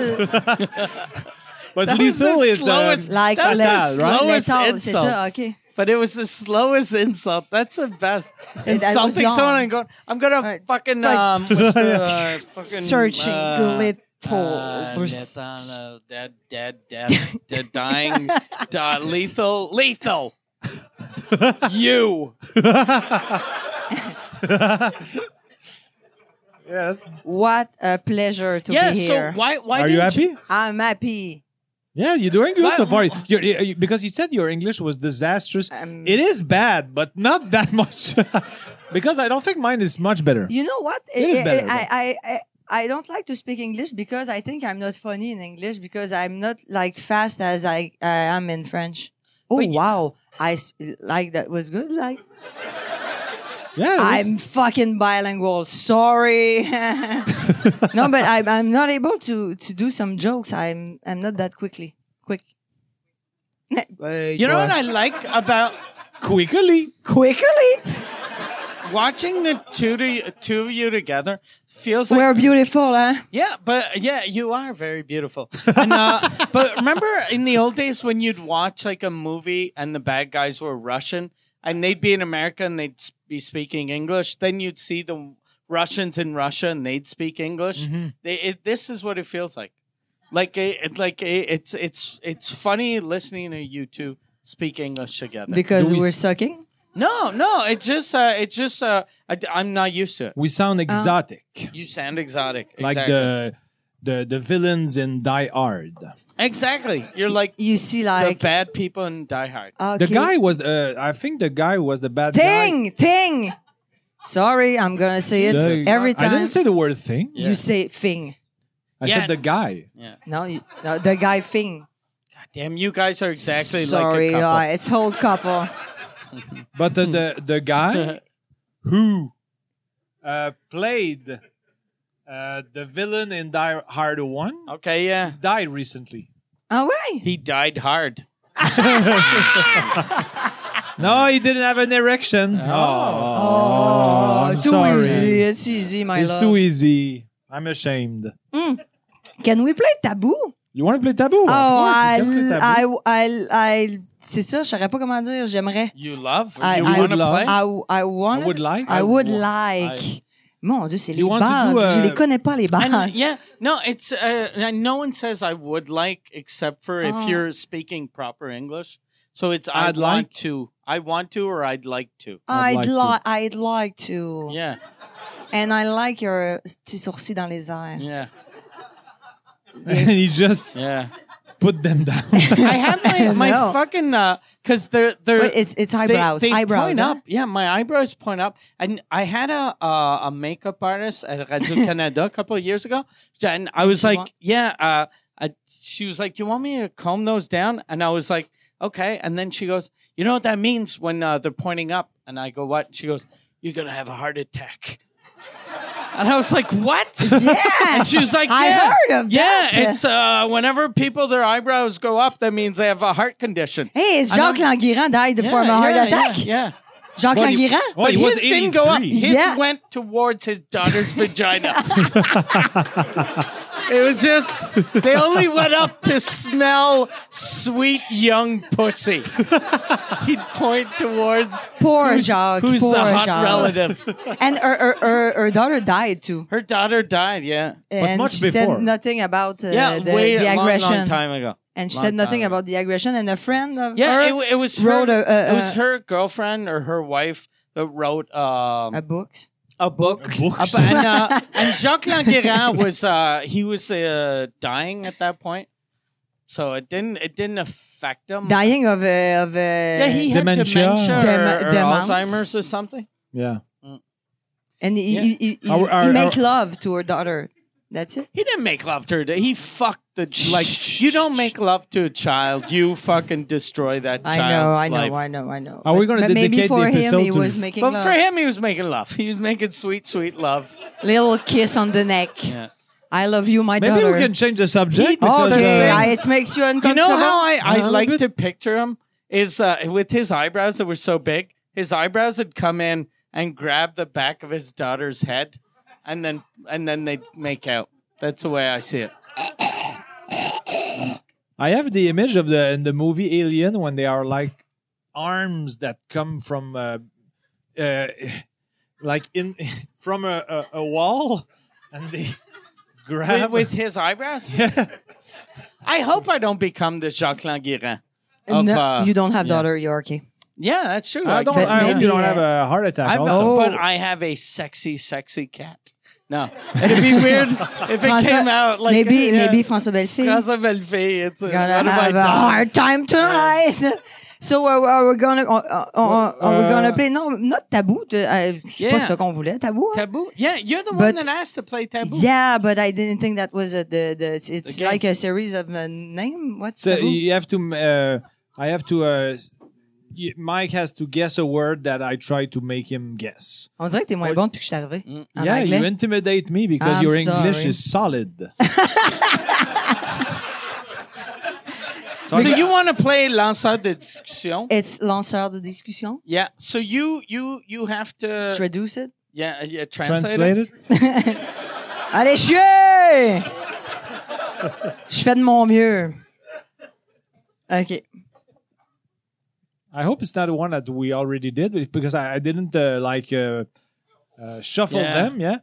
[SPEAKER 1] But
[SPEAKER 2] That was
[SPEAKER 1] lethal
[SPEAKER 2] the
[SPEAKER 1] is uh,
[SPEAKER 2] slowest-
[SPEAKER 4] Like
[SPEAKER 2] That's the
[SPEAKER 4] lethal,
[SPEAKER 2] slowest
[SPEAKER 4] Lethal, c'est ça.
[SPEAKER 2] insult.
[SPEAKER 4] Ok.
[SPEAKER 2] But it was the slowest insult. That's the best.
[SPEAKER 4] Said I was
[SPEAKER 2] Insulting
[SPEAKER 4] young.
[SPEAKER 2] someone and going, I'm gonna
[SPEAKER 4] Right.
[SPEAKER 2] fucking
[SPEAKER 4] Like-
[SPEAKER 2] um, what's the, uh, fucking,
[SPEAKER 4] Searching
[SPEAKER 2] uh,
[SPEAKER 4] lethal.
[SPEAKER 2] uh, lethal, uh, dead, dead, dead, dead, dying, da- lethal, lethal. you.
[SPEAKER 1] yes.
[SPEAKER 4] What a pleasure to
[SPEAKER 2] yeah.
[SPEAKER 4] be here.
[SPEAKER 2] So why? Why
[SPEAKER 1] Are
[SPEAKER 2] didn't
[SPEAKER 1] you happy?
[SPEAKER 4] I'm happy.
[SPEAKER 1] Yeah, you're doing good
[SPEAKER 4] Well,
[SPEAKER 1] so far. You're, you because you said your English was disastrous.
[SPEAKER 4] Um,
[SPEAKER 1] it is bad, but not that much. because I don't think mine is much better.
[SPEAKER 4] You know what?
[SPEAKER 1] It is
[SPEAKER 4] I,
[SPEAKER 1] better,
[SPEAKER 4] I, I, I, I don't like to speak English because I think I'm not funny in English because I'm not like fast as I, I am in French. Oh wow! I s- like that was good. Like
[SPEAKER 1] yeah, it is.
[SPEAKER 4] I'm fucking bilingual. Sorry. no, but I'm I'm not able to to do some jokes. I'm I'm not that quickly quick.
[SPEAKER 2] You
[SPEAKER 1] uh,
[SPEAKER 2] know what I like about
[SPEAKER 1] quickly.
[SPEAKER 4] quickly?
[SPEAKER 2] watching the two to, two of you together feels like
[SPEAKER 4] We're beautiful, huh?
[SPEAKER 2] yeah, but yeah, you are very beautiful. And, uh, but remember in the old days when you'd watch like a movie and the bad guys were Russian and they'd be in America and they'd s- be speaking English, then you'd see the Russians in Russia and they'd speak English. They, it, this is what it feels like. Like it, it- like it, it's it's it's funny listening to you two speak English together.
[SPEAKER 4] Because
[SPEAKER 1] Do we
[SPEAKER 4] we're
[SPEAKER 1] s-
[SPEAKER 4] sucking.
[SPEAKER 2] No, no, it's just, uh, it's just, uh, I, am not used to it.
[SPEAKER 1] We sound
[SPEAKER 2] Uh-huh.
[SPEAKER 1] exotic,
[SPEAKER 2] You sound exotic.
[SPEAKER 1] like
[SPEAKER 2] exactly.
[SPEAKER 1] the the the villains in Die Hard.
[SPEAKER 2] exactly. You're like
[SPEAKER 4] You see,
[SPEAKER 2] the
[SPEAKER 4] like
[SPEAKER 2] bad people in Die Hard.
[SPEAKER 4] okay.
[SPEAKER 1] The guy was. Uh, I think the guy was the bad guy.
[SPEAKER 4] thing thing. Sorry, I'm gonna say it
[SPEAKER 1] The-
[SPEAKER 4] every
[SPEAKER 1] I
[SPEAKER 4] time.
[SPEAKER 1] didn't say the word thing.
[SPEAKER 4] You say thing.
[SPEAKER 1] I
[SPEAKER 2] Yeah.
[SPEAKER 1] said the guy.
[SPEAKER 4] No, you, no the guy thing.
[SPEAKER 2] Damn, you guys are exactly
[SPEAKER 4] Sorry,
[SPEAKER 2] like a couple.
[SPEAKER 4] uh, it's old couple.
[SPEAKER 1] But the the, the guy who uh, played uh, the villain in Die Hard One
[SPEAKER 2] Okay, yeah.
[SPEAKER 1] died recently.
[SPEAKER 4] Ah ouais?
[SPEAKER 2] He died hard.
[SPEAKER 1] No, he didn't have an erection.
[SPEAKER 2] Oh.
[SPEAKER 4] Oh,
[SPEAKER 1] I'm
[SPEAKER 4] too
[SPEAKER 1] sorry.
[SPEAKER 4] easy. It's easy, my
[SPEAKER 1] it's
[SPEAKER 4] love.
[SPEAKER 1] too easy. I'm ashamed.
[SPEAKER 4] Can we play tabou?
[SPEAKER 1] You want to play taboo?
[SPEAKER 4] Oh,
[SPEAKER 1] of course, we can play
[SPEAKER 4] I,
[SPEAKER 1] taboo.
[SPEAKER 4] I, I, c'est ça, je saurais pas comment dire, j'aimerais.
[SPEAKER 2] You love?
[SPEAKER 4] I-
[SPEAKER 2] you
[SPEAKER 4] I
[SPEAKER 2] want to
[SPEAKER 1] would love-
[SPEAKER 2] play?
[SPEAKER 4] I, I want.
[SPEAKER 1] I would like.
[SPEAKER 4] I would
[SPEAKER 1] I-
[SPEAKER 4] like. Mon Dieu, c'est les
[SPEAKER 1] You want to
[SPEAKER 4] bases.
[SPEAKER 1] do,
[SPEAKER 4] Je
[SPEAKER 1] uh,
[SPEAKER 4] les connais pas, les
[SPEAKER 2] I
[SPEAKER 4] bases.
[SPEAKER 2] know- yeah, no, it's uh, and no one says I would like except for
[SPEAKER 4] Oh.
[SPEAKER 2] if you're speking proper English. So it's
[SPEAKER 1] I'd
[SPEAKER 2] I'd,
[SPEAKER 1] like-
[SPEAKER 2] want to, I want to, or I'd like to.
[SPEAKER 4] I'd,
[SPEAKER 1] I'd
[SPEAKER 4] like
[SPEAKER 1] like
[SPEAKER 4] I'd like to.
[SPEAKER 2] Yeah,
[SPEAKER 4] And I like your petits sourcils dans les airs.
[SPEAKER 2] yeah,
[SPEAKER 1] and he just
[SPEAKER 2] yeah.
[SPEAKER 1] put them down.
[SPEAKER 2] I have my, my
[SPEAKER 4] No.
[SPEAKER 2] fucking because they're they're
[SPEAKER 4] Wait, it's it's
[SPEAKER 2] they-
[SPEAKER 4] eyebrows.
[SPEAKER 2] Euh, they
[SPEAKER 4] eyebrows.
[SPEAKER 2] point
[SPEAKER 4] hein?
[SPEAKER 2] up. Yeah, my eyebrows point up. And I had a uh, a makeup artist at Radio Canada a couple of years ago, and I was
[SPEAKER 4] she
[SPEAKER 2] like,
[SPEAKER 4] want-
[SPEAKER 2] yeah. Uh, I, she was like, you want me to comb those down? And I was like, okay. And then she goes, you know what that means when uh, they're pointing up? And I go, what? She goes, you're gonna have a heart attack. And I was like, what?
[SPEAKER 4] Yeah.
[SPEAKER 2] And she was like,
[SPEAKER 4] I
[SPEAKER 2] yeah,
[SPEAKER 4] heard of
[SPEAKER 2] yeah,
[SPEAKER 4] that.
[SPEAKER 2] it's uh, whenever people their eyebrows go up, that means they have a heart condition.
[SPEAKER 4] Hey, it's
[SPEAKER 2] I know.
[SPEAKER 4] Jacques Languirand died
[SPEAKER 2] Yeah,
[SPEAKER 4] from a heart
[SPEAKER 2] yeah,
[SPEAKER 4] attack.
[SPEAKER 2] Yeah, yeah.
[SPEAKER 4] Jacques
[SPEAKER 1] Well, you-
[SPEAKER 4] Languirand?
[SPEAKER 1] well,
[SPEAKER 2] but
[SPEAKER 1] he was
[SPEAKER 2] his didn't go up.
[SPEAKER 1] 83.
[SPEAKER 2] His
[SPEAKER 4] Yeah.
[SPEAKER 2] went towards his daughter's vagina. it was just they only went up to smell sweet young pussy. He'd point towards
[SPEAKER 4] Poor Jacques.
[SPEAKER 2] who's
[SPEAKER 4] poor
[SPEAKER 2] the hot
[SPEAKER 4] Jacques.
[SPEAKER 2] relative.
[SPEAKER 4] And her, her, her, her daughter died too.
[SPEAKER 2] Her daughter died. Yeah,
[SPEAKER 4] and
[SPEAKER 1] much
[SPEAKER 4] she
[SPEAKER 1] before.
[SPEAKER 4] said nothing about uh,
[SPEAKER 2] yeah,
[SPEAKER 4] the,
[SPEAKER 2] way
[SPEAKER 4] the
[SPEAKER 2] a long,
[SPEAKER 4] aggression.
[SPEAKER 2] long time ago.
[SPEAKER 4] And she
[SPEAKER 2] Long
[SPEAKER 4] said nothing
[SPEAKER 2] time.
[SPEAKER 4] about the aggression. And a friend of
[SPEAKER 2] Yeah,
[SPEAKER 4] her
[SPEAKER 2] it, wa- it was
[SPEAKER 4] wrote
[SPEAKER 2] her.
[SPEAKER 4] a- a-
[SPEAKER 2] it was
[SPEAKER 4] a-
[SPEAKER 2] her girlfriend or her wife that wrote um,
[SPEAKER 4] a books.
[SPEAKER 2] a book.
[SPEAKER 1] Books.
[SPEAKER 2] Up- and, uh, and Jacques Languerin was uh, he was uh, dying at that point, so it didn't it didn't affect him.
[SPEAKER 4] Dying of a. Of uh, a
[SPEAKER 2] Yeah, he had
[SPEAKER 1] Dementia.
[SPEAKER 2] dementia, or,
[SPEAKER 4] Dem-
[SPEAKER 2] or
[SPEAKER 4] demence.
[SPEAKER 2] Alzheimer's or something.
[SPEAKER 1] yeah.
[SPEAKER 4] and he,
[SPEAKER 2] Yeah.
[SPEAKER 4] he, he, he,
[SPEAKER 1] Our- our-
[SPEAKER 4] he make
[SPEAKER 1] our-
[SPEAKER 4] love to her daughter. That's it.
[SPEAKER 2] He didn't make love to her. He fucked the like. You don't make love to a child. You fucking destroy that
[SPEAKER 4] I
[SPEAKER 2] child's
[SPEAKER 4] know, I know,
[SPEAKER 2] life.
[SPEAKER 4] I know, I know.
[SPEAKER 1] Are we gonna
[SPEAKER 4] But maybe
[SPEAKER 1] dedicate
[SPEAKER 4] for
[SPEAKER 1] the
[SPEAKER 4] him,
[SPEAKER 1] episode
[SPEAKER 4] he
[SPEAKER 1] to-
[SPEAKER 4] was making
[SPEAKER 2] But
[SPEAKER 4] love.
[SPEAKER 2] for him, he was making love. He was making sweet, sweet love.
[SPEAKER 4] little kiss on the neck.
[SPEAKER 2] Yeah.
[SPEAKER 4] I love you, my
[SPEAKER 1] Maybe
[SPEAKER 4] daughter. Oh,
[SPEAKER 1] we can change the subject. because,
[SPEAKER 4] okay,
[SPEAKER 1] uh,
[SPEAKER 4] I- it makes you
[SPEAKER 2] You
[SPEAKER 4] uncomfortable.
[SPEAKER 2] know how I, I
[SPEAKER 1] A little
[SPEAKER 2] like
[SPEAKER 1] bit.
[SPEAKER 2] to picture him is uh, with his eyebrows that were so big. His eyebrows would come in and grab the back of his daughter's head, and then and then they'd make out. That's the way I see it.
[SPEAKER 1] I have the image of the in the movie Alien when they are like arms that come from uh, uh, like in from a, a, a wall and they
[SPEAKER 2] With,
[SPEAKER 1] grab
[SPEAKER 2] with his eyebrows. I hope I don't become the Jacques Languirin. Of,
[SPEAKER 4] No,
[SPEAKER 2] uh,
[SPEAKER 4] you don't have
[SPEAKER 2] yeah.
[SPEAKER 4] daughter, Yorkie.
[SPEAKER 2] Yeah, that's true.
[SPEAKER 1] I don't.
[SPEAKER 2] can-
[SPEAKER 1] I hope
[SPEAKER 4] maybe,
[SPEAKER 1] you don't
[SPEAKER 4] uh,
[SPEAKER 2] Oh.
[SPEAKER 1] have a heart attack.
[SPEAKER 2] I've-
[SPEAKER 1] also.
[SPEAKER 2] But I have a sexy, sexy cat. No, it'd be weird if it
[SPEAKER 4] François-
[SPEAKER 2] came out like
[SPEAKER 4] maybe,
[SPEAKER 2] yeah,
[SPEAKER 4] maybe François Bellefille.
[SPEAKER 2] Casa Belfi. It's uh,
[SPEAKER 4] gonna
[SPEAKER 2] one of my
[SPEAKER 4] have a hard
[SPEAKER 2] dogs.
[SPEAKER 4] time tonight. so are, are we gonna are, are, are we gonna
[SPEAKER 2] Uh,
[SPEAKER 4] play? No, not taboo. t- uh, C'est
[SPEAKER 2] Yeah.
[SPEAKER 4] pas ce qu'on voulait, tabou. hein?
[SPEAKER 2] Taboo. Yeah, you're the one
[SPEAKER 4] But-
[SPEAKER 2] that asked to play taboo.
[SPEAKER 4] Yeah, but I didn't think that was a, the the. It's, it's
[SPEAKER 2] The game.
[SPEAKER 4] like a series of uh, name. What's
[SPEAKER 1] So
[SPEAKER 4] taboo?
[SPEAKER 1] you have to. Uh, I have to. Uh, y- Mike has to guess a word that I try to make him guess.
[SPEAKER 4] On dirait que t'es moins
[SPEAKER 1] What-
[SPEAKER 4] bon depuis que je suis arrivé.
[SPEAKER 2] Mm.
[SPEAKER 4] En
[SPEAKER 1] yeah,
[SPEAKER 4] anglais.
[SPEAKER 1] you intimidate me because
[SPEAKER 4] I'm
[SPEAKER 1] your English
[SPEAKER 4] sorry.
[SPEAKER 1] is solid.
[SPEAKER 2] So you want to play lanceur de discussion?
[SPEAKER 4] It's lanceur de discussion.
[SPEAKER 2] Yeah. So you you you have
[SPEAKER 1] Euh.
[SPEAKER 2] to
[SPEAKER 4] Traduce it.
[SPEAKER 2] yeah yeah translate.
[SPEAKER 1] Translate
[SPEAKER 2] it.
[SPEAKER 1] it.
[SPEAKER 4] Allez chier! je fais de mon mieux. Ok.
[SPEAKER 1] I hope it's not one that we already did but- because I, I didn't uh, like uh, uh, shuffle
[SPEAKER 2] Yeah.
[SPEAKER 1] them. Yeah,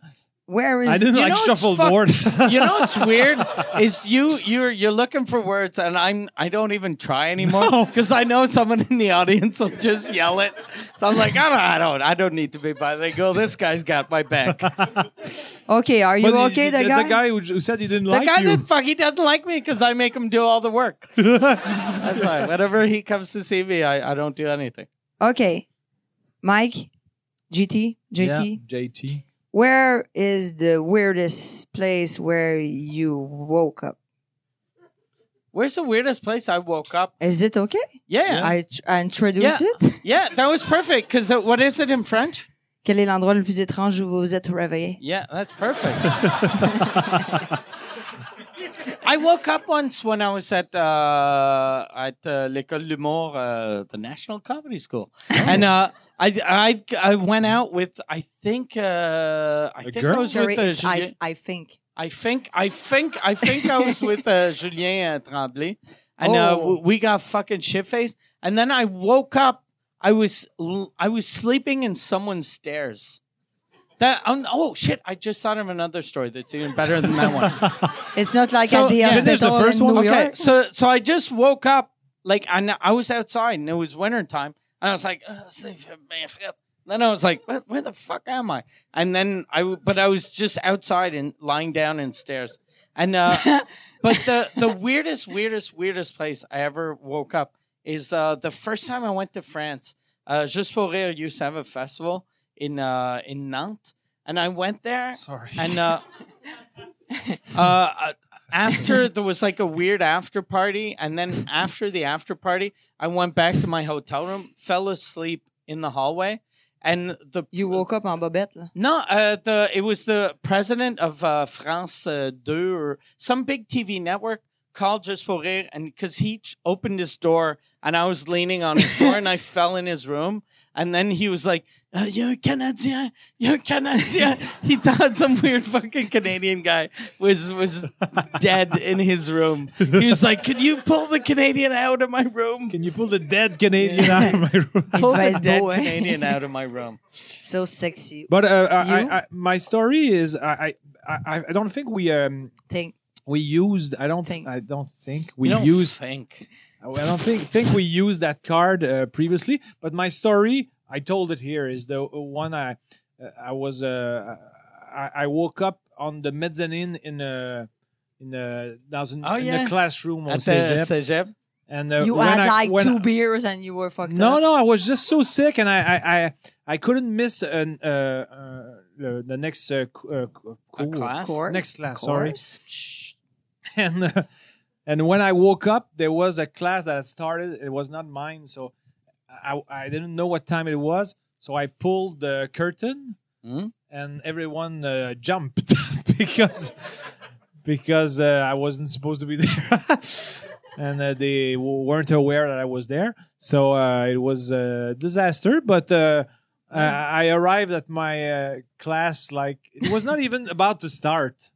[SPEAKER 4] Where is?
[SPEAKER 1] I didn't
[SPEAKER 2] You
[SPEAKER 1] like
[SPEAKER 2] know, it's
[SPEAKER 1] shuffle the
[SPEAKER 2] fucked.
[SPEAKER 1] word.
[SPEAKER 2] You know what's weird is you you're you're looking for words and I'm I don't even try anymore because I know someone in the audience will just yell it. So I'm like I don't I don't I don't need to be bilingual. This guy's got my back. The
[SPEAKER 4] Ok, are you
[SPEAKER 1] But it-
[SPEAKER 4] okay,
[SPEAKER 1] it-
[SPEAKER 4] the
[SPEAKER 1] it's
[SPEAKER 4] guy?
[SPEAKER 1] the guy who, who said he didn't like
[SPEAKER 2] guy
[SPEAKER 1] you.
[SPEAKER 2] that fuck he doesn't like me because I make him do all the work. That's why whenever he comes to see me, I, I don't do anything.
[SPEAKER 4] Okay. Mike, GT, JT,
[SPEAKER 1] Yeah, JT.
[SPEAKER 4] where is the weirdest place where you woke up?
[SPEAKER 2] Where's the weirdest place I woke up?
[SPEAKER 4] Is it okay?
[SPEAKER 2] Yeah.
[SPEAKER 4] I, tr- I introduce
[SPEAKER 2] Yeah.
[SPEAKER 4] it.
[SPEAKER 2] Yeah, that was perfect. Because what is it in French?
[SPEAKER 4] Quel est l'endroit le plus étrange où vous vous êtes réveillé?
[SPEAKER 2] Yeah, that's perfect. I woke up once when I was at uh, at uh, l'école d'humour, uh, the National Comedy School,
[SPEAKER 1] Oh.
[SPEAKER 2] and uh, I, I I went out with I think uh, I
[SPEAKER 1] A
[SPEAKER 2] think I
[SPEAKER 1] girl?
[SPEAKER 2] was
[SPEAKER 4] Sorry,
[SPEAKER 2] with uh,
[SPEAKER 4] it's
[SPEAKER 2] Julien.
[SPEAKER 4] I, I think.
[SPEAKER 2] I think I think I think I was with uh, Julien uh, Tremblay, and uh,
[SPEAKER 4] Oh.
[SPEAKER 2] w- we got fucking shit faced. And then I woke up. I was l- I was sleeping in someone's stairs. That um, oh shit! I just thought of another story that's even better than that one.
[SPEAKER 4] It's not like
[SPEAKER 2] So-
[SPEAKER 4] at the
[SPEAKER 2] yeah.
[SPEAKER 1] Finish the
[SPEAKER 4] hospital
[SPEAKER 1] first
[SPEAKER 4] in
[SPEAKER 1] one.
[SPEAKER 4] New
[SPEAKER 2] okay,
[SPEAKER 4] York.
[SPEAKER 2] so so I just woke up like and I was outside and it was winter time and I was like, oh, c'est- man, frère." then I was like, where, where the fuck am I? And then I w- but I was just outside and lying down in stairs and uh, but the the weirdest weirdest weirdest place I ever woke up is uh, the first time I went to France. Uh, Just pour rire used to have a festival in uh, in Nantes and I went there
[SPEAKER 1] Sorry.
[SPEAKER 2] and uh, uh, after there was like a weird after party, and then after the after party, I went back to my hotel room, fell asleep in the hallway, and the
[SPEAKER 4] You woke up en bobette, là.
[SPEAKER 2] no, uh, the it was the president of uh, France uh, 2 or some big TV network called Just for Rire, and because he ch- opened his door and I was leaning on his door and I fell in his room, and then he was like, uh, "You're a Canadien, you're a Canadien." he thought some weird fucking Canadian guy was was dead in his room. He was like, "Could you pull the Canadian out of my room?"
[SPEAKER 1] Can you pull the dead Canadian out of my room?
[SPEAKER 2] Pull
[SPEAKER 4] devait
[SPEAKER 2] the
[SPEAKER 4] être
[SPEAKER 2] dead
[SPEAKER 4] beau, hein?
[SPEAKER 2] Canadian out of my room.
[SPEAKER 4] So sexy.
[SPEAKER 1] But uh, I,
[SPEAKER 4] You?
[SPEAKER 1] I, I, my story is I, I, I, I don't think we um
[SPEAKER 4] Think.
[SPEAKER 1] we used I don't
[SPEAKER 4] Think.
[SPEAKER 1] think I don't think we
[SPEAKER 2] You don't
[SPEAKER 1] used
[SPEAKER 2] think.
[SPEAKER 1] I don't think think we used that card uh, previously. But my story I told it here is the one I uh, I was uh, I, I woke up on the mezzanine in a in a dans une,
[SPEAKER 2] Oh,
[SPEAKER 1] in
[SPEAKER 2] yeah.
[SPEAKER 1] a classroom au
[SPEAKER 2] At the
[SPEAKER 1] cégep.
[SPEAKER 2] Cégep.
[SPEAKER 1] and uh,
[SPEAKER 4] you
[SPEAKER 1] when
[SPEAKER 4] had
[SPEAKER 1] I-
[SPEAKER 4] like
[SPEAKER 1] when
[SPEAKER 4] two beers and you were fucked
[SPEAKER 1] No,
[SPEAKER 4] up.
[SPEAKER 1] no, I was just so sick, and I, I, I, I couldn't miss an, uh, uh, the the next uh, c- uh, c- cool-
[SPEAKER 2] class?
[SPEAKER 4] Course.
[SPEAKER 1] next class. Sorry,
[SPEAKER 4] Course. Shh.
[SPEAKER 1] and uh, and when I woke up, there was a class that had started. It was not mine, so I, I didn't know what time it was. So I pulled the curtain,
[SPEAKER 4] Hmm?
[SPEAKER 2] Mhm.
[SPEAKER 1] and everyone uh, jumped because because uh, I wasn't supposed to be there. And uh, they w- weren't aware that I was there, so uh, it was a disaster. But uh, I
[SPEAKER 4] Hmm.
[SPEAKER 1] I arrived at my uh, class like it was not even about to start.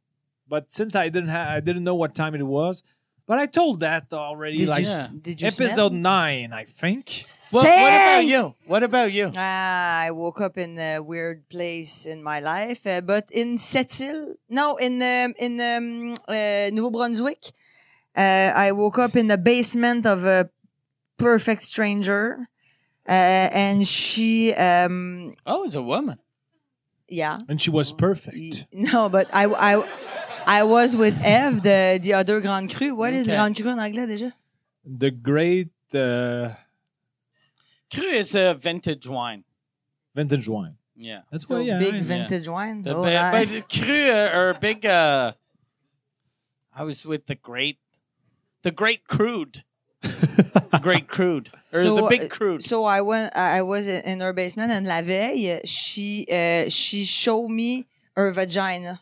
[SPEAKER 1] But since I didn't ha- I didn't know what time it was, but I told that already.
[SPEAKER 4] Did
[SPEAKER 1] like
[SPEAKER 4] you,
[SPEAKER 2] Yeah.
[SPEAKER 4] did you smell?
[SPEAKER 1] episode nine, I think.
[SPEAKER 2] Well, what about
[SPEAKER 4] Thank-
[SPEAKER 2] you? What about you?
[SPEAKER 4] Ah, I woke up in a weird place in my life, uh, but in Sept-Îles, no, in um, in um, uh, New Brunswick, uh, I woke up in the basement of a perfect stranger, uh, and she, um,
[SPEAKER 2] Oh, it's a woman.
[SPEAKER 4] yeah.
[SPEAKER 1] And she was perfect.
[SPEAKER 4] No, but I, I, I was with Eve, the, the other grande crue. What is
[SPEAKER 2] Okay.
[SPEAKER 4] grande crue en anglais déjà?
[SPEAKER 1] The great uh,
[SPEAKER 2] Cru is a vintage wine.
[SPEAKER 1] vintage wine.
[SPEAKER 2] Yeah.
[SPEAKER 1] That's
[SPEAKER 4] So
[SPEAKER 1] why, yeah.
[SPEAKER 4] big
[SPEAKER 1] yeah.
[SPEAKER 4] vintage wine.
[SPEAKER 2] The
[SPEAKER 4] Oh,
[SPEAKER 2] ba- but
[SPEAKER 4] nice.
[SPEAKER 2] cru uh, or big. Uh, I was with the great, the great crude, great crude, or the
[SPEAKER 4] uh,
[SPEAKER 2] big crude.
[SPEAKER 4] So I went. I I was in her basement, and la veille, she uh, she showed me her vagina.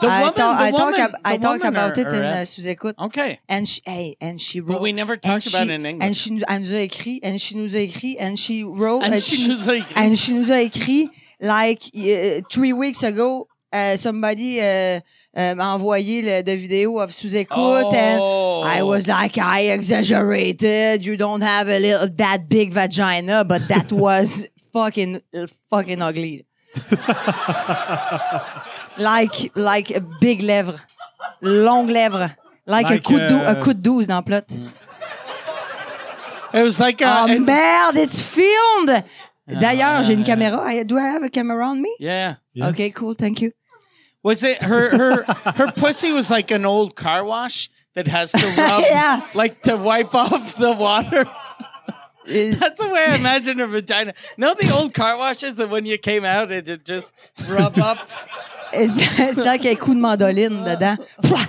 [SPEAKER 2] the
[SPEAKER 4] I
[SPEAKER 2] woman,
[SPEAKER 4] talk,
[SPEAKER 2] the
[SPEAKER 4] I talk,
[SPEAKER 2] woman-
[SPEAKER 4] ab- I
[SPEAKER 2] the
[SPEAKER 4] talk
[SPEAKER 2] woman
[SPEAKER 4] about
[SPEAKER 2] or-
[SPEAKER 4] it
[SPEAKER 2] or,
[SPEAKER 4] in uh,
[SPEAKER 2] uh,
[SPEAKER 4] sous écoute.
[SPEAKER 2] okay.
[SPEAKER 4] And she, hey, and she wrote.
[SPEAKER 2] But we never
[SPEAKER 4] and
[SPEAKER 2] talked about
[SPEAKER 4] she-
[SPEAKER 2] it in English.
[SPEAKER 4] And she, nous- elle nous a écrit, and she nous a écrit, and she wrote.
[SPEAKER 2] And
[SPEAKER 4] uh,
[SPEAKER 2] she was like,
[SPEAKER 4] and she nous a écrit like uh, three weeks ago. Uh, somebody uh, uh, m'a envoyé le, the video of sous écoute, and
[SPEAKER 2] oh,
[SPEAKER 4] I was like, I exaggerated. You don't have a little that big vagina, but that was fucking uh, fucking ugly. like like a big lèvre, longue lèvre, like, a
[SPEAKER 1] Like,
[SPEAKER 4] coup de dou-
[SPEAKER 1] euh,
[SPEAKER 4] a coup de douze dans le plot.
[SPEAKER 2] It was like uh, a.
[SPEAKER 4] Oh
[SPEAKER 2] it's-
[SPEAKER 4] merde, it's filmed. D'ailleurs, j'ai une
[SPEAKER 2] Ah, ouais.
[SPEAKER 4] caméra. I- Do I have a camera on me?
[SPEAKER 2] yeah.
[SPEAKER 1] Yes.
[SPEAKER 4] Okay, cool, thank you.
[SPEAKER 2] Was it her her her pussy was like an old car wash that has to rub
[SPEAKER 4] Yeah.
[SPEAKER 2] like to wipe off the water?
[SPEAKER 4] Uh,
[SPEAKER 2] That's the way I imagine her vagina. No, the old car washes that when you came out it would just rub up.
[SPEAKER 4] It's, it's like a coup de mandoline dedans. Fouah!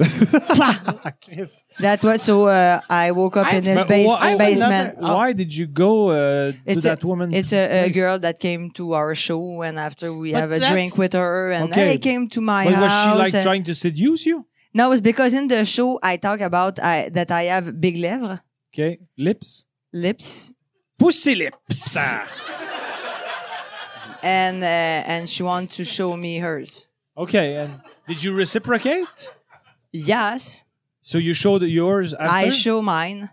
[SPEAKER 4] Fouah!
[SPEAKER 1] Yes.
[SPEAKER 4] That was so uh, I woke up in this
[SPEAKER 1] But
[SPEAKER 4] base,
[SPEAKER 1] why-
[SPEAKER 4] basement.
[SPEAKER 1] Why did you go uh, to
[SPEAKER 4] It's
[SPEAKER 1] that
[SPEAKER 4] a,
[SPEAKER 1] woman?
[SPEAKER 4] It's a, a girl that came to our show, and after we
[SPEAKER 2] But
[SPEAKER 4] have a
[SPEAKER 2] that's-
[SPEAKER 4] drink with her, and
[SPEAKER 1] Okay.
[SPEAKER 4] they came to my
[SPEAKER 1] But was
[SPEAKER 4] house.
[SPEAKER 1] she like
[SPEAKER 4] and-
[SPEAKER 1] trying to seduce you?
[SPEAKER 4] No, it's because in the show I talk about I, that I have big lèvres,
[SPEAKER 1] Okay, lips.
[SPEAKER 4] lips,
[SPEAKER 1] Pussy lips.
[SPEAKER 4] and uh, and she wants to show me hers.
[SPEAKER 1] Okay, and did you reciprocate?
[SPEAKER 4] Yes,
[SPEAKER 1] So you showed yours after?
[SPEAKER 4] I show mine,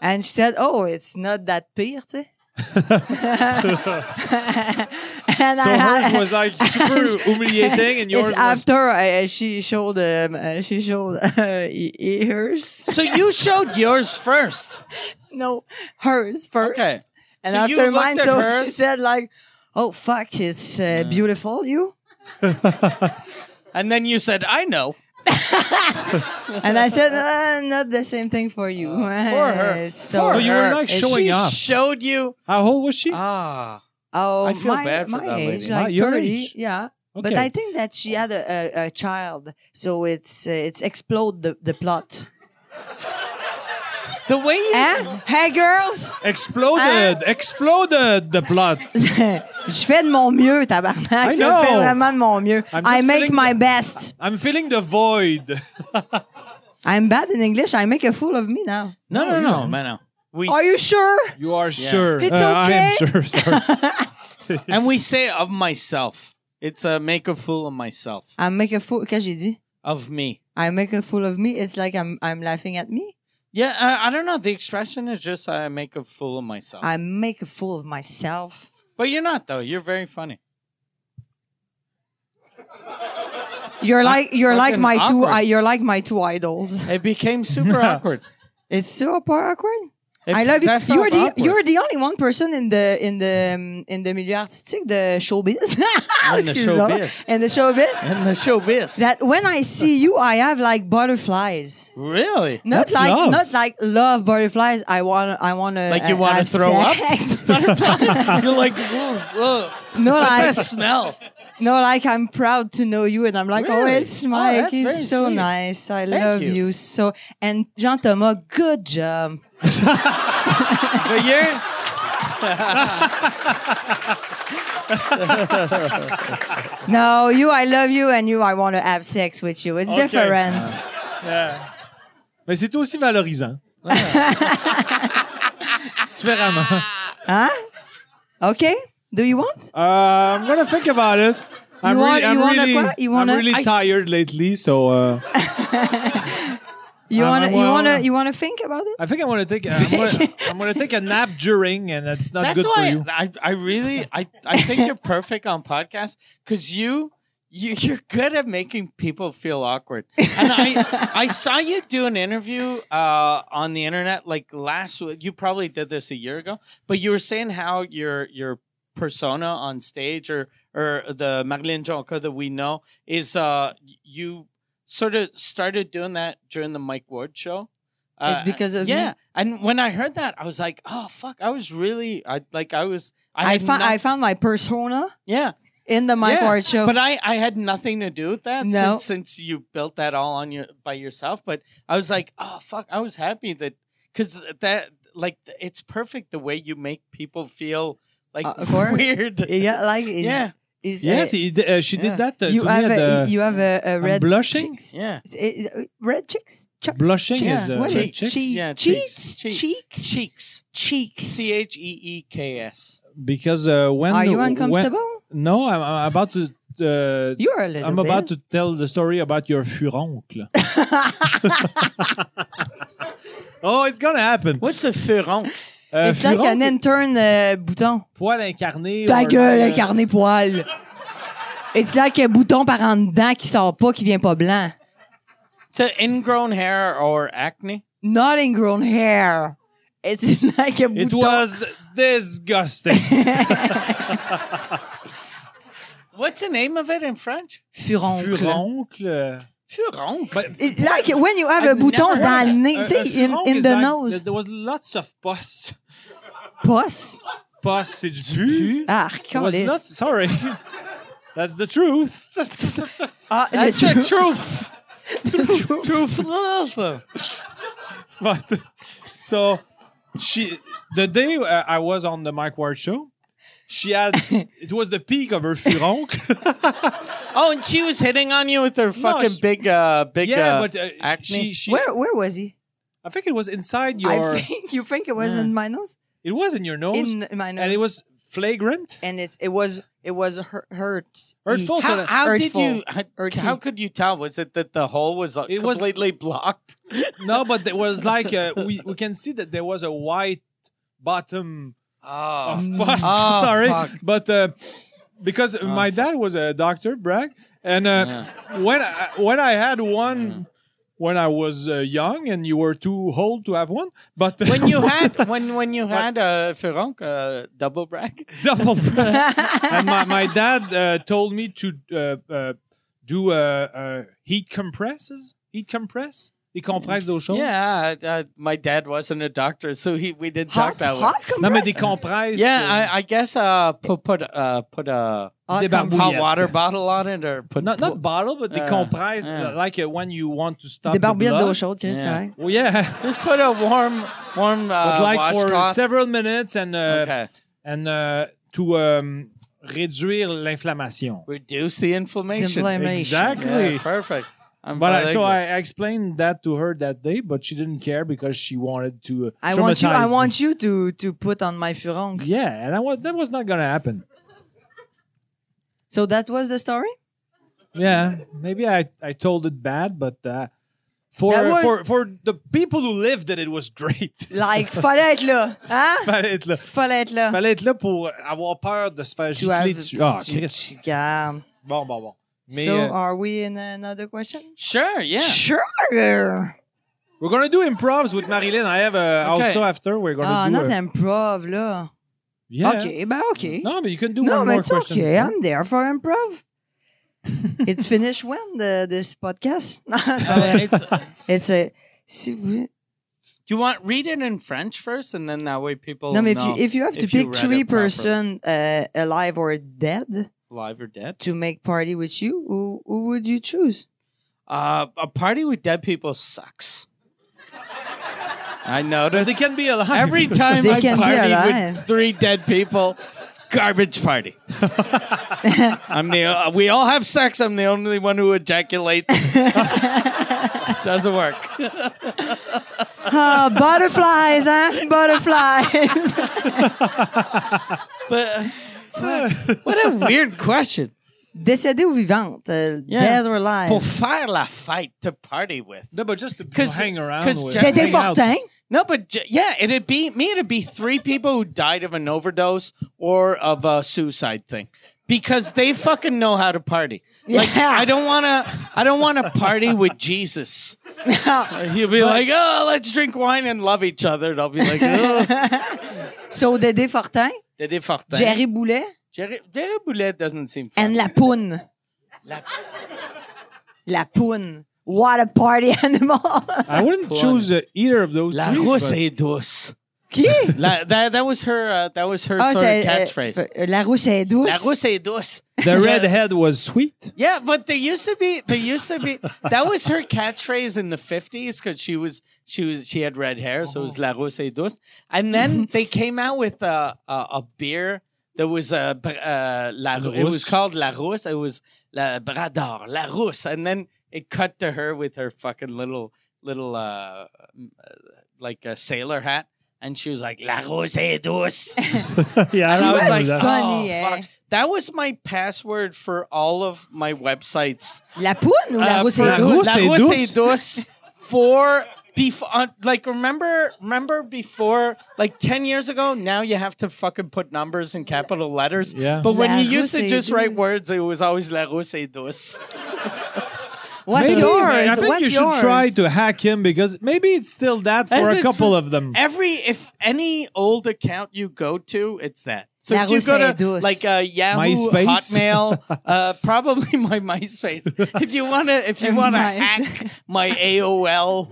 [SPEAKER 4] and she said, "Oh, it's not that pire, tu sais." and
[SPEAKER 1] so
[SPEAKER 4] I,
[SPEAKER 1] hers was like super humiliating, and yours
[SPEAKER 4] it's
[SPEAKER 1] was
[SPEAKER 4] after uh, she showed um, uh, she showed uh, hers.
[SPEAKER 2] So you showed yours first.
[SPEAKER 4] No, hers first.
[SPEAKER 2] Okay.
[SPEAKER 4] And
[SPEAKER 2] So you
[SPEAKER 4] after
[SPEAKER 2] looked
[SPEAKER 4] mine,
[SPEAKER 2] at
[SPEAKER 4] so
[SPEAKER 2] hers?
[SPEAKER 4] she said like, "Oh fuck, it's uh, beautiful, you."
[SPEAKER 2] And then you said, I know.
[SPEAKER 4] And I said, uh, "Not the same thing for you."
[SPEAKER 2] For her.
[SPEAKER 4] Uh, It's so,
[SPEAKER 2] For
[SPEAKER 1] So you were,
[SPEAKER 2] her.
[SPEAKER 1] like,
[SPEAKER 2] And
[SPEAKER 1] showing
[SPEAKER 2] she
[SPEAKER 1] off.
[SPEAKER 2] showed you
[SPEAKER 1] How old was
[SPEAKER 4] Uh,
[SPEAKER 1] she?
[SPEAKER 2] Ah.
[SPEAKER 4] oh,
[SPEAKER 2] I feel
[SPEAKER 4] my,
[SPEAKER 2] bad for
[SPEAKER 4] my
[SPEAKER 2] that
[SPEAKER 4] age,
[SPEAKER 2] lady.
[SPEAKER 4] like
[SPEAKER 1] Ah, your
[SPEAKER 4] thirty,
[SPEAKER 1] age.
[SPEAKER 4] yeah. But
[SPEAKER 1] Okay.
[SPEAKER 4] I think that she had a, a, a child, so it's uh, it's explode the, the plot.
[SPEAKER 2] The way you
[SPEAKER 4] Hein? Hey girls,
[SPEAKER 1] exploded, exploded the plot.
[SPEAKER 4] je fais de mon mieux, tabarnak.
[SPEAKER 1] I
[SPEAKER 4] Je
[SPEAKER 1] know.
[SPEAKER 4] fais vraiment de mon mieux.
[SPEAKER 1] I'm
[SPEAKER 4] I
[SPEAKER 1] just
[SPEAKER 4] make
[SPEAKER 1] feeling
[SPEAKER 4] my best.
[SPEAKER 1] I'm feeling the void.
[SPEAKER 4] I'm bad in English. I make a fool of me now.
[SPEAKER 2] No no no, man. no. We
[SPEAKER 4] Are you sure?
[SPEAKER 1] You are sure. Uh,
[SPEAKER 4] It's
[SPEAKER 1] I am
[SPEAKER 4] okay.
[SPEAKER 1] sure. Sorry.
[SPEAKER 2] and we say of myself. It's a make a fool of myself.
[SPEAKER 4] I make a fool. Qu'est-ce que j'ai dit?
[SPEAKER 2] Of me.
[SPEAKER 4] I make a fool of me. It's like I'm I'm laughing at me.
[SPEAKER 2] Yeah, I, I don't know. The expression is just I make a fool of myself.
[SPEAKER 4] I make a fool of myself.
[SPEAKER 2] but you're not though. You're very funny.
[SPEAKER 4] You're like you're like
[SPEAKER 2] fucking
[SPEAKER 4] my two
[SPEAKER 2] awkward.
[SPEAKER 4] I, you're like my two idols.
[SPEAKER 2] It became super awkward.
[SPEAKER 4] It's super awkward.
[SPEAKER 2] It-
[SPEAKER 4] I love
[SPEAKER 2] that
[SPEAKER 4] you.
[SPEAKER 2] felt
[SPEAKER 4] You're the
[SPEAKER 2] awkward.
[SPEAKER 4] you're the only one person in the in the um, in the milieu artistique de showbiz.
[SPEAKER 2] In the
[SPEAKER 4] Excuse me.
[SPEAKER 2] showbiz.
[SPEAKER 4] In the showbiz.
[SPEAKER 2] in the showbiz.
[SPEAKER 4] That when I see you, I have like butterflies.
[SPEAKER 2] really?
[SPEAKER 4] Not
[SPEAKER 1] That's
[SPEAKER 4] like
[SPEAKER 1] love.
[SPEAKER 4] not like love butterflies. I want I uh, want to
[SPEAKER 2] Like you wanna throw up? you're like whoa, whoa.
[SPEAKER 4] no, like
[SPEAKER 2] What's that smell?
[SPEAKER 4] No, like I'm proud to know you, and I'm like, oh,
[SPEAKER 2] Really?
[SPEAKER 4] it's Mike.
[SPEAKER 2] that's very
[SPEAKER 4] He's so
[SPEAKER 2] sweet.
[SPEAKER 4] nice. I love you.
[SPEAKER 2] you.
[SPEAKER 4] so. And Jean Thomas, good job.
[SPEAKER 2] But you're
[SPEAKER 4] No, you, I love you, and you, I want to have sex with you. It's
[SPEAKER 1] Okay.
[SPEAKER 4] different.
[SPEAKER 1] Euh, Mais c'est aussi valorisant. Différemment.
[SPEAKER 4] Huh? Okay. Do you want?
[SPEAKER 1] Uh, I'm gonna think about it. I'm
[SPEAKER 4] want-
[SPEAKER 1] really,
[SPEAKER 4] you
[SPEAKER 1] I'm
[SPEAKER 4] wanna
[SPEAKER 1] really,
[SPEAKER 4] quoi? You
[SPEAKER 1] I'm
[SPEAKER 4] wanna-
[SPEAKER 1] really
[SPEAKER 4] I s-
[SPEAKER 1] tired lately, so uh,
[SPEAKER 4] You
[SPEAKER 1] Um,
[SPEAKER 4] wanna,
[SPEAKER 1] I
[SPEAKER 4] you
[SPEAKER 1] wanna-
[SPEAKER 4] wanna, you wanna think about it?
[SPEAKER 1] I think I'm gonna take. I'm gonna, I'm gonna take a nap during, and that's not
[SPEAKER 2] That's
[SPEAKER 1] good for
[SPEAKER 2] why
[SPEAKER 1] you.
[SPEAKER 2] I, I really I, I think you're perfect on podcasts because you, you you're good at making people feel awkward. And I I saw you do an interview uh, on the internet like last w- you probably did this a year ago, but you were saying how your your persona on stage or or the Marilyn Jonca that we know is uh you sort of started doing that during the Mike Ward show. Uh,
[SPEAKER 4] It's because of
[SPEAKER 2] yeah,
[SPEAKER 4] me.
[SPEAKER 2] and when I heard that, I was like, "Oh fuck!" I was really, I like, I was, I,
[SPEAKER 4] I
[SPEAKER 2] had
[SPEAKER 4] found
[SPEAKER 2] no-
[SPEAKER 4] I found my persona
[SPEAKER 2] yeah,
[SPEAKER 4] in the Mike
[SPEAKER 2] Yeah,
[SPEAKER 4] Ward show.
[SPEAKER 2] But I, I had nothing to do with that
[SPEAKER 4] No.
[SPEAKER 2] since, since you built that all on your by yourself. But I was like, oh fuck, I was happy that because that like it's perfect the way you make people feel like
[SPEAKER 4] Uh, of course.
[SPEAKER 2] weird.
[SPEAKER 4] yeah, like is,
[SPEAKER 2] yeah,
[SPEAKER 4] is, uh,
[SPEAKER 1] Yes, he, uh, she
[SPEAKER 2] Yeah.
[SPEAKER 1] did that uh,
[SPEAKER 4] you
[SPEAKER 1] to
[SPEAKER 4] have
[SPEAKER 1] me at
[SPEAKER 4] a,
[SPEAKER 1] the-
[SPEAKER 4] you have a, a red
[SPEAKER 1] blushing?
[SPEAKER 4] cheeks.
[SPEAKER 2] yeah.
[SPEAKER 4] Is- is- uh, red cheeks. Chucks?
[SPEAKER 1] Blushing
[SPEAKER 4] Cheeks?
[SPEAKER 2] is, uh,
[SPEAKER 4] What
[SPEAKER 2] red
[SPEAKER 4] is-
[SPEAKER 1] cheeks?
[SPEAKER 4] cheese-
[SPEAKER 2] Yeah,
[SPEAKER 4] cheeks,
[SPEAKER 2] cheeks.
[SPEAKER 4] cheeks, cheeks,
[SPEAKER 2] Cheeks. C H E E K S.
[SPEAKER 1] because uh, when
[SPEAKER 4] Are you
[SPEAKER 1] when-
[SPEAKER 4] uncomfortable?
[SPEAKER 1] no, I'm, I'm about to. Uh,
[SPEAKER 4] You're a little
[SPEAKER 1] I'm about
[SPEAKER 4] bit.
[SPEAKER 1] to tell the story about your furoncle. oh, it's gonna happen.
[SPEAKER 2] What's a furon?
[SPEAKER 1] Uh,
[SPEAKER 4] It's like an intern uh, bouton.
[SPEAKER 1] poil incarné.
[SPEAKER 4] Ta
[SPEAKER 1] or-
[SPEAKER 4] gueule, incarné poil. It's like un bouton par en dedans qui sort pas, qui vient pas blanc.
[SPEAKER 2] It's an ingrown hair or acne.
[SPEAKER 4] Not ingrown hair. It's like a
[SPEAKER 1] It
[SPEAKER 4] bouton.
[SPEAKER 1] was disgusting.
[SPEAKER 2] What's the name of it in French?
[SPEAKER 4] furoncle.
[SPEAKER 1] furoncle. uh,
[SPEAKER 2] Furon.
[SPEAKER 1] But
[SPEAKER 4] It- like when you have a
[SPEAKER 2] I've
[SPEAKER 4] bouton
[SPEAKER 2] never
[SPEAKER 4] dans
[SPEAKER 2] heard
[SPEAKER 4] le nez,
[SPEAKER 1] a-
[SPEAKER 4] tu
[SPEAKER 1] a
[SPEAKER 4] sais, in,
[SPEAKER 1] euh, furoncle
[SPEAKER 4] in
[SPEAKER 1] is
[SPEAKER 4] the
[SPEAKER 1] like-
[SPEAKER 4] nose.
[SPEAKER 1] There was lots of pus.
[SPEAKER 4] Posse.
[SPEAKER 1] Pus, c'est du pu.
[SPEAKER 4] Ah,
[SPEAKER 1] There was
[SPEAKER 4] câlisse.
[SPEAKER 1] lots- sorry. That's the truth.
[SPEAKER 4] Ah, le
[SPEAKER 2] That's the
[SPEAKER 4] truc.
[SPEAKER 2] truth. truth. love.
[SPEAKER 1] But so she, the day uh, I was on the Mike Ward show, she had it was the peak of her furoncle.
[SPEAKER 2] Oh, and she was hitting on you with her fucking
[SPEAKER 1] she-
[SPEAKER 2] big, uh, big.
[SPEAKER 1] yeah,
[SPEAKER 2] uh,
[SPEAKER 1] but uh,
[SPEAKER 2] acne.
[SPEAKER 1] she, she,
[SPEAKER 4] Where, where was he?
[SPEAKER 1] I think it was inside your,
[SPEAKER 4] I think you think it was
[SPEAKER 2] Yeah.
[SPEAKER 4] in my nose.
[SPEAKER 1] it was in your nose,
[SPEAKER 4] In my nose.
[SPEAKER 1] and it was flagrant.
[SPEAKER 4] and it's it was it was hurt. hurt.
[SPEAKER 1] Hurtful.
[SPEAKER 2] how,
[SPEAKER 1] so-
[SPEAKER 2] how did
[SPEAKER 4] Hurtful.
[SPEAKER 2] you? How,
[SPEAKER 4] Hurtful.
[SPEAKER 2] how could you tell? Was it that the hole was uh,
[SPEAKER 1] It was-
[SPEAKER 2] completely blocked?
[SPEAKER 1] no, but it was like uh, we we can see that there was a white bottom
[SPEAKER 2] Oh,
[SPEAKER 1] of pus.
[SPEAKER 2] Oh,
[SPEAKER 1] sorry,
[SPEAKER 2] fuck. Oh,
[SPEAKER 1] but uh, because my dad was a doctor, Bragg, and uh, when I, when I had one. When I was uh, young and you were too old to have one, but
[SPEAKER 2] when you had when when you had a uh, Ferenc, uh, double brag.
[SPEAKER 1] double breath. and my, my dad uh, told me to uh, uh, do uh, uh, heat compresses. Heat compress. He compresse those choses.
[SPEAKER 2] Yeah, uh, uh, my dad wasn't a doctor, so he we didn't talk
[SPEAKER 4] Hot,
[SPEAKER 2] that
[SPEAKER 4] hot
[SPEAKER 1] Non, mais des
[SPEAKER 4] compressor.
[SPEAKER 1] compresses.
[SPEAKER 2] way. Yeah,
[SPEAKER 1] um,
[SPEAKER 2] I, I guess uh, put put uh, put a
[SPEAKER 4] Hot
[SPEAKER 1] des
[SPEAKER 2] hot
[SPEAKER 4] compressor.
[SPEAKER 1] barbouillettes.
[SPEAKER 2] water bottle on it, or put
[SPEAKER 1] Not, not bottle, but they
[SPEAKER 2] Uh,
[SPEAKER 1] compress
[SPEAKER 2] yeah.
[SPEAKER 1] like uh, when you want to stop
[SPEAKER 4] Des
[SPEAKER 1] the
[SPEAKER 4] barbettes d'eau
[SPEAKER 1] blood.
[SPEAKER 4] chaude, Chris,
[SPEAKER 2] Yeah.
[SPEAKER 4] correct.
[SPEAKER 1] Well, yeah,
[SPEAKER 2] just put a warm warm uh,
[SPEAKER 1] but like for
[SPEAKER 2] washcloth.
[SPEAKER 1] several minutes and uh,
[SPEAKER 2] okay.
[SPEAKER 1] and uh, to um, réduire l'inflammation.
[SPEAKER 2] reduce the inflammation.
[SPEAKER 4] Inflammation.
[SPEAKER 1] Exactly.
[SPEAKER 2] Yeah, perfect. I'm
[SPEAKER 1] But I, so
[SPEAKER 2] bilingual.
[SPEAKER 1] I I explained that to her that day, but she didn't care because she wanted to. Uh,
[SPEAKER 4] I want you. I
[SPEAKER 1] traumatize me.
[SPEAKER 4] want you to to put on my furoncle.
[SPEAKER 1] Yeah, and I was, that was not gonna happen.
[SPEAKER 4] So that was the story.
[SPEAKER 1] Yeah, maybe I, I told it bad, but uh, for
[SPEAKER 4] That was-
[SPEAKER 1] for for the people who lived it, it was great.
[SPEAKER 4] Like fallait être là, hein?
[SPEAKER 1] fallait être là,
[SPEAKER 4] Fallait être là.
[SPEAKER 1] fallait être là pour avoir peur de se faire
[SPEAKER 4] Tu as-
[SPEAKER 1] gicler dessus. Ah,
[SPEAKER 4] tu-
[SPEAKER 1] Chris.
[SPEAKER 4] tu- Regarde.
[SPEAKER 1] Bon, bon, bon. Mais
[SPEAKER 4] So
[SPEAKER 1] euh,
[SPEAKER 4] are we in another question?
[SPEAKER 2] sure, yeah.
[SPEAKER 4] Sure.
[SPEAKER 1] we're gonna do improvs with Marilyn. I have uh,
[SPEAKER 2] Okay.
[SPEAKER 1] also after we're gonna
[SPEAKER 4] Ah,
[SPEAKER 1] do.
[SPEAKER 4] not
[SPEAKER 1] uh,
[SPEAKER 4] improv là.
[SPEAKER 1] yeah.
[SPEAKER 4] Ok, ben ok.
[SPEAKER 1] No, but you can do
[SPEAKER 4] No,
[SPEAKER 1] one
[SPEAKER 4] but
[SPEAKER 1] more
[SPEAKER 4] it's
[SPEAKER 1] question.
[SPEAKER 4] okay. I'm there for improv. it's finished when the, this podcast? No, it's not
[SPEAKER 2] Uh,
[SPEAKER 4] vrai.
[SPEAKER 2] it's-
[SPEAKER 4] it's a. Si
[SPEAKER 2] do
[SPEAKER 4] vous,
[SPEAKER 2] you want read it in French first, and then that way people
[SPEAKER 4] no, but if
[SPEAKER 2] know
[SPEAKER 4] you if you have to
[SPEAKER 2] Oh, if you
[SPEAKER 4] pick
[SPEAKER 2] read
[SPEAKER 4] three
[SPEAKER 2] it properly.
[SPEAKER 4] person uh, alive or dead
[SPEAKER 2] live or dead.
[SPEAKER 4] to make party with you, who, who would you choose?
[SPEAKER 2] Uh, a party with dead people sucks. I
[SPEAKER 1] They
[SPEAKER 2] noticed
[SPEAKER 1] can be alive.
[SPEAKER 2] every time
[SPEAKER 4] They
[SPEAKER 2] I
[SPEAKER 4] can be
[SPEAKER 2] party
[SPEAKER 4] alive.
[SPEAKER 2] with three dead people. Garbage party. I'm the. Uh, we all have sex. I'm the only one who ejaculates. Doesn't work.
[SPEAKER 4] Ah, butterflies, huh? Butterflies.
[SPEAKER 2] But uh, what a weird question.
[SPEAKER 4] Décédée ou vivante? uh,
[SPEAKER 2] Yeah.
[SPEAKER 4] Dead or alive?
[SPEAKER 2] For faire la fight to party with.
[SPEAKER 1] No, but just to
[SPEAKER 2] 'Cause-
[SPEAKER 1] hang around.
[SPEAKER 2] 'cause
[SPEAKER 1] with-
[SPEAKER 2] Jack-
[SPEAKER 4] Dédé
[SPEAKER 1] hang out.
[SPEAKER 4] Fortin?
[SPEAKER 2] No, but j- yeah, it'd be me. It'd be three people who died of an overdose or of a suicide thing because they fucking know how to party. Like
[SPEAKER 4] Yeah.
[SPEAKER 2] I don't want to. I don't want to party with Jesus. He'll be like, oh, let's drink wine and love each other. And I'll be like, oh,
[SPEAKER 4] So Dédé Fortin,
[SPEAKER 2] Dédé Fortin.
[SPEAKER 4] Jerry Boulet,
[SPEAKER 2] Jerry, Jerry Boulet doesn't seem funny.
[SPEAKER 4] and La Poune.
[SPEAKER 2] La-
[SPEAKER 4] La Poune. What a party animal!
[SPEAKER 1] I wouldn't
[SPEAKER 2] Poune.
[SPEAKER 1] choose uh, either of those.
[SPEAKER 2] La
[SPEAKER 1] trees,
[SPEAKER 2] rousse
[SPEAKER 1] but-
[SPEAKER 2] est douce.
[SPEAKER 4] Qui?
[SPEAKER 2] La, that, that was her, uh, that was her
[SPEAKER 4] Ah,
[SPEAKER 2] sort of
[SPEAKER 4] c'est, euh,
[SPEAKER 2] catchphrase.
[SPEAKER 4] euh, la rousse est douce.
[SPEAKER 2] La rousse est douce.
[SPEAKER 1] The redhead was sweet.
[SPEAKER 2] Yeah, but there used to be there used to be that was her catchphrase in the fifties because she was she was she had red hair, so it was La Rose et Douce. And then they came out with a a, a beer that was uh, br- uh, La
[SPEAKER 1] La
[SPEAKER 2] It was
[SPEAKER 1] Rousse.
[SPEAKER 2] called La Rousse. It was La Brador La Rousse, and then it cut to her with her fucking little little uh, m- uh, like a sailor hat, and she was like La Rose et Douce.
[SPEAKER 1] yeah, I
[SPEAKER 2] And I
[SPEAKER 4] was
[SPEAKER 2] was like,
[SPEAKER 4] that. funny,
[SPEAKER 2] oh,
[SPEAKER 4] eh?
[SPEAKER 2] fuck. That was my password for all of my websites.
[SPEAKER 4] La Poune ou la
[SPEAKER 2] Uh,
[SPEAKER 4] rousse
[SPEAKER 2] for-
[SPEAKER 4] est
[SPEAKER 1] Euh,
[SPEAKER 4] douce?
[SPEAKER 1] Rousse
[SPEAKER 2] La
[SPEAKER 1] et
[SPEAKER 2] Rousse
[SPEAKER 1] Douce.
[SPEAKER 2] et Douce for before, like remember, remember before, like ten years ago. Now you have to fucking put numbers in capital letters.
[SPEAKER 1] Yeah.
[SPEAKER 2] But when
[SPEAKER 4] La
[SPEAKER 2] you used
[SPEAKER 4] Rousse
[SPEAKER 2] to
[SPEAKER 4] et
[SPEAKER 2] just write
[SPEAKER 4] Douce.
[SPEAKER 2] words, it was always La Rousse et Douce.
[SPEAKER 4] What's
[SPEAKER 1] Maybe,
[SPEAKER 4] yours?
[SPEAKER 1] man. I think
[SPEAKER 4] What's
[SPEAKER 1] you should
[SPEAKER 4] yours?
[SPEAKER 1] try to hack him because maybe it's still that for a
[SPEAKER 2] think
[SPEAKER 1] couple
[SPEAKER 2] so.
[SPEAKER 1] of them.
[SPEAKER 2] Every if any old account you go to, it's that. So
[SPEAKER 4] La
[SPEAKER 2] if you
[SPEAKER 4] Rousse
[SPEAKER 2] go
[SPEAKER 4] et
[SPEAKER 2] to
[SPEAKER 4] Douce.
[SPEAKER 2] like uh, Yahoo,
[SPEAKER 1] MySpace?
[SPEAKER 2] Hotmail, uh, probably my MySpace. if you wanna, if you wanna
[SPEAKER 4] Nice.
[SPEAKER 2] hack my AOL,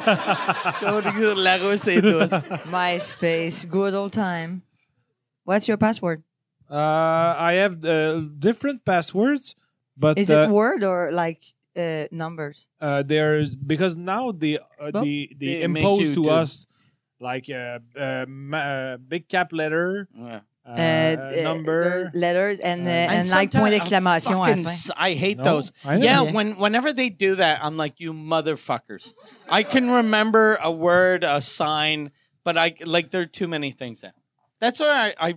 [SPEAKER 2] go to La Rousse et Douce.
[SPEAKER 4] MySpace, good old time. What's your password?
[SPEAKER 1] Uh, I have uh, different passwords, but
[SPEAKER 4] Is
[SPEAKER 1] uh,
[SPEAKER 4] it word or like uh, numbers?
[SPEAKER 1] uh, there's because now the uh,
[SPEAKER 4] Well,
[SPEAKER 1] the the
[SPEAKER 2] they make
[SPEAKER 1] impose
[SPEAKER 2] you
[SPEAKER 1] to
[SPEAKER 2] do-
[SPEAKER 1] us like uh, uh, ma- uh, big cap letter uh,
[SPEAKER 4] Uh,
[SPEAKER 2] Euh,
[SPEAKER 4] uh,
[SPEAKER 1] number.
[SPEAKER 4] letters, and, uh,
[SPEAKER 1] And
[SPEAKER 4] and like point
[SPEAKER 2] sometimes-
[SPEAKER 4] d'exclamation à la
[SPEAKER 2] fucking
[SPEAKER 4] fin.
[SPEAKER 2] s- I hate
[SPEAKER 1] No,
[SPEAKER 2] those.
[SPEAKER 1] I know.
[SPEAKER 2] yeah,
[SPEAKER 4] Yeah.
[SPEAKER 2] when whenever they do that, I'm like, you motherfuckers. I can remember a word, a sign, but I like there are too many things now. That's why I, I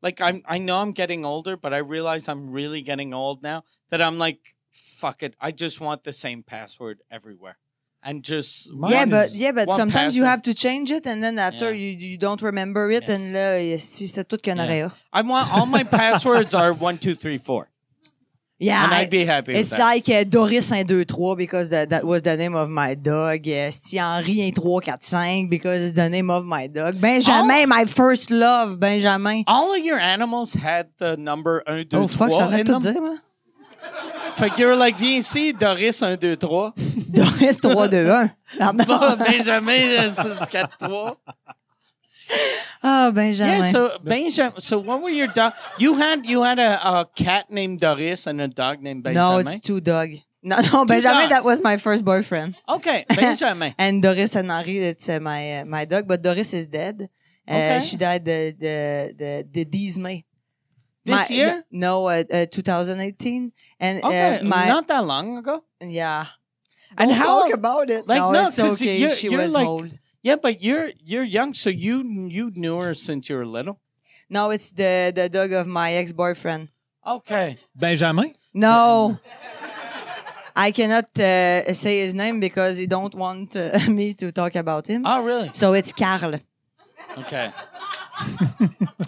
[SPEAKER 2] like I'm I know I'm getting older, but I realize I'm really getting old now that I'm like, fuck it. I just want the same password everywhere. And just
[SPEAKER 1] Mine
[SPEAKER 4] Yeah,
[SPEAKER 2] one-
[SPEAKER 4] but
[SPEAKER 1] is
[SPEAKER 4] yeah, but
[SPEAKER 2] one
[SPEAKER 4] sometimes you
[SPEAKER 2] password.
[SPEAKER 4] have to change it, and then after
[SPEAKER 2] Yeah.
[SPEAKER 4] you you don't remember it,
[SPEAKER 2] Yes.
[SPEAKER 4] and là, y- si c'est tout qu'un
[SPEAKER 2] Yeah.
[SPEAKER 4] auréa.
[SPEAKER 2] I want all my passwords are one, two, three, four.
[SPEAKER 4] Yeah,
[SPEAKER 2] and
[SPEAKER 4] I-
[SPEAKER 2] I'd be happy
[SPEAKER 4] it's
[SPEAKER 2] with that.
[SPEAKER 4] like uh, Doris 1, 2, 3 because that, that was the name of my dog. Uh, Sti Henri 1, 3, 4, 5 because it's the name of my dog.
[SPEAKER 2] Ah!
[SPEAKER 4] Benjamin, my first love, Benjamin.
[SPEAKER 2] all of your animals had the number 1, 2,
[SPEAKER 4] oh fuck, je suis
[SPEAKER 2] 3
[SPEAKER 4] en train de
[SPEAKER 2] in
[SPEAKER 4] tout
[SPEAKER 2] them.
[SPEAKER 4] dire, moi.
[SPEAKER 2] Fait que you're like, viens ici, Doris 1, 2, 3.
[SPEAKER 4] Doris 3, 2, 1.
[SPEAKER 2] Bon, Benjamin 6, 4, 3.
[SPEAKER 4] Ah,
[SPEAKER 2] Ben-
[SPEAKER 4] Benjamin.
[SPEAKER 2] Yeah, so Benjamin, so what were your dog? You had you had a, a cat named Doris and a dog named
[SPEAKER 4] no,
[SPEAKER 2] Benjamin.
[SPEAKER 4] it's two dog. No, no, Benjamin,
[SPEAKER 2] dogs.
[SPEAKER 4] that was my first boyfriend.
[SPEAKER 2] okay, Benjamin.
[SPEAKER 4] And Doris and Henri, that's uh, my, uh, my dog. But Doris is dead. Uh,
[SPEAKER 2] Okay.
[SPEAKER 4] She died the, the, the, the this May.
[SPEAKER 2] This
[SPEAKER 4] My-
[SPEAKER 2] year?
[SPEAKER 4] No, uh, uh, 2018. And
[SPEAKER 2] Okay,
[SPEAKER 4] uh, my
[SPEAKER 2] not that long ago.
[SPEAKER 4] Yeah.
[SPEAKER 2] And
[SPEAKER 4] Don't
[SPEAKER 2] how-
[SPEAKER 4] talk about it?
[SPEAKER 2] like,
[SPEAKER 4] no,
[SPEAKER 2] no,
[SPEAKER 4] it's
[SPEAKER 2] 'cause
[SPEAKER 4] okay.
[SPEAKER 2] you're-
[SPEAKER 4] she
[SPEAKER 2] you're
[SPEAKER 4] was
[SPEAKER 2] like-
[SPEAKER 4] old.
[SPEAKER 2] Yeah, but you're you're young, so you you knew her since you were little.
[SPEAKER 4] No, it's the the dog of my ex boyfriend.
[SPEAKER 2] Okay.
[SPEAKER 1] Benjamin.
[SPEAKER 4] No. I cannot uh, say his name because he don't want uh, me to talk about him.
[SPEAKER 2] Oh, really?
[SPEAKER 4] So it's Carl.
[SPEAKER 2] Okay.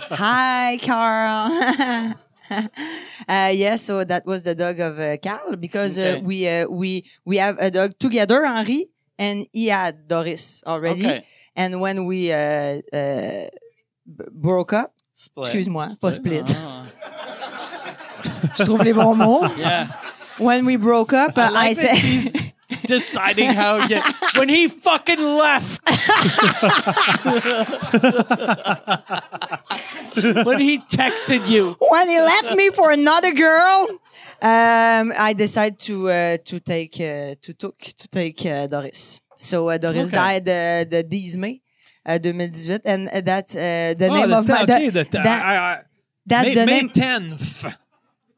[SPEAKER 4] Hi, Carl. uh, yes, so that was the dog of uh, Carl because uh,
[SPEAKER 2] Okay.
[SPEAKER 4] we uh, we we have a dog together, Henri, and he had Doris already.
[SPEAKER 2] Okay.
[SPEAKER 4] And when we uh, uh, b- broke up,
[SPEAKER 2] Split.
[SPEAKER 4] Excuse-moi, pas split.
[SPEAKER 2] Ah,
[SPEAKER 4] Je trouve les bons mots.
[SPEAKER 2] yeah.
[SPEAKER 4] When we broke up, uh, I,
[SPEAKER 2] like that she's-
[SPEAKER 4] said,
[SPEAKER 2] Deciding how you, when he fucking left. when he texted you.
[SPEAKER 1] Oh,
[SPEAKER 4] when he left me for another girl, um, I decided to uh, to take uh, to took to take uh, Doris. So uh, Doris
[SPEAKER 2] Okay.
[SPEAKER 4] died uh, the 10 May. Uh, 2018, and uh, that's uh, the
[SPEAKER 1] Oh,
[SPEAKER 4] name
[SPEAKER 1] the
[SPEAKER 4] of
[SPEAKER 1] te-
[SPEAKER 4] my
[SPEAKER 1] okay, the
[SPEAKER 4] the-
[SPEAKER 1] te-
[SPEAKER 4] that-
[SPEAKER 1] I- I-
[SPEAKER 4] that's
[SPEAKER 1] May,
[SPEAKER 4] the
[SPEAKER 1] May
[SPEAKER 4] name
[SPEAKER 1] 10th.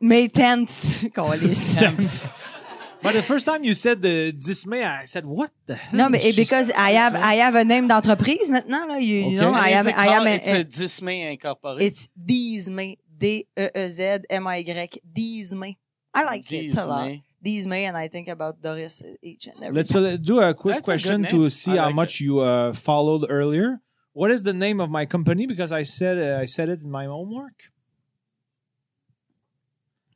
[SPEAKER 4] May 10th. Calisse.
[SPEAKER 1] But the first time you said the 10 May, I said, what the hell?
[SPEAKER 4] no, but
[SPEAKER 1] is she
[SPEAKER 4] because I have I have a name d'entreprise maintenant là. You,
[SPEAKER 1] Okay.
[SPEAKER 4] you know,
[SPEAKER 1] And
[SPEAKER 4] I
[SPEAKER 2] Is
[SPEAKER 4] am
[SPEAKER 2] it
[SPEAKER 4] I am
[SPEAKER 2] called-
[SPEAKER 4] a-
[SPEAKER 2] It's a dismay incorporated.
[SPEAKER 4] It's Disney. D E E Z M I Y. Disney. I like it a lot.
[SPEAKER 2] Dismay.
[SPEAKER 4] Disney, and I think about Doris each and every
[SPEAKER 1] Let's
[SPEAKER 4] time.
[SPEAKER 1] uh, do a quick
[SPEAKER 2] That's a good
[SPEAKER 1] question
[SPEAKER 2] name.
[SPEAKER 1] to see
[SPEAKER 2] I
[SPEAKER 1] how
[SPEAKER 2] like
[SPEAKER 1] much you uh, followed earlier. What is the name of my company? Because I said uh, I said it in my homework.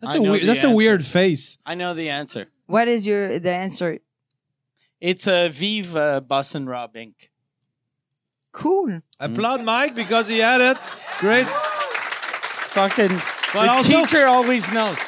[SPEAKER 1] That's
[SPEAKER 2] I
[SPEAKER 1] a
[SPEAKER 2] know
[SPEAKER 1] weird.
[SPEAKER 2] the
[SPEAKER 1] That's a
[SPEAKER 2] answer.
[SPEAKER 1] weird face.
[SPEAKER 2] I know the answer.
[SPEAKER 4] What is your the answer?
[SPEAKER 2] It's a Vive uh, Boston Rob Inc.
[SPEAKER 4] Cool.
[SPEAKER 3] Applaud Mike because he had it. Great.
[SPEAKER 2] Fucking
[SPEAKER 3] But
[SPEAKER 2] the
[SPEAKER 3] also-
[SPEAKER 2] teacher always knows.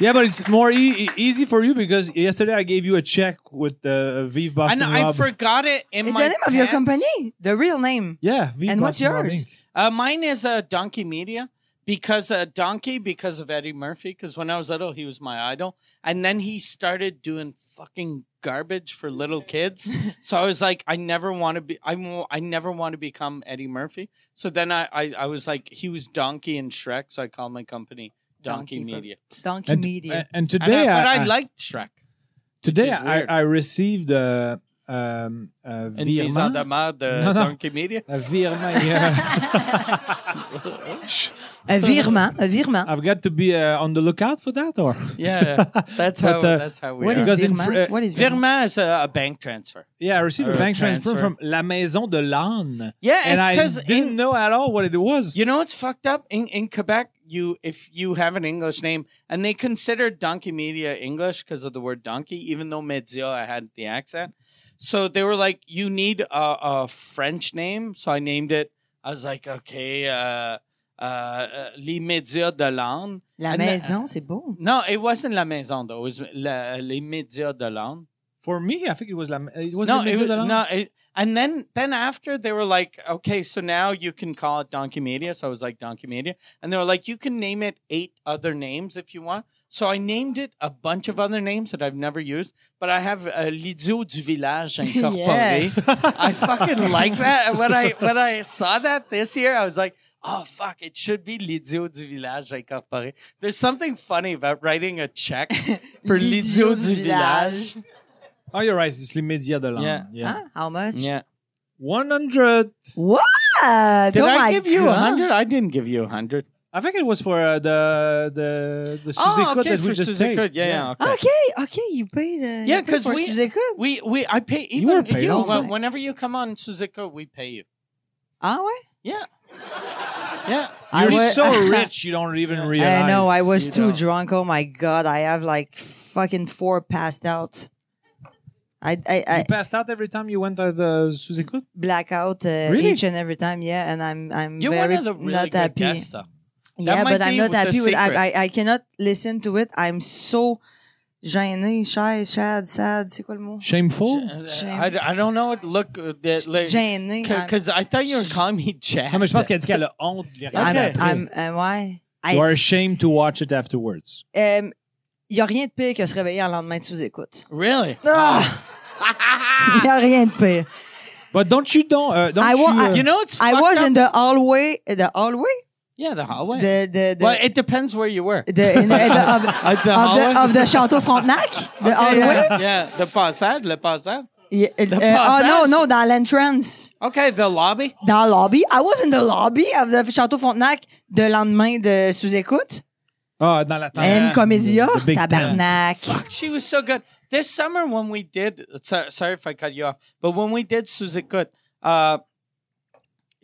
[SPEAKER 3] Yeah, but it's more e- e- easy for you because yesterday I gave you a check with uh, Vive Boston
[SPEAKER 2] And I
[SPEAKER 3] Rob.
[SPEAKER 2] forgot it in
[SPEAKER 4] Is
[SPEAKER 2] my
[SPEAKER 4] the name of your
[SPEAKER 2] pants.
[SPEAKER 4] company? The real name.
[SPEAKER 3] yeah, Vive
[SPEAKER 4] And what's
[SPEAKER 3] Boston Rob
[SPEAKER 4] yours?
[SPEAKER 3] Inc.
[SPEAKER 2] Uh, mine is uh, Donkey Media because uh, Donkey because of Eddie Murphy. Because when I was little, he was my idol, and then he started doing fucking garbage for little kids. so I was like, I never want to be. I mo- I never want to become Eddie Murphy. So then I, I I was like, he was Donkey and Shrek. So I called my company Donkey,
[SPEAKER 4] Donkey Bur-
[SPEAKER 2] Media.
[SPEAKER 4] Donkey
[SPEAKER 3] And,
[SPEAKER 4] Media.
[SPEAKER 1] euh,
[SPEAKER 3] and- and
[SPEAKER 2] And
[SPEAKER 3] today,
[SPEAKER 2] I, but
[SPEAKER 3] I,
[SPEAKER 2] I liked Shrek.
[SPEAKER 3] today
[SPEAKER 2] is
[SPEAKER 3] I,
[SPEAKER 2] weird.
[SPEAKER 3] I received a, um, a
[SPEAKER 2] And Mise en
[SPEAKER 3] virement.
[SPEAKER 2] Demeure, the
[SPEAKER 3] No, no.
[SPEAKER 2] Donkey Media.
[SPEAKER 3] A virement. yeah.
[SPEAKER 4] un Euh, virement. Un virement.
[SPEAKER 1] euh,
[SPEAKER 3] I've got to be uh, on the lookout for that, or
[SPEAKER 2] Yeah, that's how
[SPEAKER 3] But, uh,
[SPEAKER 2] that's how we
[SPEAKER 4] What
[SPEAKER 2] are.
[SPEAKER 4] is
[SPEAKER 3] Because in
[SPEAKER 4] virement?
[SPEAKER 3] Fr- uh,
[SPEAKER 4] what is virement?
[SPEAKER 2] Virement is a, a bank transfer.
[SPEAKER 3] yeah, I received
[SPEAKER 2] Or
[SPEAKER 3] a bank transfer,
[SPEAKER 2] transfer.
[SPEAKER 3] from La Maison de l'Âne.
[SPEAKER 2] Yeah,
[SPEAKER 3] and
[SPEAKER 2] it's
[SPEAKER 3] I
[SPEAKER 2] because
[SPEAKER 3] didn't know at all what it was.
[SPEAKER 2] You know what's fucked up in in Quebec? You if you have an English name, and they consider donkey media English because of the word donkey, even though Medzilla had the accent. So they were like, you need a, a French name. So I named it. I was like, okay, uh, uh, uh, Les Médias de l'Anne.
[SPEAKER 4] La
[SPEAKER 2] And-
[SPEAKER 4] maison, c'est beau.
[SPEAKER 2] No, it wasn't La Maison, though. It was la, Les Médias de l'Anne.
[SPEAKER 3] For me, I think it was La. It was
[SPEAKER 2] No,
[SPEAKER 3] La
[SPEAKER 2] it,
[SPEAKER 3] Maison
[SPEAKER 2] was-
[SPEAKER 3] de l'Âne.
[SPEAKER 2] no it, and then then after they were like, okay, so now you can call it Donkey Media. So I was like Donkey Media, and they were like, you can name it eight other names if you want. So I named it a bunch of other names that I've never used, but I have uh, l'idiot du village incorporé.
[SPEAKER 4] Yes.
[SPEAKER 2] I fucking like that. And when I when I saw that this year, I was like, oh fuck, it should be l'idiot du village incorporé. There's something funny about writing a check for l'idiot du village.
[SPEAKER 3] Oh, you're right. It's Les Médias de l'Âne.
[SPEAKER 2] Yeah.
[SPEAKER 4] Huh? Hein? How much?
[SPEAKER 2] Yeah.
[SPEAKER 3] One hundred.
[SPEAKER 4] What?
[SPEAKER 2] Did
[SPEAKER 4] oh
[SPEAKER 2] I
[SPEAKER 4] my
[SPEAKER 2] give you a
[SPEAKER 4] God.
[SPEAKER 2] hundred? I didn't give you a hundred.
[SPEAKER 3] I think it was for uh, the the the
[SPEAKER 4] Oh,
[SPEAKER 2] Oh,
[SPEAKER 3] Suzécoute that we just take.
[SPEAKER 2] Yeah, yeah, okay.
[SPEAKER 4] Okay, okay, you pay the.
[SPEAKER 2] Yeah,
[SPEAKER 4] you pay
[SPEAKER 2] 'cause
[SPEAKER 4] for
[SPEAKER 2] we-
[SPEAKER 4] Suzuka.
[SPEAKER 2] We we I pay even
[SPEAKER 3] were paid
[SPEAKER 2] you,
[SPEAKER 4] also.
[SPEAKER 2] when- whenever you come on Suzuka, we pay you.
[SPEAKER 4] Ah ouais?
[SPEAKER 2] Yeah, yeah.
[SPEAKER 4] I
[SPEAKER 3] You're
[SPEAKER 4] wa-
[SPEAKER 3] so rich, you don't even realize.
[SPEAKER 4] I know. I was
[SPEAKER 2] you
[SPEAKER 4] too
[SPEAKER 2] don't.
[SPEAKER 4] drunk. Oh my god! I have like fucking four passed out. I I,
[SPEAKER 3] You
[SPEAKER 4] I
[SPEAKER 3] passed out every time you went at the Suzécoute.
[SPEAKER 4] black out uh,
[SPEAKER 3] Really?
[SPEAKER 4] each and every time. Yeah, and I'm I'm
[SPEAKER 2] You're
[SPEAKER 4] very
[SPEAKER 2] one of the really
[SPEAKER 4] not
[SPEAKER 2] good
[SPEAKER 4] happy.
[SPEAKER 2] guests, though.
[SPEAKER 4] Yeah,
[SPEAKER 2] might
[SPEAKER 4] but I'm
[SPEAKER 2] be
[SPEAKER 4] not
[SPEAKER 2] with the
[SPEAKER 4] happy with.
[SPEAKER 2] secret.
[SPEAKER 4] I, I I cannot listen to it. I'm so gêné, shy, sad, sad. C'est quoi le mot?
[SPEAKER 3] Shameful.
[SPEAKER 4] Shame.
[SPEAKER 2] Uh, I, I don't know what look uh, that like
[SPEAKER 4] Gêné. I'm-
[SPEAKER 2] because I thought you were calling me Jack.
[SPEAKER 3] Non, mais je pense qu'elle dit qu'elle a honte. de les
[SPEAKER 4] I'm,
[SPEAKER 3] regarder
[SPEAKER 2] Okay.
[SPEAKER 3] après.
[SPEAKER 4] I'm, euh, ouais. I-
[SPEAKER 3] You are ashamed to watch it afterwards.
[SPEAKER 4] Euh, y a rien de pire que se réveiller un lendemain de sous-écoute.
[SPEAKER 2] really.
[SPEAKER 4] Ah!
[SPEAKER 2] Ah!
[SPEAKER 4] y a rien de pire.
[SPEAKER 3] But don't you don't uh, don't
[SPEAKER 4] I
[SPEAKER 3] you?
[SPEAKER 4] wa- I-
[SPEAKER 3] uh,
[SPEAKER 2] You know it's
[SPEAKER 4] I
[SPEAKER 2] fucked
[SPEAKER 4] was
[SPEAKER 2] up?
[SPEAKER 4] in the hallway, the hallway,
[SPEAKER 2] yeah the hallway.
[SPEAKER 4] the the the,
[SPEAKER 2] well, it depends where you were.
[SPEAKER 4] the, in- in the- of,
[SPEAKER 2] Uh, the
[SPEAKER 4] of
[SPEAKER 2] hallway.
[SPEAKER 4] the of the Château Frontenac, the hallway.
[SPEAKER 2] yeah, yeah, the passage, le passage.
[SPEAKER 4] Yeah, uh,
[SPEAKER 2] passage.
[SPEAKER 4] oh no, no, dans l'entrance,
[SPEAKER 2] Okay, the lobby.
[SPEAKER 4] dans le lobby. I was in the lobby of the Château Frontenac de lendemain de sous-écoute.
[SPEAKER 1] Oh,
[SPEAKER 3] Ah, dans la
[SPEAKER 4] And
[SPEAKER 3] tente.
[SPEAKER 4] Comédia,
[SPEAKER 3] The big
[SPEAKER 4] tabarnak.
[SPEAKER 2] Fuck, she was so good. This summer when we did, so, sorry if I cut you off, but when we did Susan Good, uh,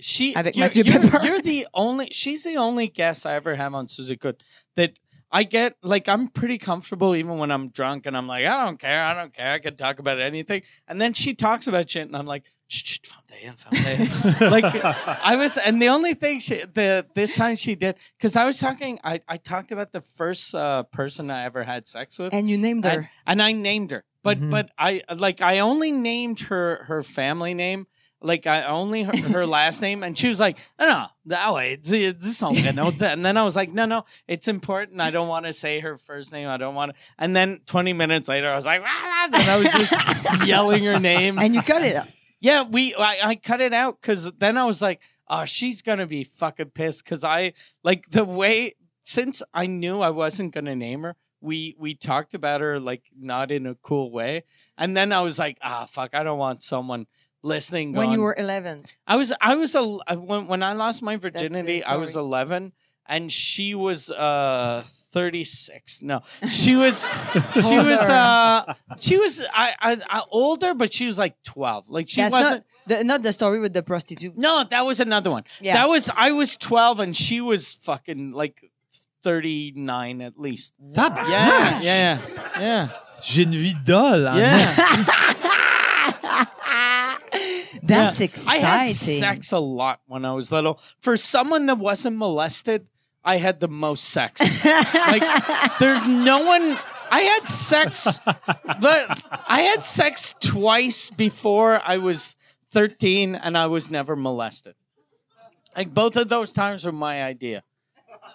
[SPEAKER 2] she
[SPEAKER 4] Avec
[SPEAKER 2] you're,
[SPEAKER 4] Mathieu
[SPEAKER 2] you're-
[SPEAKER 4] Pepper.
[SPEAKER 2] you're the only she's the only guest I ever have on Susan Good that I get like I'm pretty comfortable even when I'm drunk and I'm like I don't care I don't care I can talk about anything and then she talks about shit and I'm like "Chut, chut, femme d'ailleurs, femme d'ailleurs." like I was and the only thing she the this time she did because I was talking I, I talked about the first uh, person I ever had sex with
[SPEAKER 4] And you named
[SPEAKER 2] and,
[SPEAKER 4] her. Mm-hmm.
[SPEAKER 2] and I named her. But but I like I only named her her family name. Like I only her, her last name, and she was like, "No, no, oh, that way it's it's son prénom." it's- And then I was like, "No, no, it's important. I don't want to say her first name. I don't want to." And then twenty minutes later, I was like, "Ah," and I was just yelling her name.
[SPEAKER 4] And you cut it up.
[SPEAKER 2] Yeah, we I, I cut it out because then I was like, oh, she's gonna be fucking pissed because I like the way since I knew I wasn't gonna name her, we we talked about her like not in a cool way, and then I was like, ah, fuck, I don't want someone listening.
[SPEAKER 4] When you
[SPEAKER 2] going,
[SPEAKER 4] were 11.
[SPEAKER 2] I was I was a when when I lost my
[SPEAKER 4] their
[SPEAKER 2] virginity, I was
[SPEAKER 4] story.
[SPEAKER 2] 11 and she was uh 36. No. She was she was uh she was I, I, I older but she was like 12. Like she
[SPEAKER 4] That's
[SPEAKER 2] wasn't
[SPEAKER 4] not the, not the story with the prostitute.
[SPEAKER 2] No, that was another one.
[SPEAKER 4] Yeah.
[SPEAKER 2] That was I was 12 and she was fucking like 39 at least.
[SPEAKER 4] Ah,
[SPEAKER 3] Tabarnak.
[SPEAKER 2] Yeah. Yeah. Yeah. Yeah.
[SPEAKER 4] Uh,
[SPEAKER 3] J'ai une vie d'ol.
[SPEAKER 2] yeah.
[SPEAKER 4] That's
[SPEAKER 2] I
[SPEAKER 4] exciting.
[SPEAKER 2] had sex a lot when I was little. For someone that wasn't molested, I had the most sex. like there's no one. I had sex, but I had sex twice before I was 13, and I was never molested. Like both of those times were my idea.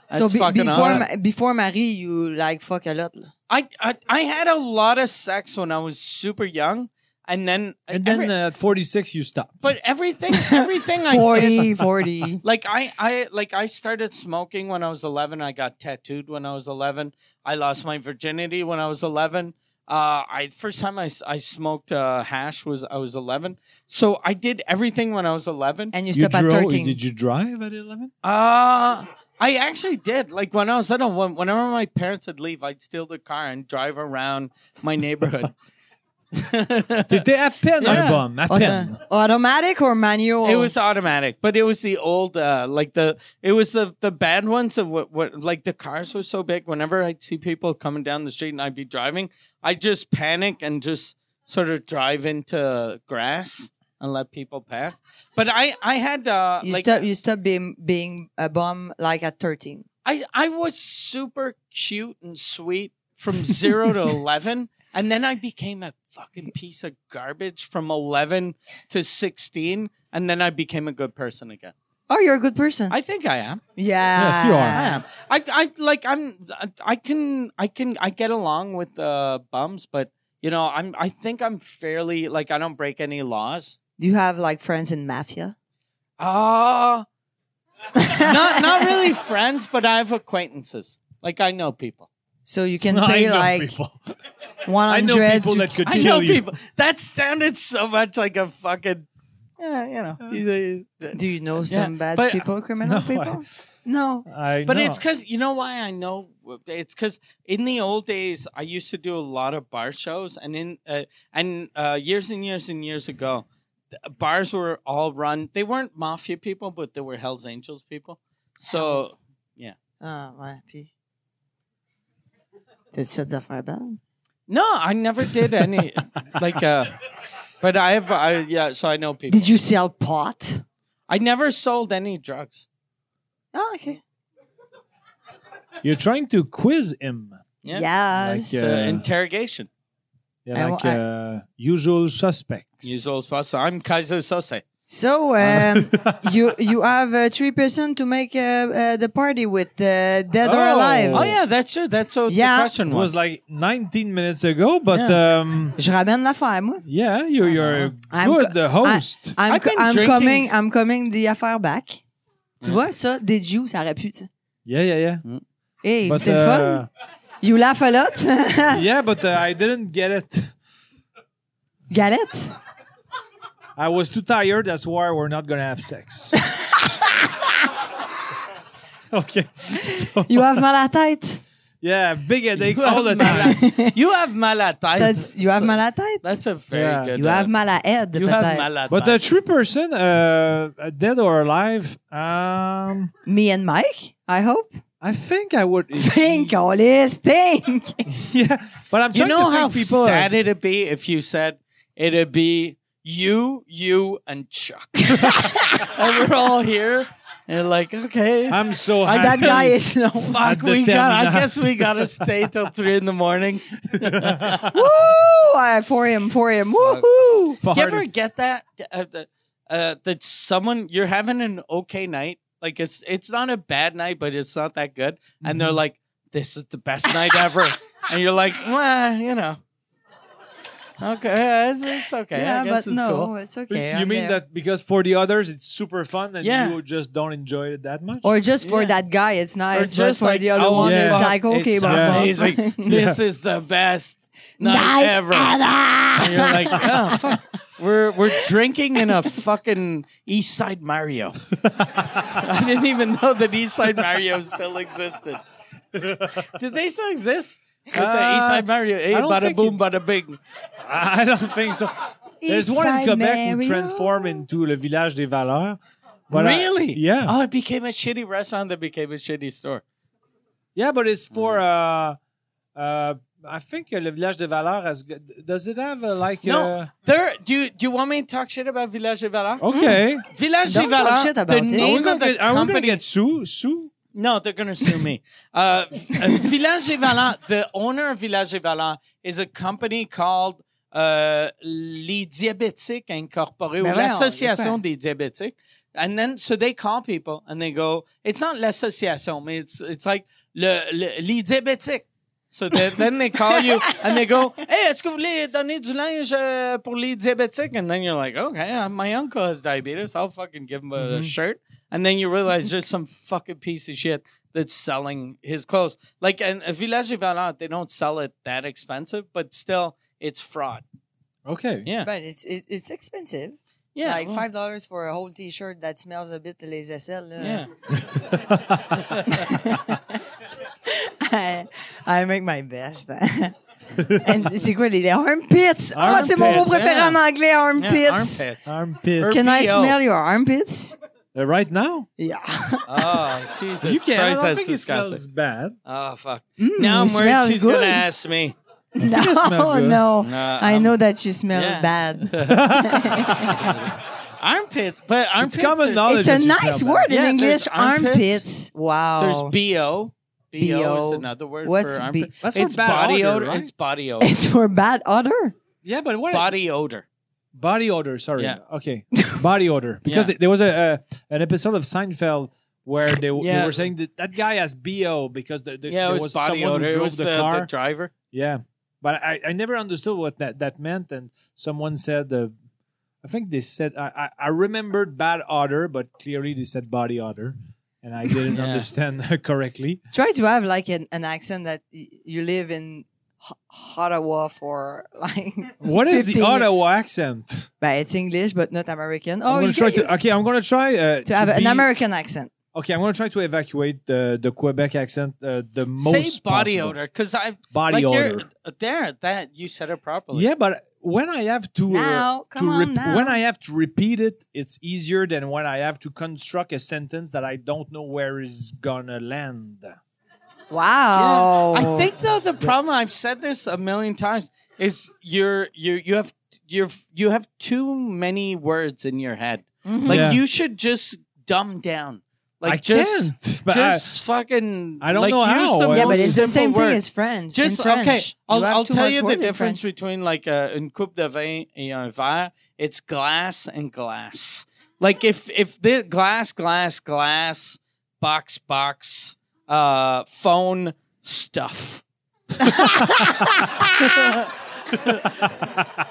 [SPEAKER 2] That's
[SPEAKER 4] so be-
[SPEAKER 2] fucking
[SPEAKER 4] before,
[SPEAKER 2] awesome.
[SPEAKER 4] ma- before Marie, you like fuck a lot. là.
[SPEAKER 2] I, I I had a lot of sex when I was super young, and then
[SPEAKER 1] And then
[SPEAKER 2] every-
[SPEAKER 1] uh, at 46, you stop.
[SPEAKER 2] but everything everything I did
[SPEAKER 4] 40, 40.
[SPEAKER 2] like I, I like I started smoking when I was 11. I got tattooed when I was 11. I lost my virginity when I was 11. Uh, I first time I, s- I smoked uh, hash was I was 11. So I did everything when I was 11.
[SPEAKER 4] And you
[SPEAKER 1] You
[SPEAKER 4] stop at
[SPEAKER 1] drove-
[SPEAKER 4] 13.
[SPEAKER 1] Did you drive at 11?
[SPEAKER 2] Uh I actually did. Like when I was little, when, whenever my parents would leave, I'd steal the car and drive around my neighborhood. it
[SPEAKER 1] T'étais à peine
[SPEAKER 2] Yeah.
[SPEAKER 1] un bum, à peine.
[SPEAKER 4] Auto- automatic or manual?
[SPEAKER 2] was automatic, Oh. but it was the old, uh, like the it was the the bad ones of what, what like the cars were so big. Whenever I'd see people coming down the street and I'd be driving, I'd just panic and just sort of drive into grass and let people pass. But I I had uh,
[SPEAKER 4] you
[SPEAKER 2] like
[SPEAKER 4] stop. You stop being being a bum like at thirteen.
[SPEAKER 2] I I was super cute and sweet from zero to eleven, and then I became a fucking piece of garbage from eleven to sixteen, and then I became a good person again.
[SPEAKER 4] Oh, you're a good person.
[SPEAKER 2] I think I am.
[SPEAKER 4] yeah.
[SPEAKER 1] Yes, you
[SPEAKER 2] I
[SPEAKER 4] Uh,
[SPEAKER 1] are.
[SPEAKER 2] am. I I like I'm. I can I can I get along with uh, bums, but you know I'm. I think I'm fairly like I don't break any laws.
[SPEAKER 4] Do you have like friends in mafia?
[SPEAKER 2] Ah, not not really friends, but I have acquaintances. Like I know people.
[SPEAKER 4] So you can
[SPEAKER 1] I
[SPEAKER 4] pay
[SPEAKER 1] know
[SPEAKER 4] like
[SPEAKER 1] people.
[SPEAKER 4] one
[SPEAKER 1] I know
[SPEAKER 4] hundred.
[SPEAKER 1] people that could
[SPEAKER 2] I
[SPEAKER 1] kill
[SPEAKER 2] know
[SPEAKER 1] you.
[SPEAKER 2] people. That sounded so much like a fucking. Yeah, you know. he's a-
[SPEAKER 4] Do you know some bad
[SPEAKER 2] but-
[SPEAKER 4] people, criminal
[SPEAKER 1] No, I-
[SPEAKER 4] people? no.
[SPEAKER 1] I
[SPEAKER 2] but
[SPEAKER 1] know.
[SPEAKER 2] it's because you know why I know. It's because in the old days I used to do a lot of bar shows, and in uh, and uh, years and years and years ago, th- bars were all run. They weren't mafia people, but they were Hell's Angels people. So
[SPEAKER 4] Hells. Ah ouais. Puis t'as fait des affaires belles.
[SPEAKER 2] no, I never did any like. Uh, but I have, I yeah. So I know people.
[SPEAKER 4] Did you sell pot?
[SPEAKER 2] I never sold any drugs.
[SPEAKER 4] Oh, okay.
[SPEAKER 1] You're trying to quiz him.
[SPEAKER 2] It's,
[SPEAKER 4] Yes.
[SPEAKER 1] Like,
[SPEAKER 2] uh,
[SPEAKER 1] uh,
[SPEAKER 2] interrogation.
[SPEAKER 1] Yeah,
[SPEAKER 4] I-
[SPEAKER 1] like
[SPEAKER 4] I-
[SPEAKER 1] uh, usual suspects.
[SPEAKER 2] Usual sponsor. I'm Kaiser Sose.
[SPEAKER 4] So um, you you have uh, three person to make uh, uh, the party with uh, dead or
[SPEAKER 1] Oh.
[SPEAKER 4] alive.
[SPEAKER 2] Oh yeah, that's true. That's what
[SPEAKER 4] Yeah.
[SPEAKER 2] the question
[SPEAKER 1] It was
[SPEAKER 2] was.
[SPEAKER 1] like 19 minutes ago, but yeah, um,
[SPEAKER 4] Je ramène l'affaire moi.
[SPEAKER 1] yeah you're, you're a
[SPEAKER 4] I'm
[SPEAKER 1] good uh, host.
[SPEAKER 4] I'm,
[SPEAKER 2] I've been
[SPEAKER 4] I'm
[SPEAKER 2] drinking-
[SPEAKER 4] coming, I'm coming the affaire back. Tu vois, ça, did you, ça aurait pu, tu sais.
[SPEAKER 1] yeah, yeah, yeah.
[SPEAKER 4] Hey,
[SPEAKER 1] But
[SPEAKER 4] c'est le fun.
[SPEAKER 2] euh,
[SPEAKER 1] uh,
[SPEAKER 4] You laugh a lot.
[SPEAKER 1] yeah, but uh, I didn't get it.
[SPEAKER 4] Galette.
[SPEAKER 1] I was too tired. That's why we're not gonna have sex. okay. So,
[SPEAKER 4] You have mal à la tête.
[SPEAKER 1] yeah, big headache
[SPEAKER 2] You have
[SPEAKER 1] all the
[SPEAKER 2] mal
[SPEAKER 1] time.
[SPEAKER 2] à- you have malatai.
[SPEAKER 4] T'as dit, You have mal à la tête.
[SPEAKER 2] That's a very
[SPEAKER 1] Yeah.
[SPEAKER 2] good. uh,
[SPEAKER 4] You have mal à la head,
[SPEAKER 2] you have
[SPEAKER 4] peut-être.
[SPEAKER 2] malatai.
[SPEAKER 1] But the three person, uh, dead or alive, um,
[SPEAKER 4] Me and Mike, I hope.
[SPEAKER 1] I think I would.
[SPEAKER 4] Think, all is think.
[SPEAKER 1] yeah, but I'm
[SPEAKER 2] you
[SPEAKER 1] trying
[SPEAKER 2] know
[SPEAKER 1] to
[SPEAKER 2] how
[SPEAKER 1] think people.
[SPEAKER 2] sad it'd be if you said it'd be you, you, and Chuck, and we're all here, and you're like, okay,
[SPEAKER 1] I'm so happy.
[SPEAKER 4] That guy is long.
[SPEAKER 2] fuck,
[SPEAKER 1] the
[SPEAKER 2] we got. I
[SPEAKER 1] terminal.
[SPEAKER 2] guess we gotta stay till three in the morning.
[SPEAKER 4] Woo! I, for him, for him. Woohoo!
[SPEAKER 1] Fuck.
[SPEAKER 2] Do you ever get that uh, the- uh, that someone you're having an okay night, like it's it's not a bad night, but it's not that good, and they're like, "This is the best night ever," and you're like, "Well, you know, okay, it's, it's okay.
[SPEAKER 4] Yeah,
[SPEAKER 2] I guess
[SPEAKER 4] but
[SPEAKER 2] it's
[SPEAKER 4] no,
[SPEAKER 2] cool."
[SPEAKER 4] it's okay.
[SPEAKER 1] you
[SPEAKER 4] I'm
[SPEAKER 1] mean
[SPEAKER 4] there.
[SPEAKER 1] that because for the others it's super fun and
[SPEAKER 2] Yeah.
[SPEAKER 1] you just don't enjoy it that much?
[SPEAKER 4] Or just for
[SPEAKER 2] Yeah.
[SPEAKER 4] that guy, it's nice. But
[SPEAKER 2] just
[SPEAKER 4] for
[SPEAKER 2] like,
[SPEAKER 4] the other
[SPEAKER 2] oh,
[SPEAKER 4] one,
[SPEAKER 1] yeah.
[SPEAKER 4] it's like,
[SPEAKER 2] Fuck,
[SPEAKER 4] okay,
[SPEAKER 2] it's
[SPEAKER 4] but
[SPEAKER 2] amazing. this is the best night, ever. And you're like, oh, fuck. We're we're drinking in a fucking East Side Mario. I didn't even know that East Side Mario still existed. Did they still exist? With the East Side Mario, hey,
[SPEAKER 1] Uh, I don't
[SPEAKER 2] bada
[SPEAKER 1] think
[SPEAKER 2] boom,
[SPEAKER 1] it-
[SPEAKER 2] bada bing.
[SPEAKER 1] I don't think so. There's
[SPEAKER 4] East
[SPEAKER 1] one in
[SPEAKER 4] Side
[SPEAKER 1] Quebec who
[SPEAKER 4] Mario.
[SPEAKER 1] transformed into Le Village des Valeurs. But I-
[SPEAKER 2] Really?
[SPEAKER 1] yeah.
[SPEAKER 2] Oh, it became a shitty restaurant that became a shitty store.
[SPEAKER 1] Yeah, but it's for uh, uh, I think uh, le village de Valeur has. g- Does it have uh, like?
[SPEAKER 2] No.
[SPEAKER 1] uh,
[SPEAKER 2] There, do you, do you want me to talk shit about Village de Valeur?
[SPEAKER 1] okay.
[SPEAKER 2] Village de
[SPEAKER 4] Don't talk
[SPEAKER 2] Valeur,
[SPEAKER 4] shit
[SPEAKER 2] the
[SPEAKER 4] about it. Are we
[SPEAKER 1] Are we
[SPEAKER 2] name
[SPEAKER 1] gonna
[SPEAKER 2] Hmm. of the
[SPEAKER 1] Oh. get- are we gonna
[SPEAKER 2] company.
[SPEAKER 1] get sue? Sue?
[SPEAKER 2] No, they're going to sue me. Uh, v- uh, Village de Valeur, the owner of Village de Valeur is a company called uh, Les Diabétiques Incorporés,
[SPEAKER 4] Mais
[SPEAKER 2] or
[SPEAKER 4] voyons,
[SPEAKER 2] l'Association
[SPEAKER 4] c'est
[SPEAKER 2] des Diabétiques. And then, so they call people and they go, it's not l'association, mais it's, it's like le, le, les diabétiques. So then, then they call you and they go, hey, est-ce que vous voulez donner du linge euh, pour les diabétiques? And then you're like, okay, uh, my uncle has diabetes. I'll fucking give him a shirt. And then you realize there's some fucking piece of shit that's selling his clothes. Like, and uh, Village et Valente, they don't sell it that expensive, but still, it's fraud.
[SPEAKER 1] Okay.
[SPEAKER 2] Yeah.
[SPEAKER 4] But it's, it- it's expensive.
[SPEAKER 2] Yeah.
[SPEAKER 4] like
[SPEAKER 2] well,
[SPEAKER 4] five dollars for a whole T-shirt that smells a bit les aisselles. Là.
[SPEAKER 2] Yeah.
[SPEAKER 4] I, I make my best. And c'est quoi les armpits? Ah, c'est mon mot
[SPEAKER 1] Armpits,
[SPEAKER 4] préféré
[SPEAKER 2] yeah.
[SPEAKER 4] en anglais, armpits.
[SPEAKER 2] Yeah, armpits.
[SPEAKER 1] Armpit.
[SPEAKER 4] Can I
[SPEAKER 2] RPO.
[SPEAKER 4] smell your armpits?
[SPEAKER 1] Uh, right now,
[SPEAKER 4] Yeah.
[SPEAKER 2] Oh, Jesus
[SPEAKER 1] you can.
[SPEAKER 2] Christ,
[SPEAKER 1] I don't
[SPEAKER 2] that's
[SPEAKER 1] think it
[SPEAKER 2] disgusting.
[SPEAKER 1] smells bad.
[SPEAKER 2] Oh, fuck.
[SPEAKER 4] Mm,
[SPEAKER 2] now
[SPEAKER 4] you
[SPEAKER 2] I'm worried
[SPEAKER 4] smell
[SPEAKER 2] she's
[SPEAKER 4] good.
[SPEAKER 2] going to ask me.
[SPEAKER 4] No,
[SPEAKER 1] good.
[SPEAKER 4] no.
[SPEAKER 2] No,
[SPEAKER 4] I
[SPEAKER 2] um,
[SPEAKER 4] know that you smell
[SPEAKER 2] yeah.
[SPEAKER 4] bad.
[SPEAKER 2] Armpits, but armpits.
[SPEAKER 1] common
[SPEAKER 2] is-
[SPEAKER 1] knowledge.
[SPEAKER 4] it's a
[SPEAKER 1] that you
[SPEAKER 4] nice
[SPEAKER 1] smell
[SPEAKER 4] word
[SPEAKER 2] bad.
[SPEAKER 4] in
[SPEAKER 2] Yeah,
[SPEAKER 4] English.
[SPEAKER 2] there's armpits.
[SPEAKER 4] Armpits. Wow.
[SPEAKER 2] There's bo. Bo is
[SPEAKER 4] BO.
[SPEAKER 2] another word
[SPEAKER 4] What's
[SPEAKER 2] for
[SPEAKER 4] B-
[SPEAKER 2] armpit.
[SPEAKER 1] That's for
[SPEAKER 2] it's
[SPEAKER 1] bad
[SPEAKER 2] body
[SPEAKER 1] odor,
[SPEAKER 2] odor.
[SPEAKER 1] right?
[SPEAKER 2] It's body odor.
[SPEAKER 4] It's for bad odor.
[SPEAKER 1] Yeah, but what?
[SPEAKER 2] body odor.
[SPEAKER 1] Body odor. Sorry.
[SPEAKER 2] Yeah.
[SPEAKER 1] Okay. Body odor. Because
[SPEAKER 2] Yeah.
[SPEAKER 1] it- there was a, a an episode of Seinfeld where they, w they
[SPEAKER 2] Yeah.
[SPEAKER 1] were saying that that guy has bo because the, the,
[SPEAKER 2] Yeah,
[SPEAKER 1] there
[SPEAKER 2] it
[SPEAKER 1] was
[SPEAKER 2] was body
[SPEAKER 1] someone
[SPEAKER 2] odor.
[SPEAKER 1] who
[SPEAKER 2] It
[SPEAKER 1] drove
[SPEAKER 2] was the,
[SPEAKER 1] the,
[SPEAKER 2] the
[SPEAKER 1] car.
[SPEAKER 2] driver.
[SPEAKER 1] Yeah, but I, I never understood what that, that meant. And someone said, uh, I think they said, I, I, I remembered bad odor, but clearly they said body odor. And I didn't
[SPEAKER 2] Yeah.
[SPEAKER 1] understand correctly.
[SPEAKER 4] Try to have like an, an accent that y- you live in Ho- Ottawa for like.
[SPEAKER 1] What is the
[SPEAKER 4] 15
[SPEAKER 1] Ottawa accent?
[SPEAKER 4] Ben, it's English, but not American.
[SPEAKER 1] I'm
[SPEAKER 4] Oh, you
[SPEAKER 1] gonna try
[SPEAKER 4] get-
[SPEAKER 1] to, okay, I'm going to try uh,
[SPEAKER 4] to have an
[SPEAKER 1] be-
[SPEAKER 4] American accent.
[SPEAKER 1] Okay, I'm going to try to evacuate the, the Quebec accent uh, the most.
[SPEAKER 2] Say body
[SPEAKER 1] possible.
[SPEAKER 2] odor because I
[SPEAKER 1] Body
[SPEAKER 2] like
[SPEAKER 1] odor.
[SPEAKER 2] You're, there. That you said it properly.
[SPEAKER 1] Yeah, but when I have to uh,
[SPEAKER 4] Now, come
[SPEAKER 1] to
[SPEAKER 4] on now.
[SPEAKER 1] when I have to repeat it, it's easier than when I have to construct a sentence that I don't know where is gonna land.
[SPEAKER 4] Wow.
[SPEAKER 2] I think though the problem I've said this a million times is you're you you have you're you have too many words in your head. Like
[SPEAKER 4] Mhm.
[SPEAKER 1] Hmm. Yeah.
[SPEAKER 2] you should just dumb down. Like
[SPEAKER 1] I
[SPEAKER 2] just
[SPEAKER 1] can't. But
[SPEAKER 2] just fucking.
[SPEAKER 1] I don't
[SPEAKER 2] like,
[SPEAKER 1] know
[SPEAKER 2] use
[SPEAKER 1] how.
[SPEAKER 2] The
[SPEAKER 1] Yeah,
[SPEAKER 4] yeah,
[SPEAKER 2] most
[SPEAKER 4] but it's
[SPEAKER 2] simple
[SPEAKER 4] the same
[SPEAKER 2] word.
[SPEAKER 4] thing as French.
[SPEAKER 2] Just
[SPEAKER 4] in French.
[SPEAKER 2] okay. I'll,
[SPEAKER 4] you have
[SPEAKER 2] I'll
[SPEAKER 4] too
[SPEAKER 2] tell
[SPEAKER 4] much
[SPEAKER 2] you the
[SPEAKER 4] word in
[SPEAKER 2] difference
[SPEAKER 4] French.
[SPEAKER 2] between like uh, une coupe de vin et un verre. It's glass and glass. Like if if the glass, glass, glass, box, box, uh, phone, stuff.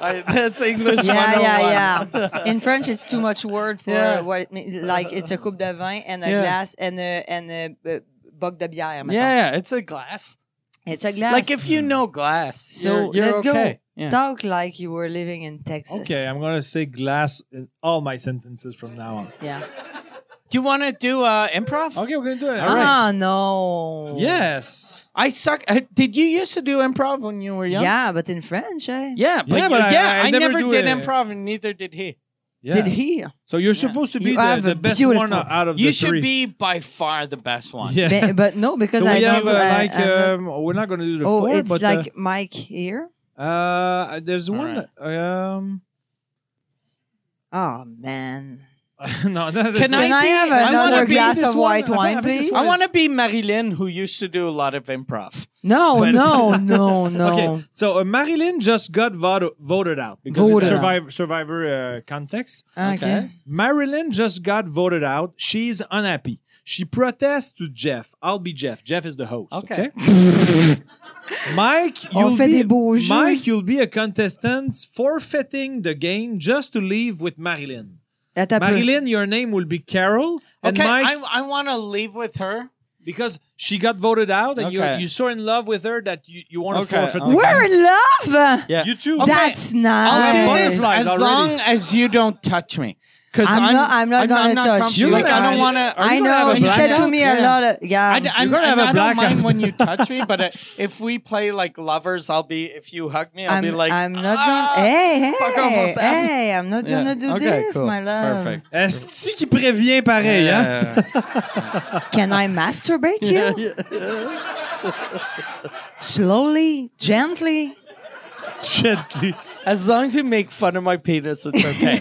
[SPEAKER 2] I- that's English
[SPEAKER 4] Yeah,
[SPEAKER 2] 101.
[SPEAKER 4] yeah, yeah. In French, it's too much word for
[SPEAKER 2] Yeah.
[SPEAKER 4] what it means. Like it's a coupe de vin and a
[SPEAKER 2] Yeah.
[SPEAKER 4] glass and a and a uh, boc de bière. mettons.
[SPEAKER 2] Yeah, it's a glass.
[SPEAKER 4] it's a glass.
[SPEAKER 2] Like if you know glass,
[SPEAKER 4] So,
[SPEAKER 2] you're, you're
[SPEAKER 4] let's go.
[SPEAKER 2] okay. Yeah.
[SPEAKER 4] talk like you were living in Texas.
[SPEAKER 1] Okay, I'm gonna say glass in all my sentences from now on.
[SPEAKER 4] Yeah.
[SPEAKER 2] Do you want to do uh, improv?
[SPEAKER 1] Okay, we're gonna do it.
[SPEAKER 4] Oh
[SPEAKER 1] All right.
[SPEAKER 4] no.
[SPEAKER 1] Yes.
[SPEAKER 2] I suck. Uh, did you used to do improv when you were young?
[SPEAKER 4] Yeah, but in French, eh?
[SPEAKER 2] Yeah, but
[SPEAKER 1] Yeah,
[SPEAKER 2] yeah,
[SPEAKER 1] but I-
[SPEAKER 2] yeah,
[SPEAKER 1] I
[SPEAKER 2] I,
[SPEAKER 1] never
[SPEAKER 2] never,
[SPEAKER 1] do
[SPEAKER 2] did
[SPEAKER 1] it.
[SPEAKER 2] improv, and neither did he.
[SPEAKER 1] Yeah.
[SPEAKER 4] Did he?
[SPEAKER 1] so you're
[SPEAKER 2] Yeah.
[SPEAKER 1] supposed to
[SPEAKER 4] You
[SPEAKER 1] be the,
[SPEAKER 4] have
[SPEAKER 1] the
[SPEAKER 4] a
[SPEAKER 1] best
[SPEAKER 4] beautiful-
[SPEAKER 1] one out of
[SPEAKER 2] You
[SPEAKER 1] the
[SPEAKER 2] should
[SPEAKER 1] three.
[SPEAKER 2] be by far the best one.
[SPEAKER 1] Yeah.
[SPEAKER 4] Be- but no, because
[SPEAKER 1] so
[SPEAKER 4] I
[SPEAKER 1] we
[SPEAKER 4] don't
[SPEAKER 1] have uh,
[SPEAKER 4] I-
[SPEAKER 1] like
[SPEAKER 4] I'm not-
[SPEAKER 1] um, we're not gonna do the
[SPEAKER 4] Oh,
[SPEAKER 1] four,
[SPEAKER 4] it's
[SPEAKER 1] but uh,
[SPEAKER 4] like Mike here.
[SPEAKER 1] uh, there's
[SPEAKER 2] All
[SPEAKER 1] one. Um,
[SPEAKER 4] Oh man.
[SPEAKER 1] no, no, that's
[SPEAKER 2] Can
[SPEAKER 4] Can
[SPEAKER 2] I
[SPEAKER 4] I
[SPEAKER 2] be-
[SPEAKER 4] have
[SPEAKER 2] I wanna
[SPEAKER 4] another
[SPEAKER 2] be
[SPEAKER 4] glass
[SPEAKER 1] this
[SPEAKER 4] of
[SPEAKER 1] one.
[SPEAKER 4] white
[SPEAKER 1] I
[SPEAKER 4] wine,
[SPEAKER 1] think this
[SPEAKER 4] please?
[SPEAKER 1] one
[SPEAKER 2] I want to be Marilyn, who used to do a lot of improv.
[SPEAKER 4] No,
[SPEAKER 1] But-
[SPEAKER 4] no, no, no.
[SPEAKER 1] Okay, so uh, Marilyn just got voto- voted out because
[SPEAKER 4] Voted
[SPEAKER 1] it's
[SPEAKER 4] out.
[SPEAKER 1] survivor, survivor uh, context.
[SPEAKER 4] Okay.
[SPEAKER 1] Marilyn just got voted out. She's unhappy. She protests to Jeff. I'll be Jeff. Jeff is the host. Okay.
[SPEAKER 2] Okay.
[SPEAKER 1] Mike,
[SPEAKER 4] On
[SPEAKER 1] you'll
[SPEAKER 4] fait
[SPEAKER 1] be
[SPEAKER 4] des beaux jeux.
[SPEAKER 1] Mike, you'll be a contestant forfeiting the game just to leave with Marilyn.
[SPEAKER 4] Attends un peu.
[SPEAKER 1] Marilyn, your name will be Carol, and
[SPEAKER 2] Okay,
[SPEAKER 1] Mike
[SPEAKER 2] I, I want to leave with her.
[SPEAKER 1] because she got voted out, and
[SPEAKER 2] Okay.
[SPEAKER 1] you're you're so in love with her that you, you want to
[SPEAKER 2] Okay,
[SPEAKER 1] forfeit.
[SPEAKER 2] okay.
[SPEAKER 1] the
[SPEAKER 4] We're in love.
[SPEAKER 2] Yeah.
[SPEAKER 1] You too.
[SPEAKER 2] Okay.
[SPEAKER 4] That's nice.
[SPEAKER 2] I'll do this
[SPEAKER 1] Butterflies
[SPEAKER 2] as
[SPEAKER 1] already.
[SPEAKER 2] long as you don't touch me. Because
[SPEAKER 4] I'm
[SPEAKER 2] I'm
[SPEAKER 4] not- I'm not gonna touch
[SPEAKER 2] comfortable.
[SPEAKER 1] you.
[SPEAKER 2] Like, I don't
[SPEAKER 1] You're
[SPEAKER 2] want to.
[SPEAKER 1] gonna- Are
[SPEAKER 4] I
[SPEAKER 1] you gonna have
[SPEAKER 4] know.
[SPEAKER 1] a
[SPEAKER 4] You said to
[SPEAKER 2] blackout?
[SPEAKER 4] me a
[SPEAKER 2] Yeah.
[SPEAKER 4] lot. Of, yeah.
[SPEAKER 2] I, d- I,
[SPEAKER 1] You're gonna
[SPEAKER 2] I-
[SPEAKER 1] have a
[SPEAKER 2] I don't mind
[SPEAKER 1] blackout.
[SPEAKER 2] when you touch me, but uh, if we play like lovers, I'll be. If you hug me, I'll
[SPEAKER 4] I'm,
[SPEAKER 2] be like.
[SPEAKER 4] I'm not
[SPEAKER 2] "Ah!"
[SPEAKER 4] gonna. Hey, hey,
[SPEAKER 2] Fuck off
[SPEAKER 4] hey,
[SPEAKER 2] with that.
[SPEAKER 4] I'm not
[SPEAKER 2] Yeah.
[SPEAKER 4] gonna do
[SPEAKER 2] Okay,
[SPEAKER 4] this,
[SPEAKER 2] cool.
[SPEAKER 4] my love.
[SPEAKER 2] Perfect.
[SPEAKER 1] Esti qui prévient pareil, hein?
[SPEAKER 2] Yeah.
[SPEAKER 4] Can I masturbate you? Slowly, gently.
[SPEAKER 1] Gently.
[SPEAKER 2] As long as you make fun of my penis, it's okay.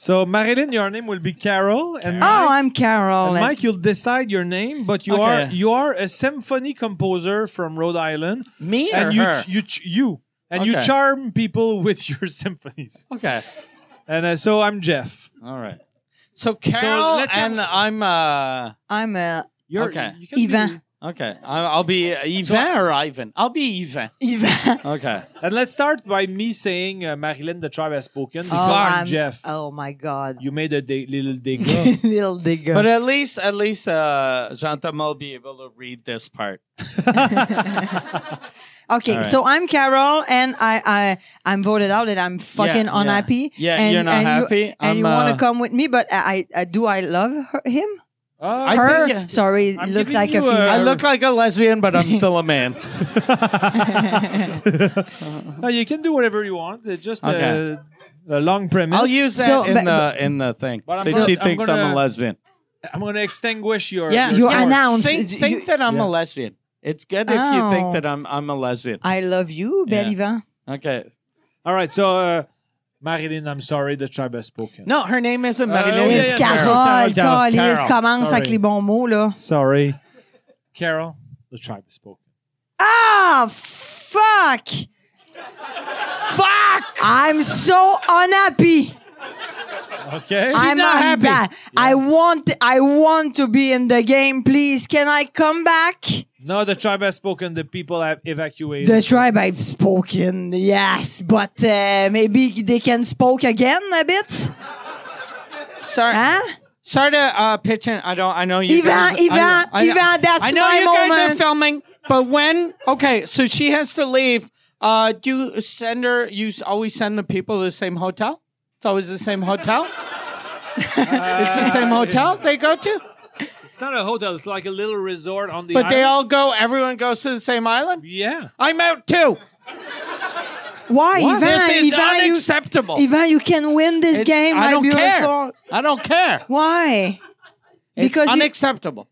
[SPEAKER 1] So, Marilyn, your name will be Carol, and
[SPEAKER 4] Oh,
[SPEAKER 1] Mike,
[SPEAKER 4] I'm Carol.
[SPEAKER 1] and
[SPEAKER 4] and-
[SPEAKER 1] Mike, you'll decide your name, but you are
[SPEAKER 2] Okay.
[SPEAKER 1] you are a symphony composer from Rhode Island,
[SPEAKER 2] Me or
[SPEAKER 1] and you
[SPEAKER 2] her?
[SPEAKER 1] you ch- you and you
[SPEAKER 2] Okay.
[SPEAKER 1] charm people with your symphonies.
[SPEAKER 2] okay.
[SPEAKER 1] And uh, so I'm Jeff.
[SPEAKER 2] All right. So Carol
[SPEAKER 1] let's have-
[SPEAKER 2] and I'm uh
[SPEAKER 4] I'm uh,
[SPEAKER 1] You're,
[SPEAKER 2] Okay.
[SPEAKER 1] you can be-
[SPEAKER 4] Yvan.
[SPEAKER 2] okay. I- I'll be Yvan or Ivan. I'll be Yvan.
[SPEAKER 4] Yvan.
[SPEAKER 2] Okay.
[SPEAKER 1] and let's start by me saying uh, Marilyn the tribe has spoken.
[SPEAKER 4] Oh,
[SPEAKER 1] before
[SPEAKER 4] I'm
[SPEAKER 1] Jeff.
[SPEAKER 4] Oh my God.
[SPEAKER 1] You made a da- little dig.
[SPEAKER 4] Little digger.
[SPEAKER 2] But at least at least uh Janta will be able to read this part.
[SPEAKER 4] okay,
[SPEAKER 2] All right.
[SPEAKER 4] so I'm Carol, and I I I'm voted out, and I'm fucking
[SPEAKER 2] yeah.
[SPEAKER 4] unhappy.
[SPEAKER 2] Yeah,
[SPEAKER 4] and,
[SPEAKER 2] you're not
[SPEAKER 4] and
[SPEAKER 2] happy.
[SPEAKER 4] You,
[SPEAKER 2] I'm,
[SPEAKER 4] and you want
[SPEAKER 2] uh,
[SPEAKER 4] to come with me, but I, I, I do I love her, him.
[SPEAKER 1] Ah,
[SPEAKER 2] I
[SPEAKER 4] her.
[SPEAKER 2] think, uh,
[SPEAKER 4] sorry, it
[SPEAKER 1] I'm
[SPEAKER 4] looks
[SPEAKER 1] giving
[SPEAKER 4] like a
[SPEAKER 1] you a-
[SPEAKER 4] female.
[SPEAKER 2] I look like a lesbian, but I'm still a man.
[SPEAKER 1] no, you can do whatever you want. It's just uh,
[SPEAKER 2] Okay.
[SPEAKER 1] a, long premise.
[SPEAKER 2] I'll use that
[SPEAKER 4] So,
[SPEAKER 2] in
[SPEAKER 4] but-
[SPEAKER 2] the in the thing.
[SPEAKER 1] But I'm
[SPEAKER 2] That
[SPEAKER 1] not-
[SPEAKER 2] she
[SPEAKER 1] I'm
[SPEAKER 2] thinks I'm,
[SPEAKER 1] gonna-
[SPEAKER 2] a lesbian.
[SPEAKER 1] I'm going to extinguish your.
[SPEAKER 2] Yeah,
[SPEAKER 4] You
[SPEAKER 1] your
[SPEAKER 2] yeah.
[SPEAKER 1] torch.
[SPEAKER 4] announce.
[SPEAKER 2] Think,
[SPEAKER 4] you-
[SPEAKER 2] think that I'm
[SPEAKER 1] Yeah.
[SPEAKER 2] a lesbian. It's good if you
[SPEAKER 4] Oh.
[SPEAKER 2] think that I'm I'm a lesbian.
[SPEAKER 4] I love you,
[SPEAKER 2] Yeah.
[SPEAKER 4] Belivan.
[SPEAKER 2] Okay.
[SPEAKER 1] All right, so uh, Marilyn, I'm sorry, the tribe has spoken.
[SPEAKER 2] No, her name isn't Marilyn.
[SPEAKER 1] yeah,
[SPEAKER 4] Yes,
[SPEAKER 1] yeah,
[SPEAKER 4] Carole,
[SPEAKER 1] Carole, Carole,
[SPEAKER 4] Carole,
[SPEAKER 1] Carole.
[SPEAKER 4] commence avec
[SPEAKER 1] Sorry.
[SPEAKER 4] les bons mots, là.
[SPEAKER 1] Sorry. Carol, the tribe has spoken.
[SPEAKER 4] Ah, fuck! fuck! I'm so unhappy.
[SPEAKER 1] Okay.
[SPEAKER 4] I'm
[SPEAKER 2] not happy.
[SPEAKER 4] unba- I want, I want to be in the game. Please, can I come back?
[SPEAKER 1] No, the tribe has spoken. The people have evacuated.
[SPEAKER 4] The tribe I've spoken, yes, but uh, maybe they can spoke again a bit,
[SPEAKER 2] Sorry.
[SPEAKER 4] huh?
[SPEAKER 2] Sorry to uh, pitch in. I don't. I know you.
[SPEAKER 4] Ivan,
[SPEAKER 2] guys, I,
[SPEAKER 4] Ivan,
[SPEAKER 2] I-
[SPEAKER 4] Ivan, that's
[SPEAKER 2] I know
[SPEAKER 4] my
[SPEAKER 2] you guys are
[SPEAKER 4] moment.
[SPEAKER 2] filming, but when? Okay, so she has to leave. Uh, do you send her? You s- always send the people to the same hotel. It's always the same hotel. it's the same hotel they go to,
[SPEAKER 1] It's not a hotel. It's like a little resort on the.
[SPEAKER 2] but they
[SPEAKER 1] island.
[SPEAKER 2] all go. Everyone goes to the same island.
[SPEAKER 1] Yeah.
[SPEAKER 2] I'm out too.
[SPEAKER 4] Why, Ivan?
[SPEAKER 2] this is
[SPEAKER 4] Ivan, you,
[SPEAKER 2] unacceptable.
[SPEAKER 4] Ivan, you can win this
[SPEAKER 2] It's-
[SPEAKER 4] game.
[SPEAKER 2] I
[SPEAKER 4] my
[SPEAKER 2] don't
[SPEAKER 4] beautiful.
[SPEAKER 2] care. I don't care.
[SPEAKER 4] Why? Because
[SPEAKER 2] it's
[SPEAKER 4] you-
[SPEAKER 2] unacceptable.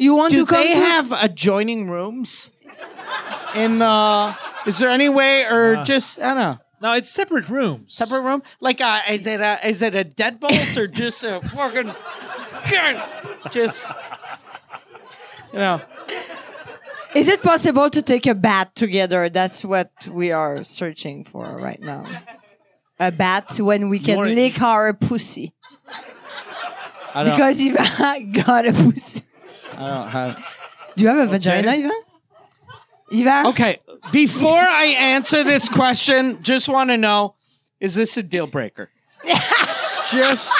[SPEAKER 4] You want
[SPEAKER 2] Do
[SPEAKER 4] to come
[SPEAKER 2] they
[SPEAKER 4] to-
[SPEAKER 2] have adjoining rooms? In the is there any way or just I don't know
[SPEAKER 1] No, it's separate rooms.
[SPEAKER 2] separate room? Like uh, is it a is it a deadbolt or just a fucking just you know
[SPEAKER 4] Is it possible to take a bat together? That's what we are searching for right now. A bat when we can
[SPEAKER 1] More-
[SPEAKER 4] lick our pussy.
[SPEAKER 2] I don't
[SPEAKER 4] Because Ivan got a pussy.
[SPEAKER 2] I don't have
[SPEAKER 4] Do you have a vagina, Ivan? Ivan?
[SPEAKER 2] okay. Before I answer this question, just want to know: is this a deal breaker? just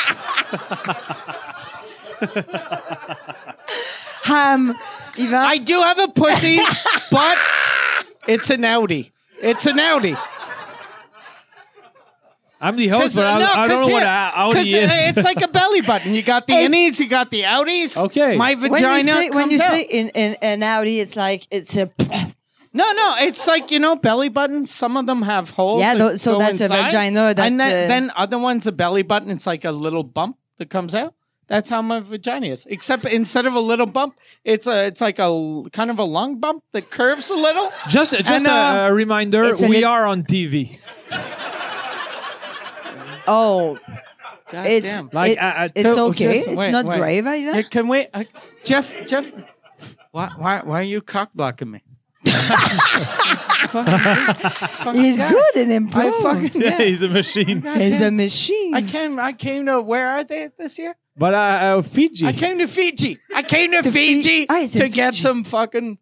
[SPEAKER 4] Um, Ivan?
[SPEAKER 2] I do have a pussy, but it's an Audi. It's an Audi.
[SPEAKER 1] I'm the host,
[SPEAKER 2] 'Cause,
[SPEAKER 1] Oh, but I,
[SPEAKER 2] uh, no,
[SPEAKER 1] I
[SPEAKER 2] 'cause
[SPEAKER 1] don't know what a-
[SPEAKER 2] here-
[SPEAKER 1] Audi
[SPEAKER 2] 'cause,
[SPEAKER 1] is.
[SPEAKER 2] uh, It's like a belly button. You got the
[SPEAKER 4] It's-
[SPEAKER 2] innies, you got the outies.
[SPEAKER 1] Okay.
[SPEAKER 2] My
[SPEAKER 4] when
[SPEAKER 2] vagina.
[SPEAKER 4] you say, when
[SPEAKER 2] comes
[SPEAKER 4] you
[SPEAKER 2] out.
[SPEAKER 4] say in, in an Audi, it's like, it's a.
[SPEAKER 2] no, no, it's like you know belly buttons. Some of them have holes.
[SPEAKER 4] Yeah,
[SPEAKER 2] that
[SPEAKER 4] tho- so
[SPEAKER 2] go
[SPEAKER 4] that's a
[SPEAKER 2] inside,
[SPEAKER 4] vagina that,
[SPEAKER 2] and then,
[SPEAKER 4] uh,
[SPEAKER 2] then other ones, a belly button. It's like a little bump that comes out. That's how my vagina is. Except instead of a little bump, it's a it's like a l- kind of a long bump that curves a little.
[SPEAKER 1] just just
[SPEAKER 2] And,
[SPEAKER 1] a,
[SPEAKER 2] uh,
[SPEAKER 1] a reminder
[SPEAKER 4] it's a
[SPEAKER 1] we
[SPEAKER 4] lit-
[SPEAKER 1] are on TV.
[SPEAKER 4] Oh,
[SPEAKER 2] God
[SPEAKER 4] it's,
[SPEAKER 2] damn.
[SPEAKER 1] Like,
[SPEAKER 4] it-
[SPEAKER 1] I- I
[SPEAKER 4] it's
[SPEAKER 1] told-
[SPEAKER 4] okay.
[SPEAKER 2] just-
[SPEAKER 4] it's
[SPEAKER 2] wait,
[SPEAKER 4] not
[SPEAKER 2] wait.
[SPEAKER 4] grave, Ivan.
[SPEAKER 2] Hey, can we, uh, Jeff? Jeff, why, why, why are you cock blocking me?
[SPEAKER 4] He's good and
[SPEAKER 2] I
[SPEAKER 4] improved.
[SPEAKER 2] fucking
[SPEAKER 1] Yeah,
[SPEAKER 2] yeah.
[SPEAKER 1] he's a machine.
[SPEAKER 2] I
[SPEAKER 4] He's a
[SPEAKER 2] came-
[SPEAKER 4] machine.
[SPEAKER 2] I came. I came to where are they this year?
[SPEAKER 1] But uh, uh, Fiji.
[SPEAKER 2] I came to Fiji. I came to,
[SPEAKER 4] Fi-
[SPEAKER 2] Fiji
[SPEAKER 4] Ah, it's in
[SPEAKER 2] to get
[SPEAKER 4] Fiji.
[SPEAKER 2] some fucking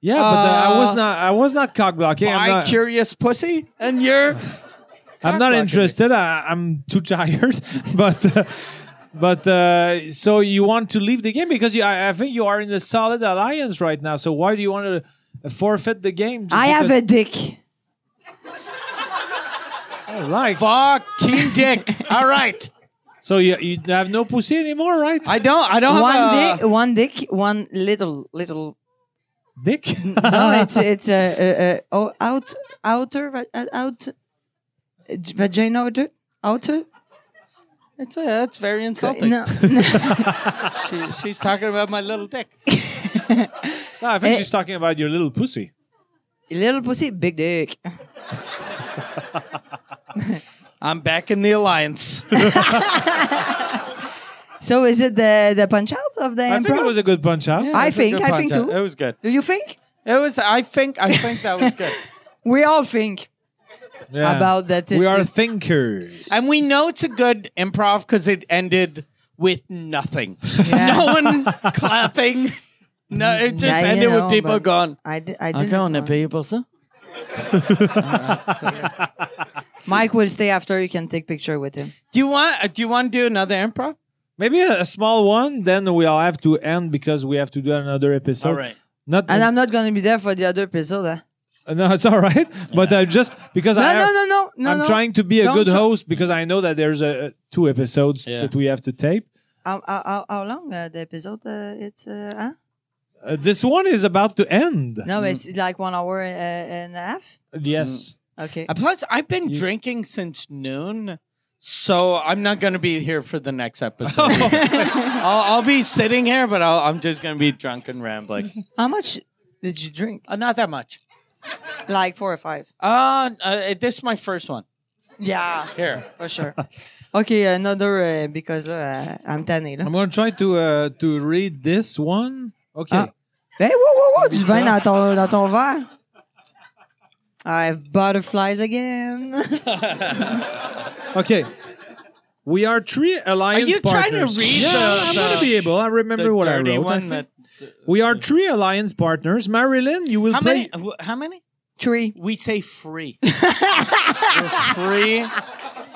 [SPEAKER 1] Yeah, but uh, I was
[SPEAKER 2] Uh,
[SPEAKER 1] not. I was not cock blocking. I'm
[SPEAKER 2] bi
[SPEAKER 1] not,
[SPEAKER 2] curious pussy, and you're.
[SPEAKER 1] I'm not
[SPEAKER 2] cock-blocking.
[SPEAKER 1] interested. I, I'm too tired. but uh, but uh, so you want to leave the game because you, I, I think you are in a solid alliance right now. So why do you want to forfeit the game?
[SPEAKER 4] I have a dick.
[SPEAKER 1] a life.
[SPEAKER 2] Fuck team dick. All right.
[SPEAKER 1] So you, you have no pussy anymore, right?
[SPEAKER 2] I don't. I don't
[SPEAKER 4] one
[SPEAKER 2] have
[SPEAKER 4] dick, one dick, one little little.
[SPEAKER 1] Dick.
[SPEAKER 4] No,
[SPEAKER 2] Ah.
[SPEAKER 4] it's it's a, a, a o- out outer va- uh, out uh, vagina outer outer
[SPEAKER 2] It's a, that's very insulting.
[SPEAKER 4] No, no.
[SPEAKER 2] She, she's talking about my little dick.
[SPEAKER 1] No, I think
[SPEAKER 4] Eh.
[SPEAKER 1] she's talking about your little pussy.
[SPEAKER 4] Little pussy, big dick.
[SPEAKER 2] I'm back in the alliance.
[SPEAKER 4] So is it the the punch out of the
[SPEAKER 1] I think it
[SPEAKER 4] improv?
[SPEAKER 1] was a good punch out.
[SPEAKER 4] I think- I think too.
[SPEAKER 2] It was good.
[SPEAKER 4] Do you think?
[SPEAKER 2] It was. I think. I think that was good.
[SPEAKER 4] We all think
[SPEAKER 1] Yeah.
[SPEAKER 4] about that.
[SPEAKER 1] We
[SPEAKER 4] it's-
[SPEAKER 1] are thinkers.
[SPEAKER 2] and we know it's a good improv because it ended with nothing.
[SPEAKER 4] Yeah.
[SPEAKER 2] no one clapping. No, it just
[SPEAKER 4] Yeah, you
[SPEAKER 2] ended
[SPEAKER 4] know,
[SPEAKER 2] with people
[SPEAKER 4] but-
[SPEAKER 2] going.
[SPEAKER 4] I, di- I
[SPEAKER 2] I'm
[SPEAKER 4] didn't.
[SPEAKER 2] going to
[SPEAKER 4] know.
[SPEAKER 2] people, sir.
[SPEAKER 4] Mike will stay after. You can take picture with him.
[SPEAKER 2] Do you want? uh, Do you want to do another improv?
[SPEAKER 1] Maybe a, a small one, then we'll have to end because we have to do another episode. Not,
[SPEAKER 4] And I'm not going to be there for the other episode. Huh?
[SPEAKER 1] no, it's all right. But I just because
[SPEAKER 4] No,
[SPEAKER 1] I have-
[SPEAKER 4] no, no, no, no.
[SPEAKER 1] I'm
[SPEAKER 4] no.
[SPEAKER 1] trying to be a
[SPEAKER 4] Don't
[SPEAKER 1] good
[SPEAKER 4] try-
[SPEAKER 1] host because I know that there's uh, two episodes
[SPEAKER 2] Yeah.
[SPEAKER 1] that we have to tape.
[SPEAKER 4] How, how, how, how long uh, the episode? Uh, it's uh, huh?
[SPEAKER 1] Uh, this one is about to end.
[SPEAKER 4] no, it's like one hour uh, and a half.
[SPEAKER 1] Yes.
[SPEAKER 4] Okay.
[SPEAKER 2] Uh, Plus, I've been
[SPEAKER 1] You-
[SPEAKER 2] drinking since noon, so I'm not going to be here for the next episode. I'll, I'll be sitting here, but I'll, I'm just going to be drunk and rambling.
[SPEAKER 4] How much did you drink?
[SPEAKER 2] Uh, not that much.
[SPEAKER 4] Like four or five.
[SPEAKER 2] Uh, uh, this is my first one.
[SPEAKER 4] Yeah,
[SPEAKER 2] Here.
[SPEAKER 4] for sure. okay, another uh, because uh, I'm tanné là.
[SPEAKER 1] I'm going to try to uh, to read this one. Okay.
[SPEAKER 4] Ah. Hey, wow, wow, wow, du vin dans ton, dans ton verre. I have butterflies again.
[SPEAKER 1] Okay. We are three alliance
[SPEAKER 2] you trying to
[SPEAKER 1] partners.
[SPEAKER 2] read
[SPEAKER 1] yeah,
[SPEAKER 2] the-
[SPEAKER 1] I'm going to be able. I remember
[SPEAKER 2] The
[SPEAKER 1] what I
[SPEAKER 2] dirty
[SPEAKER 1] wrote. I
[SPEAKER 2] one
[SPEAKER 1] think.
[SPEAKER 2] that-
[SPEAKER 1] we are three alliance partners. Marilyn, you will
[SPEAKER 2] how
[SPEAKER 1] play.
[SPEAKER 2] many? wh- How many?
[SPEAKER 4] Three.
[SPEAKER 2] We say free. We're free.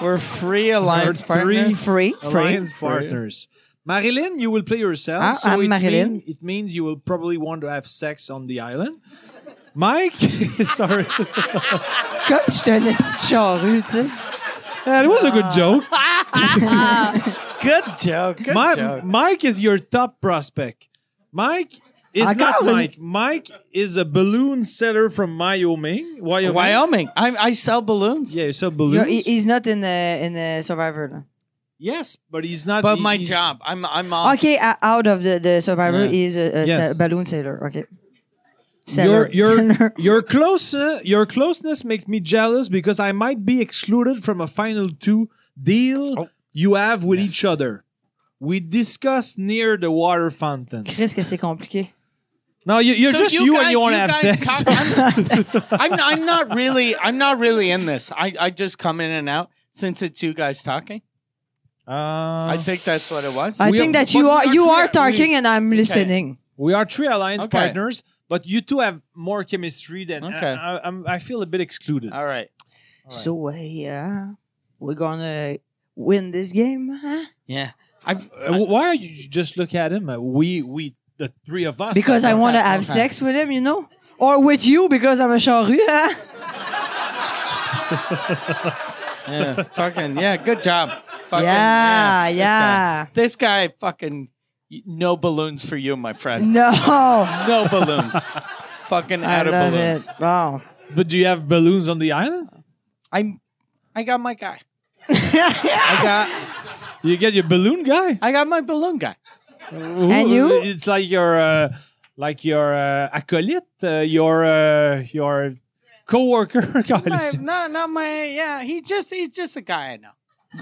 [SPEAKER 2] We're free alliance
[SPEAKER 1] We're three.
[SPEAKER 2] partners.
[SPEAKER 4] Free. Free.
[SPEAKER 1] alliance partners. Marilyn, you will play yourself.
[SPEAKER 4] Ah, I'm
[SPEAKER 1] it
[SPEAKER 4] Marilyn.
[SPEAKER 1] mean- it means you will probably want to have sex on the island. Mike, sorry.
[SPEAKER 4] Comme je suis un esti de charrue, tu sais.
[SPEAKER 1] That was a good joke.
[SPEAKER 2] Good joke. Good
[SPEAKER 1] Mi-
[SPEAKER 2] joke.
[SPEAKER 1] Mike is your top prospect. Mike is
[SPEAKER 4] I
[SPEAKER 1] not
[SPEAKER 4] got one.
[SPEAKER 1] Mike. Mike is a balloon seller from Wyoming. Wyoming.
[SPEAKER 2] Wyoming. I, I sell balloons.
[SPEAKER 1] Yeah, you sell
[SPEAKER 4] You're- e-,
[SPEAKER 1] balloons.
[SPEAKER 4] he- he's not in a, in a survivor. Là.
[SPEAKER 1] yes, but he's not.
[SPEAKER 2] But
[SPEAKER 1] he-
[SPEAKER 2] my
[SPEAKER 1] he's-
[SPEAKER 2] job. I'm I'm off.
[SPEAKER 4] Okay, uh, out of the, the survivor
[SPEAKER 2] Ah. Yeah.
[SPEAKER 4] is a, a
[SPEAKER 1] Yes.
[SPEAKER 4] sa- balloon sailor. Okay.
[SPEAKER 1] Your
[SPEAKER 4] Sailor.
[SPEAKER 1] your
[SPEAKER 4] Sailor.
[SPEAKER 1] your close uh, your closeness makes me jealous because I might be excluded from a final two deal
[SPEAKER 2] Oh.
[SPEAKER 1] you have with each other. We discuss near the water fountain.
[SPEAKER 4] Chris, que c'est compliqué.
[SPEAKER 1] Now you, you're
[SPEAKER 2] So
[SPEAKER 1] just you, and
[SPEAKER 2] guys-
[SPEAKER 1] you want to have
[SPEAKER 2] guys
[SPEAKER 1] sex.
[SPEAKER 2] come- I'm, I'm I'm not really I'm not really in this. I, I just come in and out since it's you guys talking. I
[SPEAKER 1] Uh,
[SPEAKER 2] think that's what it was.
[SPEAKER 4] I
[SPEAKER 1] We
[SPEAKER 4] think
[SPEAKER 1] are-
[SPEAKER 4] that you
[SPEAKER 1] but we
[SPEAKER 4] are
[SPEAKER 1] are
[SPEAKER 4] you
[SPEAKER 1] clear.
[SPEAKER 4] are talking and I'm listening.
[SPEAKER 1] we are three alliance
[SPEAKER 2] Okay.
[SPEAKER 1] partners, but you two have more chemistry than. uh,
[SPEAKER 2] Okay.
[SPEAKER 1] I, I, am I feel a bit excluded.
[SPEAKER 2] All right.
[SPEAKER 4] So uh, yeah, we're gonna win this game. Huh?
[SPEAKER 2] Yeah. I've
[SPEAKER 1] Uh, why are you just look at him? Uh, we we the three of us.
[SPEAKER 4] Because I want to
[SPEAKER 2] Okay,
[SPEAKER 4] have
[SPEAKER 2] okay.
[SPEAKER 4] sex with him, you know? Or with you because I'm a charrue, huh?
[SPEAKER 2] yeah, fucking yeah. Good job. Fucking,
[SPEAKER 4] Yeah, yeah.
[SPEAKER 2] This guy, this guy fucking no balloons for you, my friend.
[SPEAKER 4] No.
[SPEAKER 2] No balloons. fucking
[SPEAKER 4] I
[SPEAKER 2] out of
[SPEAKER 4] love
[SPEAKER 2] balloons.
[SPEAKER 4] it. Wow.
[SPEAKER 1] But do you have balloons on the island?
[SPEAKER 2] I'm I got my guy. I got
[SPEAKER 1] You get your balloon guy.
[SPEAKER 2] I got my balloon guy.
[SPEAKER 1] Who-
[SPEAKER 4] And you?
[SPEAKER 1] It's like your uh, like your uh, acolyte, uh, your uh, your coworker. God,
[SPEAKER 2] My-
[SPEAKER 1] it's-
[SPEAKER 2] no, not my. Yeah, he's just he's just a guy I know.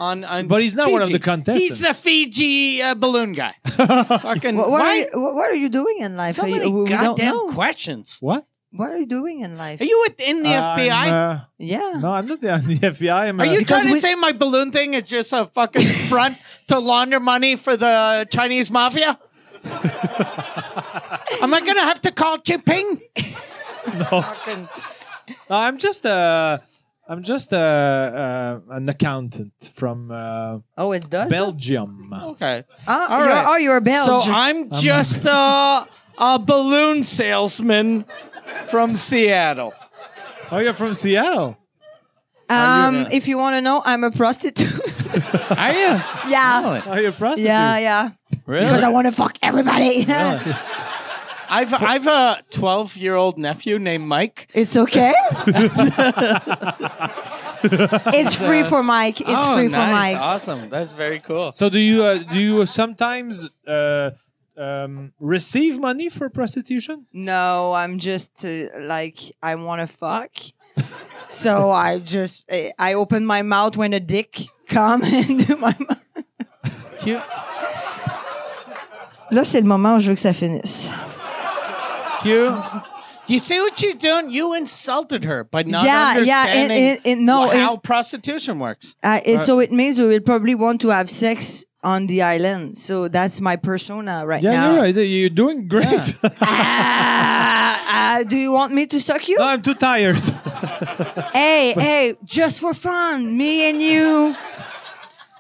[SPEAKER 2] On, on
[SPEAKER 1] But he's not one of
[SPEAKER 2] Fiji.
[SPEAKER 1] the contestants.
[SPEAKER 2] He's the Fiji uh, balloon guy. Fucking
[SPEAKER 4] What, what,
[SPEAKER 2] why?
[SPEAKER 4] are you, what, what are you doing in life?
[SPEAKER 2] so
[SPEAKER 4] Are you-
[SPEAKER 2] many
[SPEAKER 4] we- we don't
[SPEAKER 2] goddamn
[SPEAKER 4] know.
[SPEAKER 2] questions.
[SPEAKER 1] what?
[SPEAKER 4] What are you doing in life?
[SPEAKER 2] Are you within the FBI?
[SPEAKER 1] I'm, uh,
[SPEAKER 4] yeah.
[SPEAKER 1] no, I'm not the, the FBI. I'm
[SPEAKER 2] Are
[SPEAKER 1] a-
[SPEAKER 2] you
[SPEAKER 4] Because
[SPEAKER 2] trying
[SPEAKER 4] we-
[SPEAKER 2] to say my balloon thing is just a fucking front to launder money for the Chinese mafia? Am I gonna have to call Jinping? No.
[SPEAKER 1] No, I'm just a. I'm just a, uh, an accountant from uh,
[SPEAKER 4] Oh, it's done.
[SPEAKER 1] Belgium.
[SPEAKER 2] Okay.
[SPEAKER 4] Ah,
[SPEAKER 2] All
[SPEAKER 4] you're,
[SPEAKER 2] right.
[SPEAKER 4] Oh, you're a Belgian.
[SPEAKER 2] So uh, I'm just a, a balloon salesman from Seattle.
[SPEAKER 1] Oh, you're from Seattle.
[SPEAKER 4] um, if you want to know, I'm a prostitute.
[SPEAKER 2] Are you?
[SPEAKER 4] yeah.
[SPEAKER 1] Oh, you're a prostitute.
[SPEAKER 4] Yeah, yeah.
[SPEAKER 2] Really?
[SPEAKER 4] Because I want to fuck everybody.
[SPEAKER 2] I've I've a 12 year old nephew named Mike.
[SPEAKER 4] it's okay. It's free for Mike. It's
[SPEAKER 2] oh,
[SPEAKER 4] free
[SPEAKER 2] nice.
[SPEAKER 4] for Mike.
[SPEAKER 2] Awesome. That's very cool.
[SPEAKER 1] So do you uh, do you sometimes uh, um, receive money for prostitution?
[SPEAKER 4] No, I'm just uh, like I want to fuck. so I just I, I open my mouth when a dick come into my mouth.
[SPEAKER 2] Cute.
[SPEAKER 4] Là, c'est le moment où je veux que ça finisse.
[SPEAKER 2] Cute. Do you see what she's doing? You insulted her by not
[SPEAKER 4] Yeah, yeah, it-
[SPEAKER 2] understanding
[SPEAKER 4] it- it- no,
[SPEAKER 2] wh-
[SPEAKER 4] it-
[SPEAKER 2] how prostitution works.
[SPEAKER 4] Uh, it- so it means we will probably want to have sex on the island. So that's my persona right now.
[SPEAKER 1] right. You're doing great.
[SPEAKER 4] Ah, ah, do you want me to suck you?
[SPEAKER 2] Ah.
[SPEAKER 1] no, I'm too tired.
[SPEAKER 4] hey, hey, just for fun, me and you.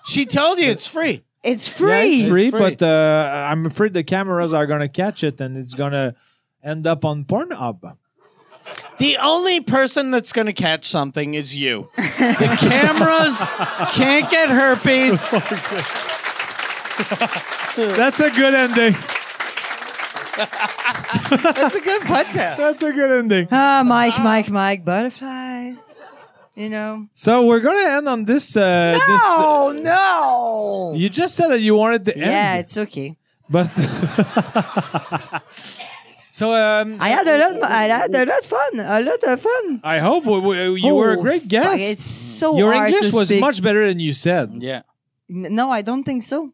[SPEAKER 2] She told you it's free.
[SPEAKER 1] it's
[SPEAKER 4] It's free.
[SPEAKER 1] free,
[SPEAKER 2] It's free.
[SPEAKER 1] but uh, I'm afraid the cameras are gonna catch it and it's gonna end up on Pornhub.
[SPEAKER 2] The only person that's going to catch something is you. The cameras can't get herpes.
[SPEAKER 1] That's a good ending.
[SPEAKER 2] That's a good punch out.
[SPEAKER 1] That's a good ending.
[SPEAKER 4] Ah, Mike, Mike, Mike, butterflies. You know.
[SPEAKER 1] So we're gonna end on this. Uh, no! This,
[SPEAKER 4] Oh no.
[SPEAKER 1] you just said that you wanted to end.
[SPEAKER 4] Yeah, it's okay.
[SPEAKER 1] But so um,
[SPEAKER 4] I had a lot. I had a lot of fun. A lot of fun. Oh,
[SPEAKER 1] I hope we, we, you were a great guest.
[SPEAKER 4] Fuck, It's so
[SPEAKER 1] Your
[SPEAKER 4] hard
[SPEAKER 1] English
[SPEAKER 4] to
[SPEAKER 1] was
[SPEAKER 4] speak.
[SPEAKER 1] much better than you said.
[SPEAKER 2] Yeah.
[SPEAKER 4] No, I don't think so.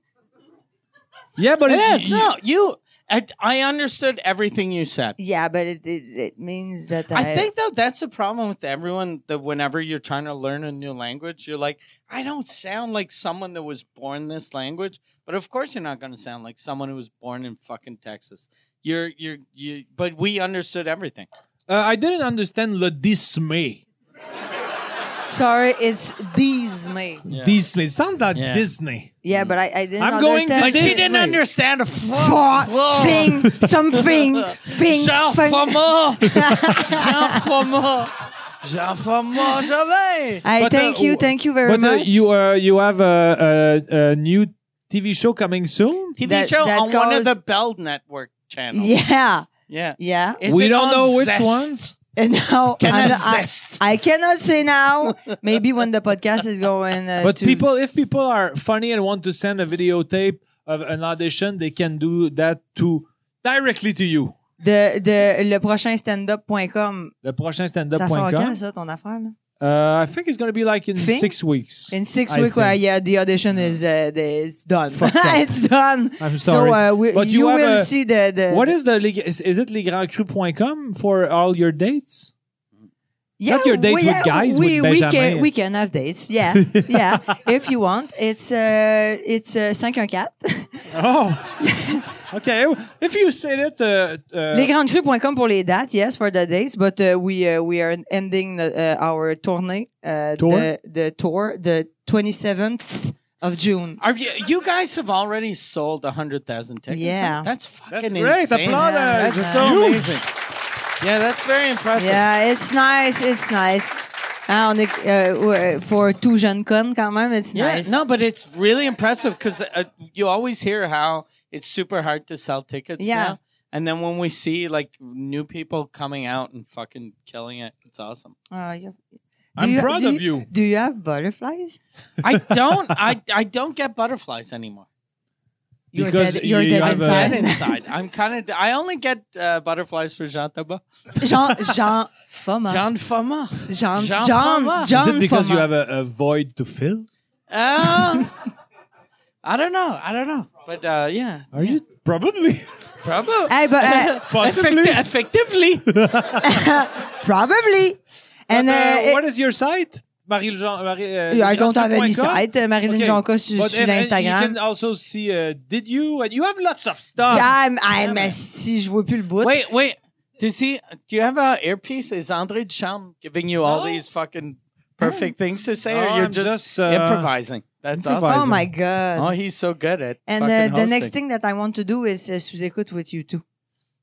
[SPEAKER 1] Yeah, but
[SPEAKER 2] It
[SPEAKER 1] it-
[SPEAKER 2] is. No, you. I, I understood everything you said.
[SPEAKER 4] Yeah, but it, it, it means that I,
[SPEAKER 2] I think though that's the problem with everyone that whenever you're trying to learn a new language, you're like, I don't sound like someone that was born this language. But of course, you're not going to sound like someone who was born in fucking Texas. You're you're you. But we understood everything.
[SPEAKER 1] uh, I didn't understand le dismay.
[SPEAKER 4] Sorry, it's these me.
[SPEAKER 1] Dismay it sounds like
[SPEAKER 2] Yeah.
[SPEAKER 1] Disney.
[SPEAKER 4] Yeah, but I, I didn't
[SPEAKER 1] I'm going
[SPEAKER 4] understand.
[SPEAKER 1] to
[SPEAKER 2] Like she
[SPEAKER 1] This
[SPEAKER 2] didn't
[SPEAKER 1] way.
[SPEAKER 2] understand a
[SPEAKER 4] Fuck,
[SPEAKER 2] fuck
[SPEAKER 4] thing, something, thing,
[SPEAKER 2] Jean
[SPEAKER 4] thing.
[SPEAKER 2] Froment. Jean Froment. Jean Froment. Jamais.
[SPEAKER 4] I
[SPEAKER 1] But, uh,
[SPEAKER 4] thank you, thank you very
[SPEAKER 1] But uh,
[SPEAKER 4] much.
[SPEAKER 1] you uh, you have a, a, a new TV show coming soon.
[SPEAKER 2] TV
[SPEAKER 4] That-
[SPEAKER 2] show
[SPEAKER 4] that
[SPEAKER 2] on one of
[SPEAKER 4] goes-
[SPEAKER 2] the Bell Network channels.
[SPEAKER 4] yeah,
[SPEAKER 2] Yeah.
[SPEAKER 4] yeah.
[SPEAKER 2] Is
[SPEAKER 1] we
[SPEAKER 2] it
[SPEAKER 1] don't
[SPEAKER 2] on
[SPEAKER 1] know which
[SPEAKER 2] Zest?
[SPEAKER 1] one.
[SPEAKER 4] And now
[SPEAKER 2] Can
[SPEAKER 4] I'm-
[SPEAKER 2] I
[SPEAKER 4] I,
[SPEAKER 2] zest?
[SPEAKER 4] I cannot say now. Maybe when the podcast is going. Uh,
[SPEAKER 1] But
[SPEAKER 4] to-
[SPEAKER 1] people, if people are funny and want to send a videotape of an audition, they can do that to directly to you.
[SPEAKER 4] de, de le prochain standup.com.
[SPEAKER 1] Le prochain
[SPEAKER 4] Ça sort
[SPEAKER 1] standup.com.
[SPEAKER 4] quand ça ton affaire? Là?
[SPEAKER 1] Uh, I think it's going to be like in
[SPEAKER 4] Think?
[SPEAKER 1] six weeks.
[SPEAKER 4] In six
[SPEAKER 1] I
[SPEAKER 4] weeks,
[SPEAKER 1] think.
[SPEAKER 4] uh, yeah, the audition is uh, the, it's done.
[SPEAKER 1] Fuck that.
[SPEAKER 4] it's done.
[SPEAKER 1] I'm sorry.
[SPEAKER 4] So uh, we,
[SPEAKER 1] But you
[SPEAKER 4] you,
[SPEAKER 1] have
[SPEAKER 4] will
[SPEAKER 1] a-
[SPEAKER 4] see the, the
[SPEAKER 1] What is the leg- is, is it lesgrandscrus.com for all your dates?
[SPEAKER 4] Yeah,
[SPEAKER 1] Not your dates
[SPEAKER 4] we,
[SPEAKER 1] with
[SPEAKER 4] yeah,
[SPEAKER 1] guys,
[SPEAKER 4] we,
[SPEAKER 1] with
[SPEAKER 4] we
[SPEAKER 1] Benjamin.
[SPEAKER 4] can we can have dates. Yeah, yeah. if you want, it's uh, it's uh, 514.
[SPEAKER 1] Oh, okay. If you said it, uh, uh,
[SPEAKER 4] Lesgrandecrues.com pour les dates. Yes, for the dates. But uh, we uh, we are ending the, uh, our tournée. Uh,
[SPEAKER 1] Tour?
[SPEAKER 4] The, the tour the 27th of June.
[SPEAKER 2] Are you, you guys have already sold 100,000 tickets?
[SPEAKER 4] Yeah.
[SPEAKER 2] That's fucking
[SPEAKER 1] that's great.
[SPEAKER 2] insane.
[SPEAKER 1] Applaud
[SPEAKER 4] Yeah,
[SPEAKER 1] us.
[SPEAKER 4] that's
[SPEAKER 1] It's
[SPEAKER 2] So
[SPEAKER 1] huge.
[SPEAKER 2] amazing. Yeah, that's very impressive.
[SPEAKER 4] Yeah, it's nice. It's nice. Ah, on est euh, ouais, for two jeunes con quand même. It's
[SPEAKER 2] Yeah,
[SPEAKER 4] nice.
[SPEAKER 2] No, but it's really impressive because uh, you always hear how it's super hard to sell tickets
[SPEAKER 4] Yeah.
[SPEAKER 2] now. And then when we see like new people coming out and fucking killing it, it's awesome.
[SPEAKER 4] Ah, yeah. Do
[SPEAKER 1] I'm
[SPEAKER 4] you-
[SPEAKER 1] proud
[SPEAKER 4] do
[SPEAKER 1] of you.
[SPEAKER 4] Do you have butterflies?
[SPEAKER 2] I don't, I, I don't get butterflies anymore.
[SPEAKER 4] You're
[SPEAKER 1] Because
[SPEAKER 4] dead, you're
[SPEAKER 1] you
[SPEAKER 4] dead
[SPEAKER 1] have a-
[SPEAKER 2] Dead
[SPEAKER 4] inside.
[SPEAKER 2] inside. I'm kind of. I only get uh, butterflies for Jean Tabat.
[SPEAKER 4] Jean Jean Foma.
[SPEAKER 2] Jean Fama.
[SPEAKER 4] Jean
[SPEAKER 2] Jean
[SPEAKER 4] Jean
[SPEAKER 2] Fama.
[SPEAKER 4] Jean,
[SPEAKER 1] is it because
[SPEAKER 4] Fama.
[SPEAKER 1] you have a, a void to fill?
[SPEAKER 2] Uh, I don't know. I don't know. But uh, yeah,
[SPEAKER 1] Are you probably?
[SPEAKER 2] probably.
[SPEAKER 4] Hey, but uh,
[SPEAKER 1] Possibly.
[SPEAKER 2] effectively.
[SPEAKER 4] probably. And
[SPEAKER 1] But,
[SPEAKER 4] uh,
[SPEAKER 1] uh,
[SPEAKER 4] it-
[SPEAKER 1] what is your site? Marie Jean. Marie,
[SPEAKER 2] Euh,
[SPEAKER 1] uh,
[SPEAKER 4] I don't have any
[SPEAKER 1] lesgrandcrus.com?
[SPEAKER 4] site. uh, Marilyn
[SPEAKER 1] Okay.
[SPEAKER 4] Jonca sur,
[SPEAKER 1] But
[SPEAKER 4] sur
[SPEAKER 1] if- and You
[SPEAKER 4] Instagram.
[SPEAKER 1] can also see. Uh, did you? And you have lots of stuff.
[SPEAKER 4] Ah, m- ah, mais si, je vois plus le bout.
[SPEAKER 2] wait, wait. Does he? Do you have an earpiece? Is Andre Duchamp giving you all
[SPEAKER 1] No.
[SPEAKER 2] these fucking perfect things to say, or
[SPEAKER 1] No,
[SPEAKER 2] you're
[SPEAKER 1] I'm
[SPEAKER 2] just,
[SPEAKER 1] just, uh,
[SPEAKER 2] improvising? That's
[SPEAKER 4] Oh
[SPEAKER 1] improvising.
[SPEAKER 2] awesome.
[SPEAKER 4] my God.
[SPEAKER 2] Oh, he's so good at.
[SPEAKER 4] And
[SPEAKER 2] fucking
[SPEAKER 4] uh, the
[SPEAKER 2] hosting.
[SPEAKER 4] next thing that I want to do is uh, sous-écoute with you two.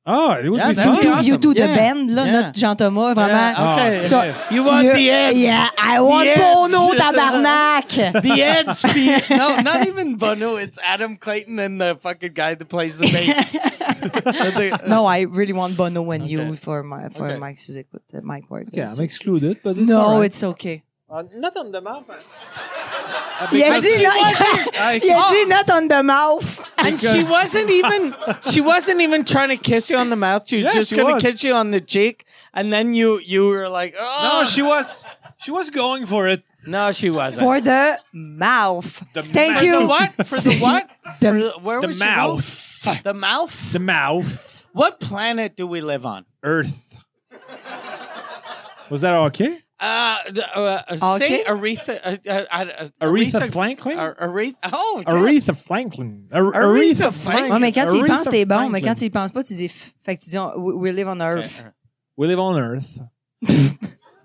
[SPEAKER 1] Oh, it would
[SPEAKER 2] Yeah,
[SPEAKER 1] be
[SPEAKER 2] that would
[SPEAKER 1] fun.
[SPEAKER 2] be
[SPEAKER 4] You
[SPEAKER 2] awesome.
[SPEAKER 4] two de
[SPEAKER 2] Yeah.
[SPEAKER 4] Ben, là,
[SPEAKER 2] Yeah.
[SPEAKER 4] notre Jean-Thomas, vraiment.
[SPEAKER 2] Yeah, okay.
[SPEAKER 1] So-
[SPEAKER 2] you want
[SPEAKER 4] Yeah.
[SPEAKER 2] the edge?
[SPEAKER 4] Yeah, I want
[SPEAKER 2] The
[SPEAKER 4] Bono,
[SPEAKER 2] edge.
[SPEAKER 4] tabarnak!
[SPEAKER 2] The edge. the- no, not even Bono. It's Adam Clayton and the fucking guy that plays the bass. The-
[SPEAKER 4] no, I really want Bono and you
[SPEAKER 2] Okay.
[SPEAKER 4] for my for
[SPEAKER 2] Okay.
[SPEAKER 4] my sous-écoute, uh, Mike Ward.
[SPEAKER 1] Okay, I'm excluded, but it's
[SPEAKER 4] no,
[SPEAKER 1] all right.
[SPEAKER 4] it's okay.
[SPEAKER 3] Uh, not on the map.
[SPEAKER 2] Ah,
[SPEAKER 4] Il a
[SPEAKER 1] Because
[SPEAKER 4] dit,
[SPEAKER 1] she
[SPEAKER 4] là,
[SPEAKER 1] I-
[SPEAKER 4] il a dit not on the mouth.
[SPEAKER 2] And she wasn't even she wasn't even trying to kiss you on the mouth. She was
[SPEAKER 3] Yeah,
[SPEAKER 2] just
[SPEAKER 3] she
[SPEAKER 2] gonna
[SPEAKER 3] was.
[SPEAKER 2] kiss you on the cheek, and then you you were like, oh
[SPEAKER 3] No, she was she was going for it.
[SPEAKER 2] no, she wasn't.
[SPEAKER 4] For the mouth. Thank
[SPEAKER 3] mouth.
[SPEAKER 4] you.
[SPEAKER 2] the what? For the what? For the, where
[SPEAKER 1] the
[SPEAKER 2] was she
[SPEAKER 1] mouth.
[SPEAKER 2] going? The mouth.
[SPEAKER 1] The mouth.
[SPEAKER 2] What planet do we live on?
[SPEAKER 1] Earth. Was that okay?
[SPEAKER 2] Uh, the- uh, uh say
[SPEAKER 4] Okay.
[SPEAKER 2] Aretha, uh, uh, uh,
[SPEAKER 1] Aretha Franklin?
[SPEAKER 2] Ar- Aretha. Oh, yeah.
[SPEAKER 1] Aretha Franklin. Ar-
[SPEAKER 2] Aretha
[SPEAKER 1] Aretha
[SPEAKER 2] Franklin.
[SPEAKER 1] Franklin.
[SPEAKER 4] Ouais, mais quand tu y
[SPEAKER 1] Aretha
[SPEAKER 4] penses, t'es bon. Mais
[SPEAKER 1] Franklin.
[SPEAKER 4] quand tu y penses pas, tu dis. f- Fait que tu dis, on- we, we live on earth.
[SPEAKER 1] We live on Earth.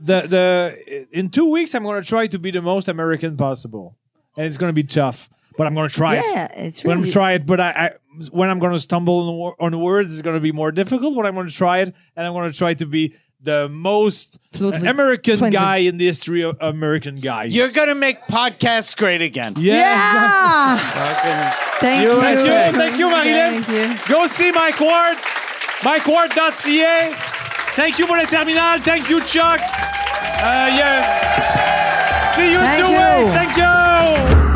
[SPEAKER 1] the the in two weeks, I'm gonna try to be the most American possible, and it's gonna be tough. But I'm gonna try it.
[SPEAKER 4] Yeah, it's
[SPEAKER 1] When
[SPEAKER 4] really.
[SPEAKER 1] I'm try it, but I, I when I'm gonna stumble on, wo- on words, it's gonna be more difficult. But I'm gonna try it, and I'm gonna try to be the most
[SPEAKER 4] Fluently.
[SPEAKER 1] American
[SPEAKER 4] Fluently.
[SPEAKER 1] guy in the history of American guys.
[SPEAKER 2] You're gonna make podcasts great again.
[SPEAKER 1] yeah.
[SPEAKER 4] Yeah! Thank you.
[SPEAKER 1] You- Thank you. Thank you, Marilyn.
[SPEAKER 4] Thank you.
[SPEAKER 1] Go see Mike Ward, MikeWard.ca. Thank you for the terminal. Thank you, Chuck. Uh, yeah. See you in
[SPEAKER 4] Thank
[SPEAKER 1] two
[SPEAKER 4] you.
[SPEAKER 1] weeks. Thank you.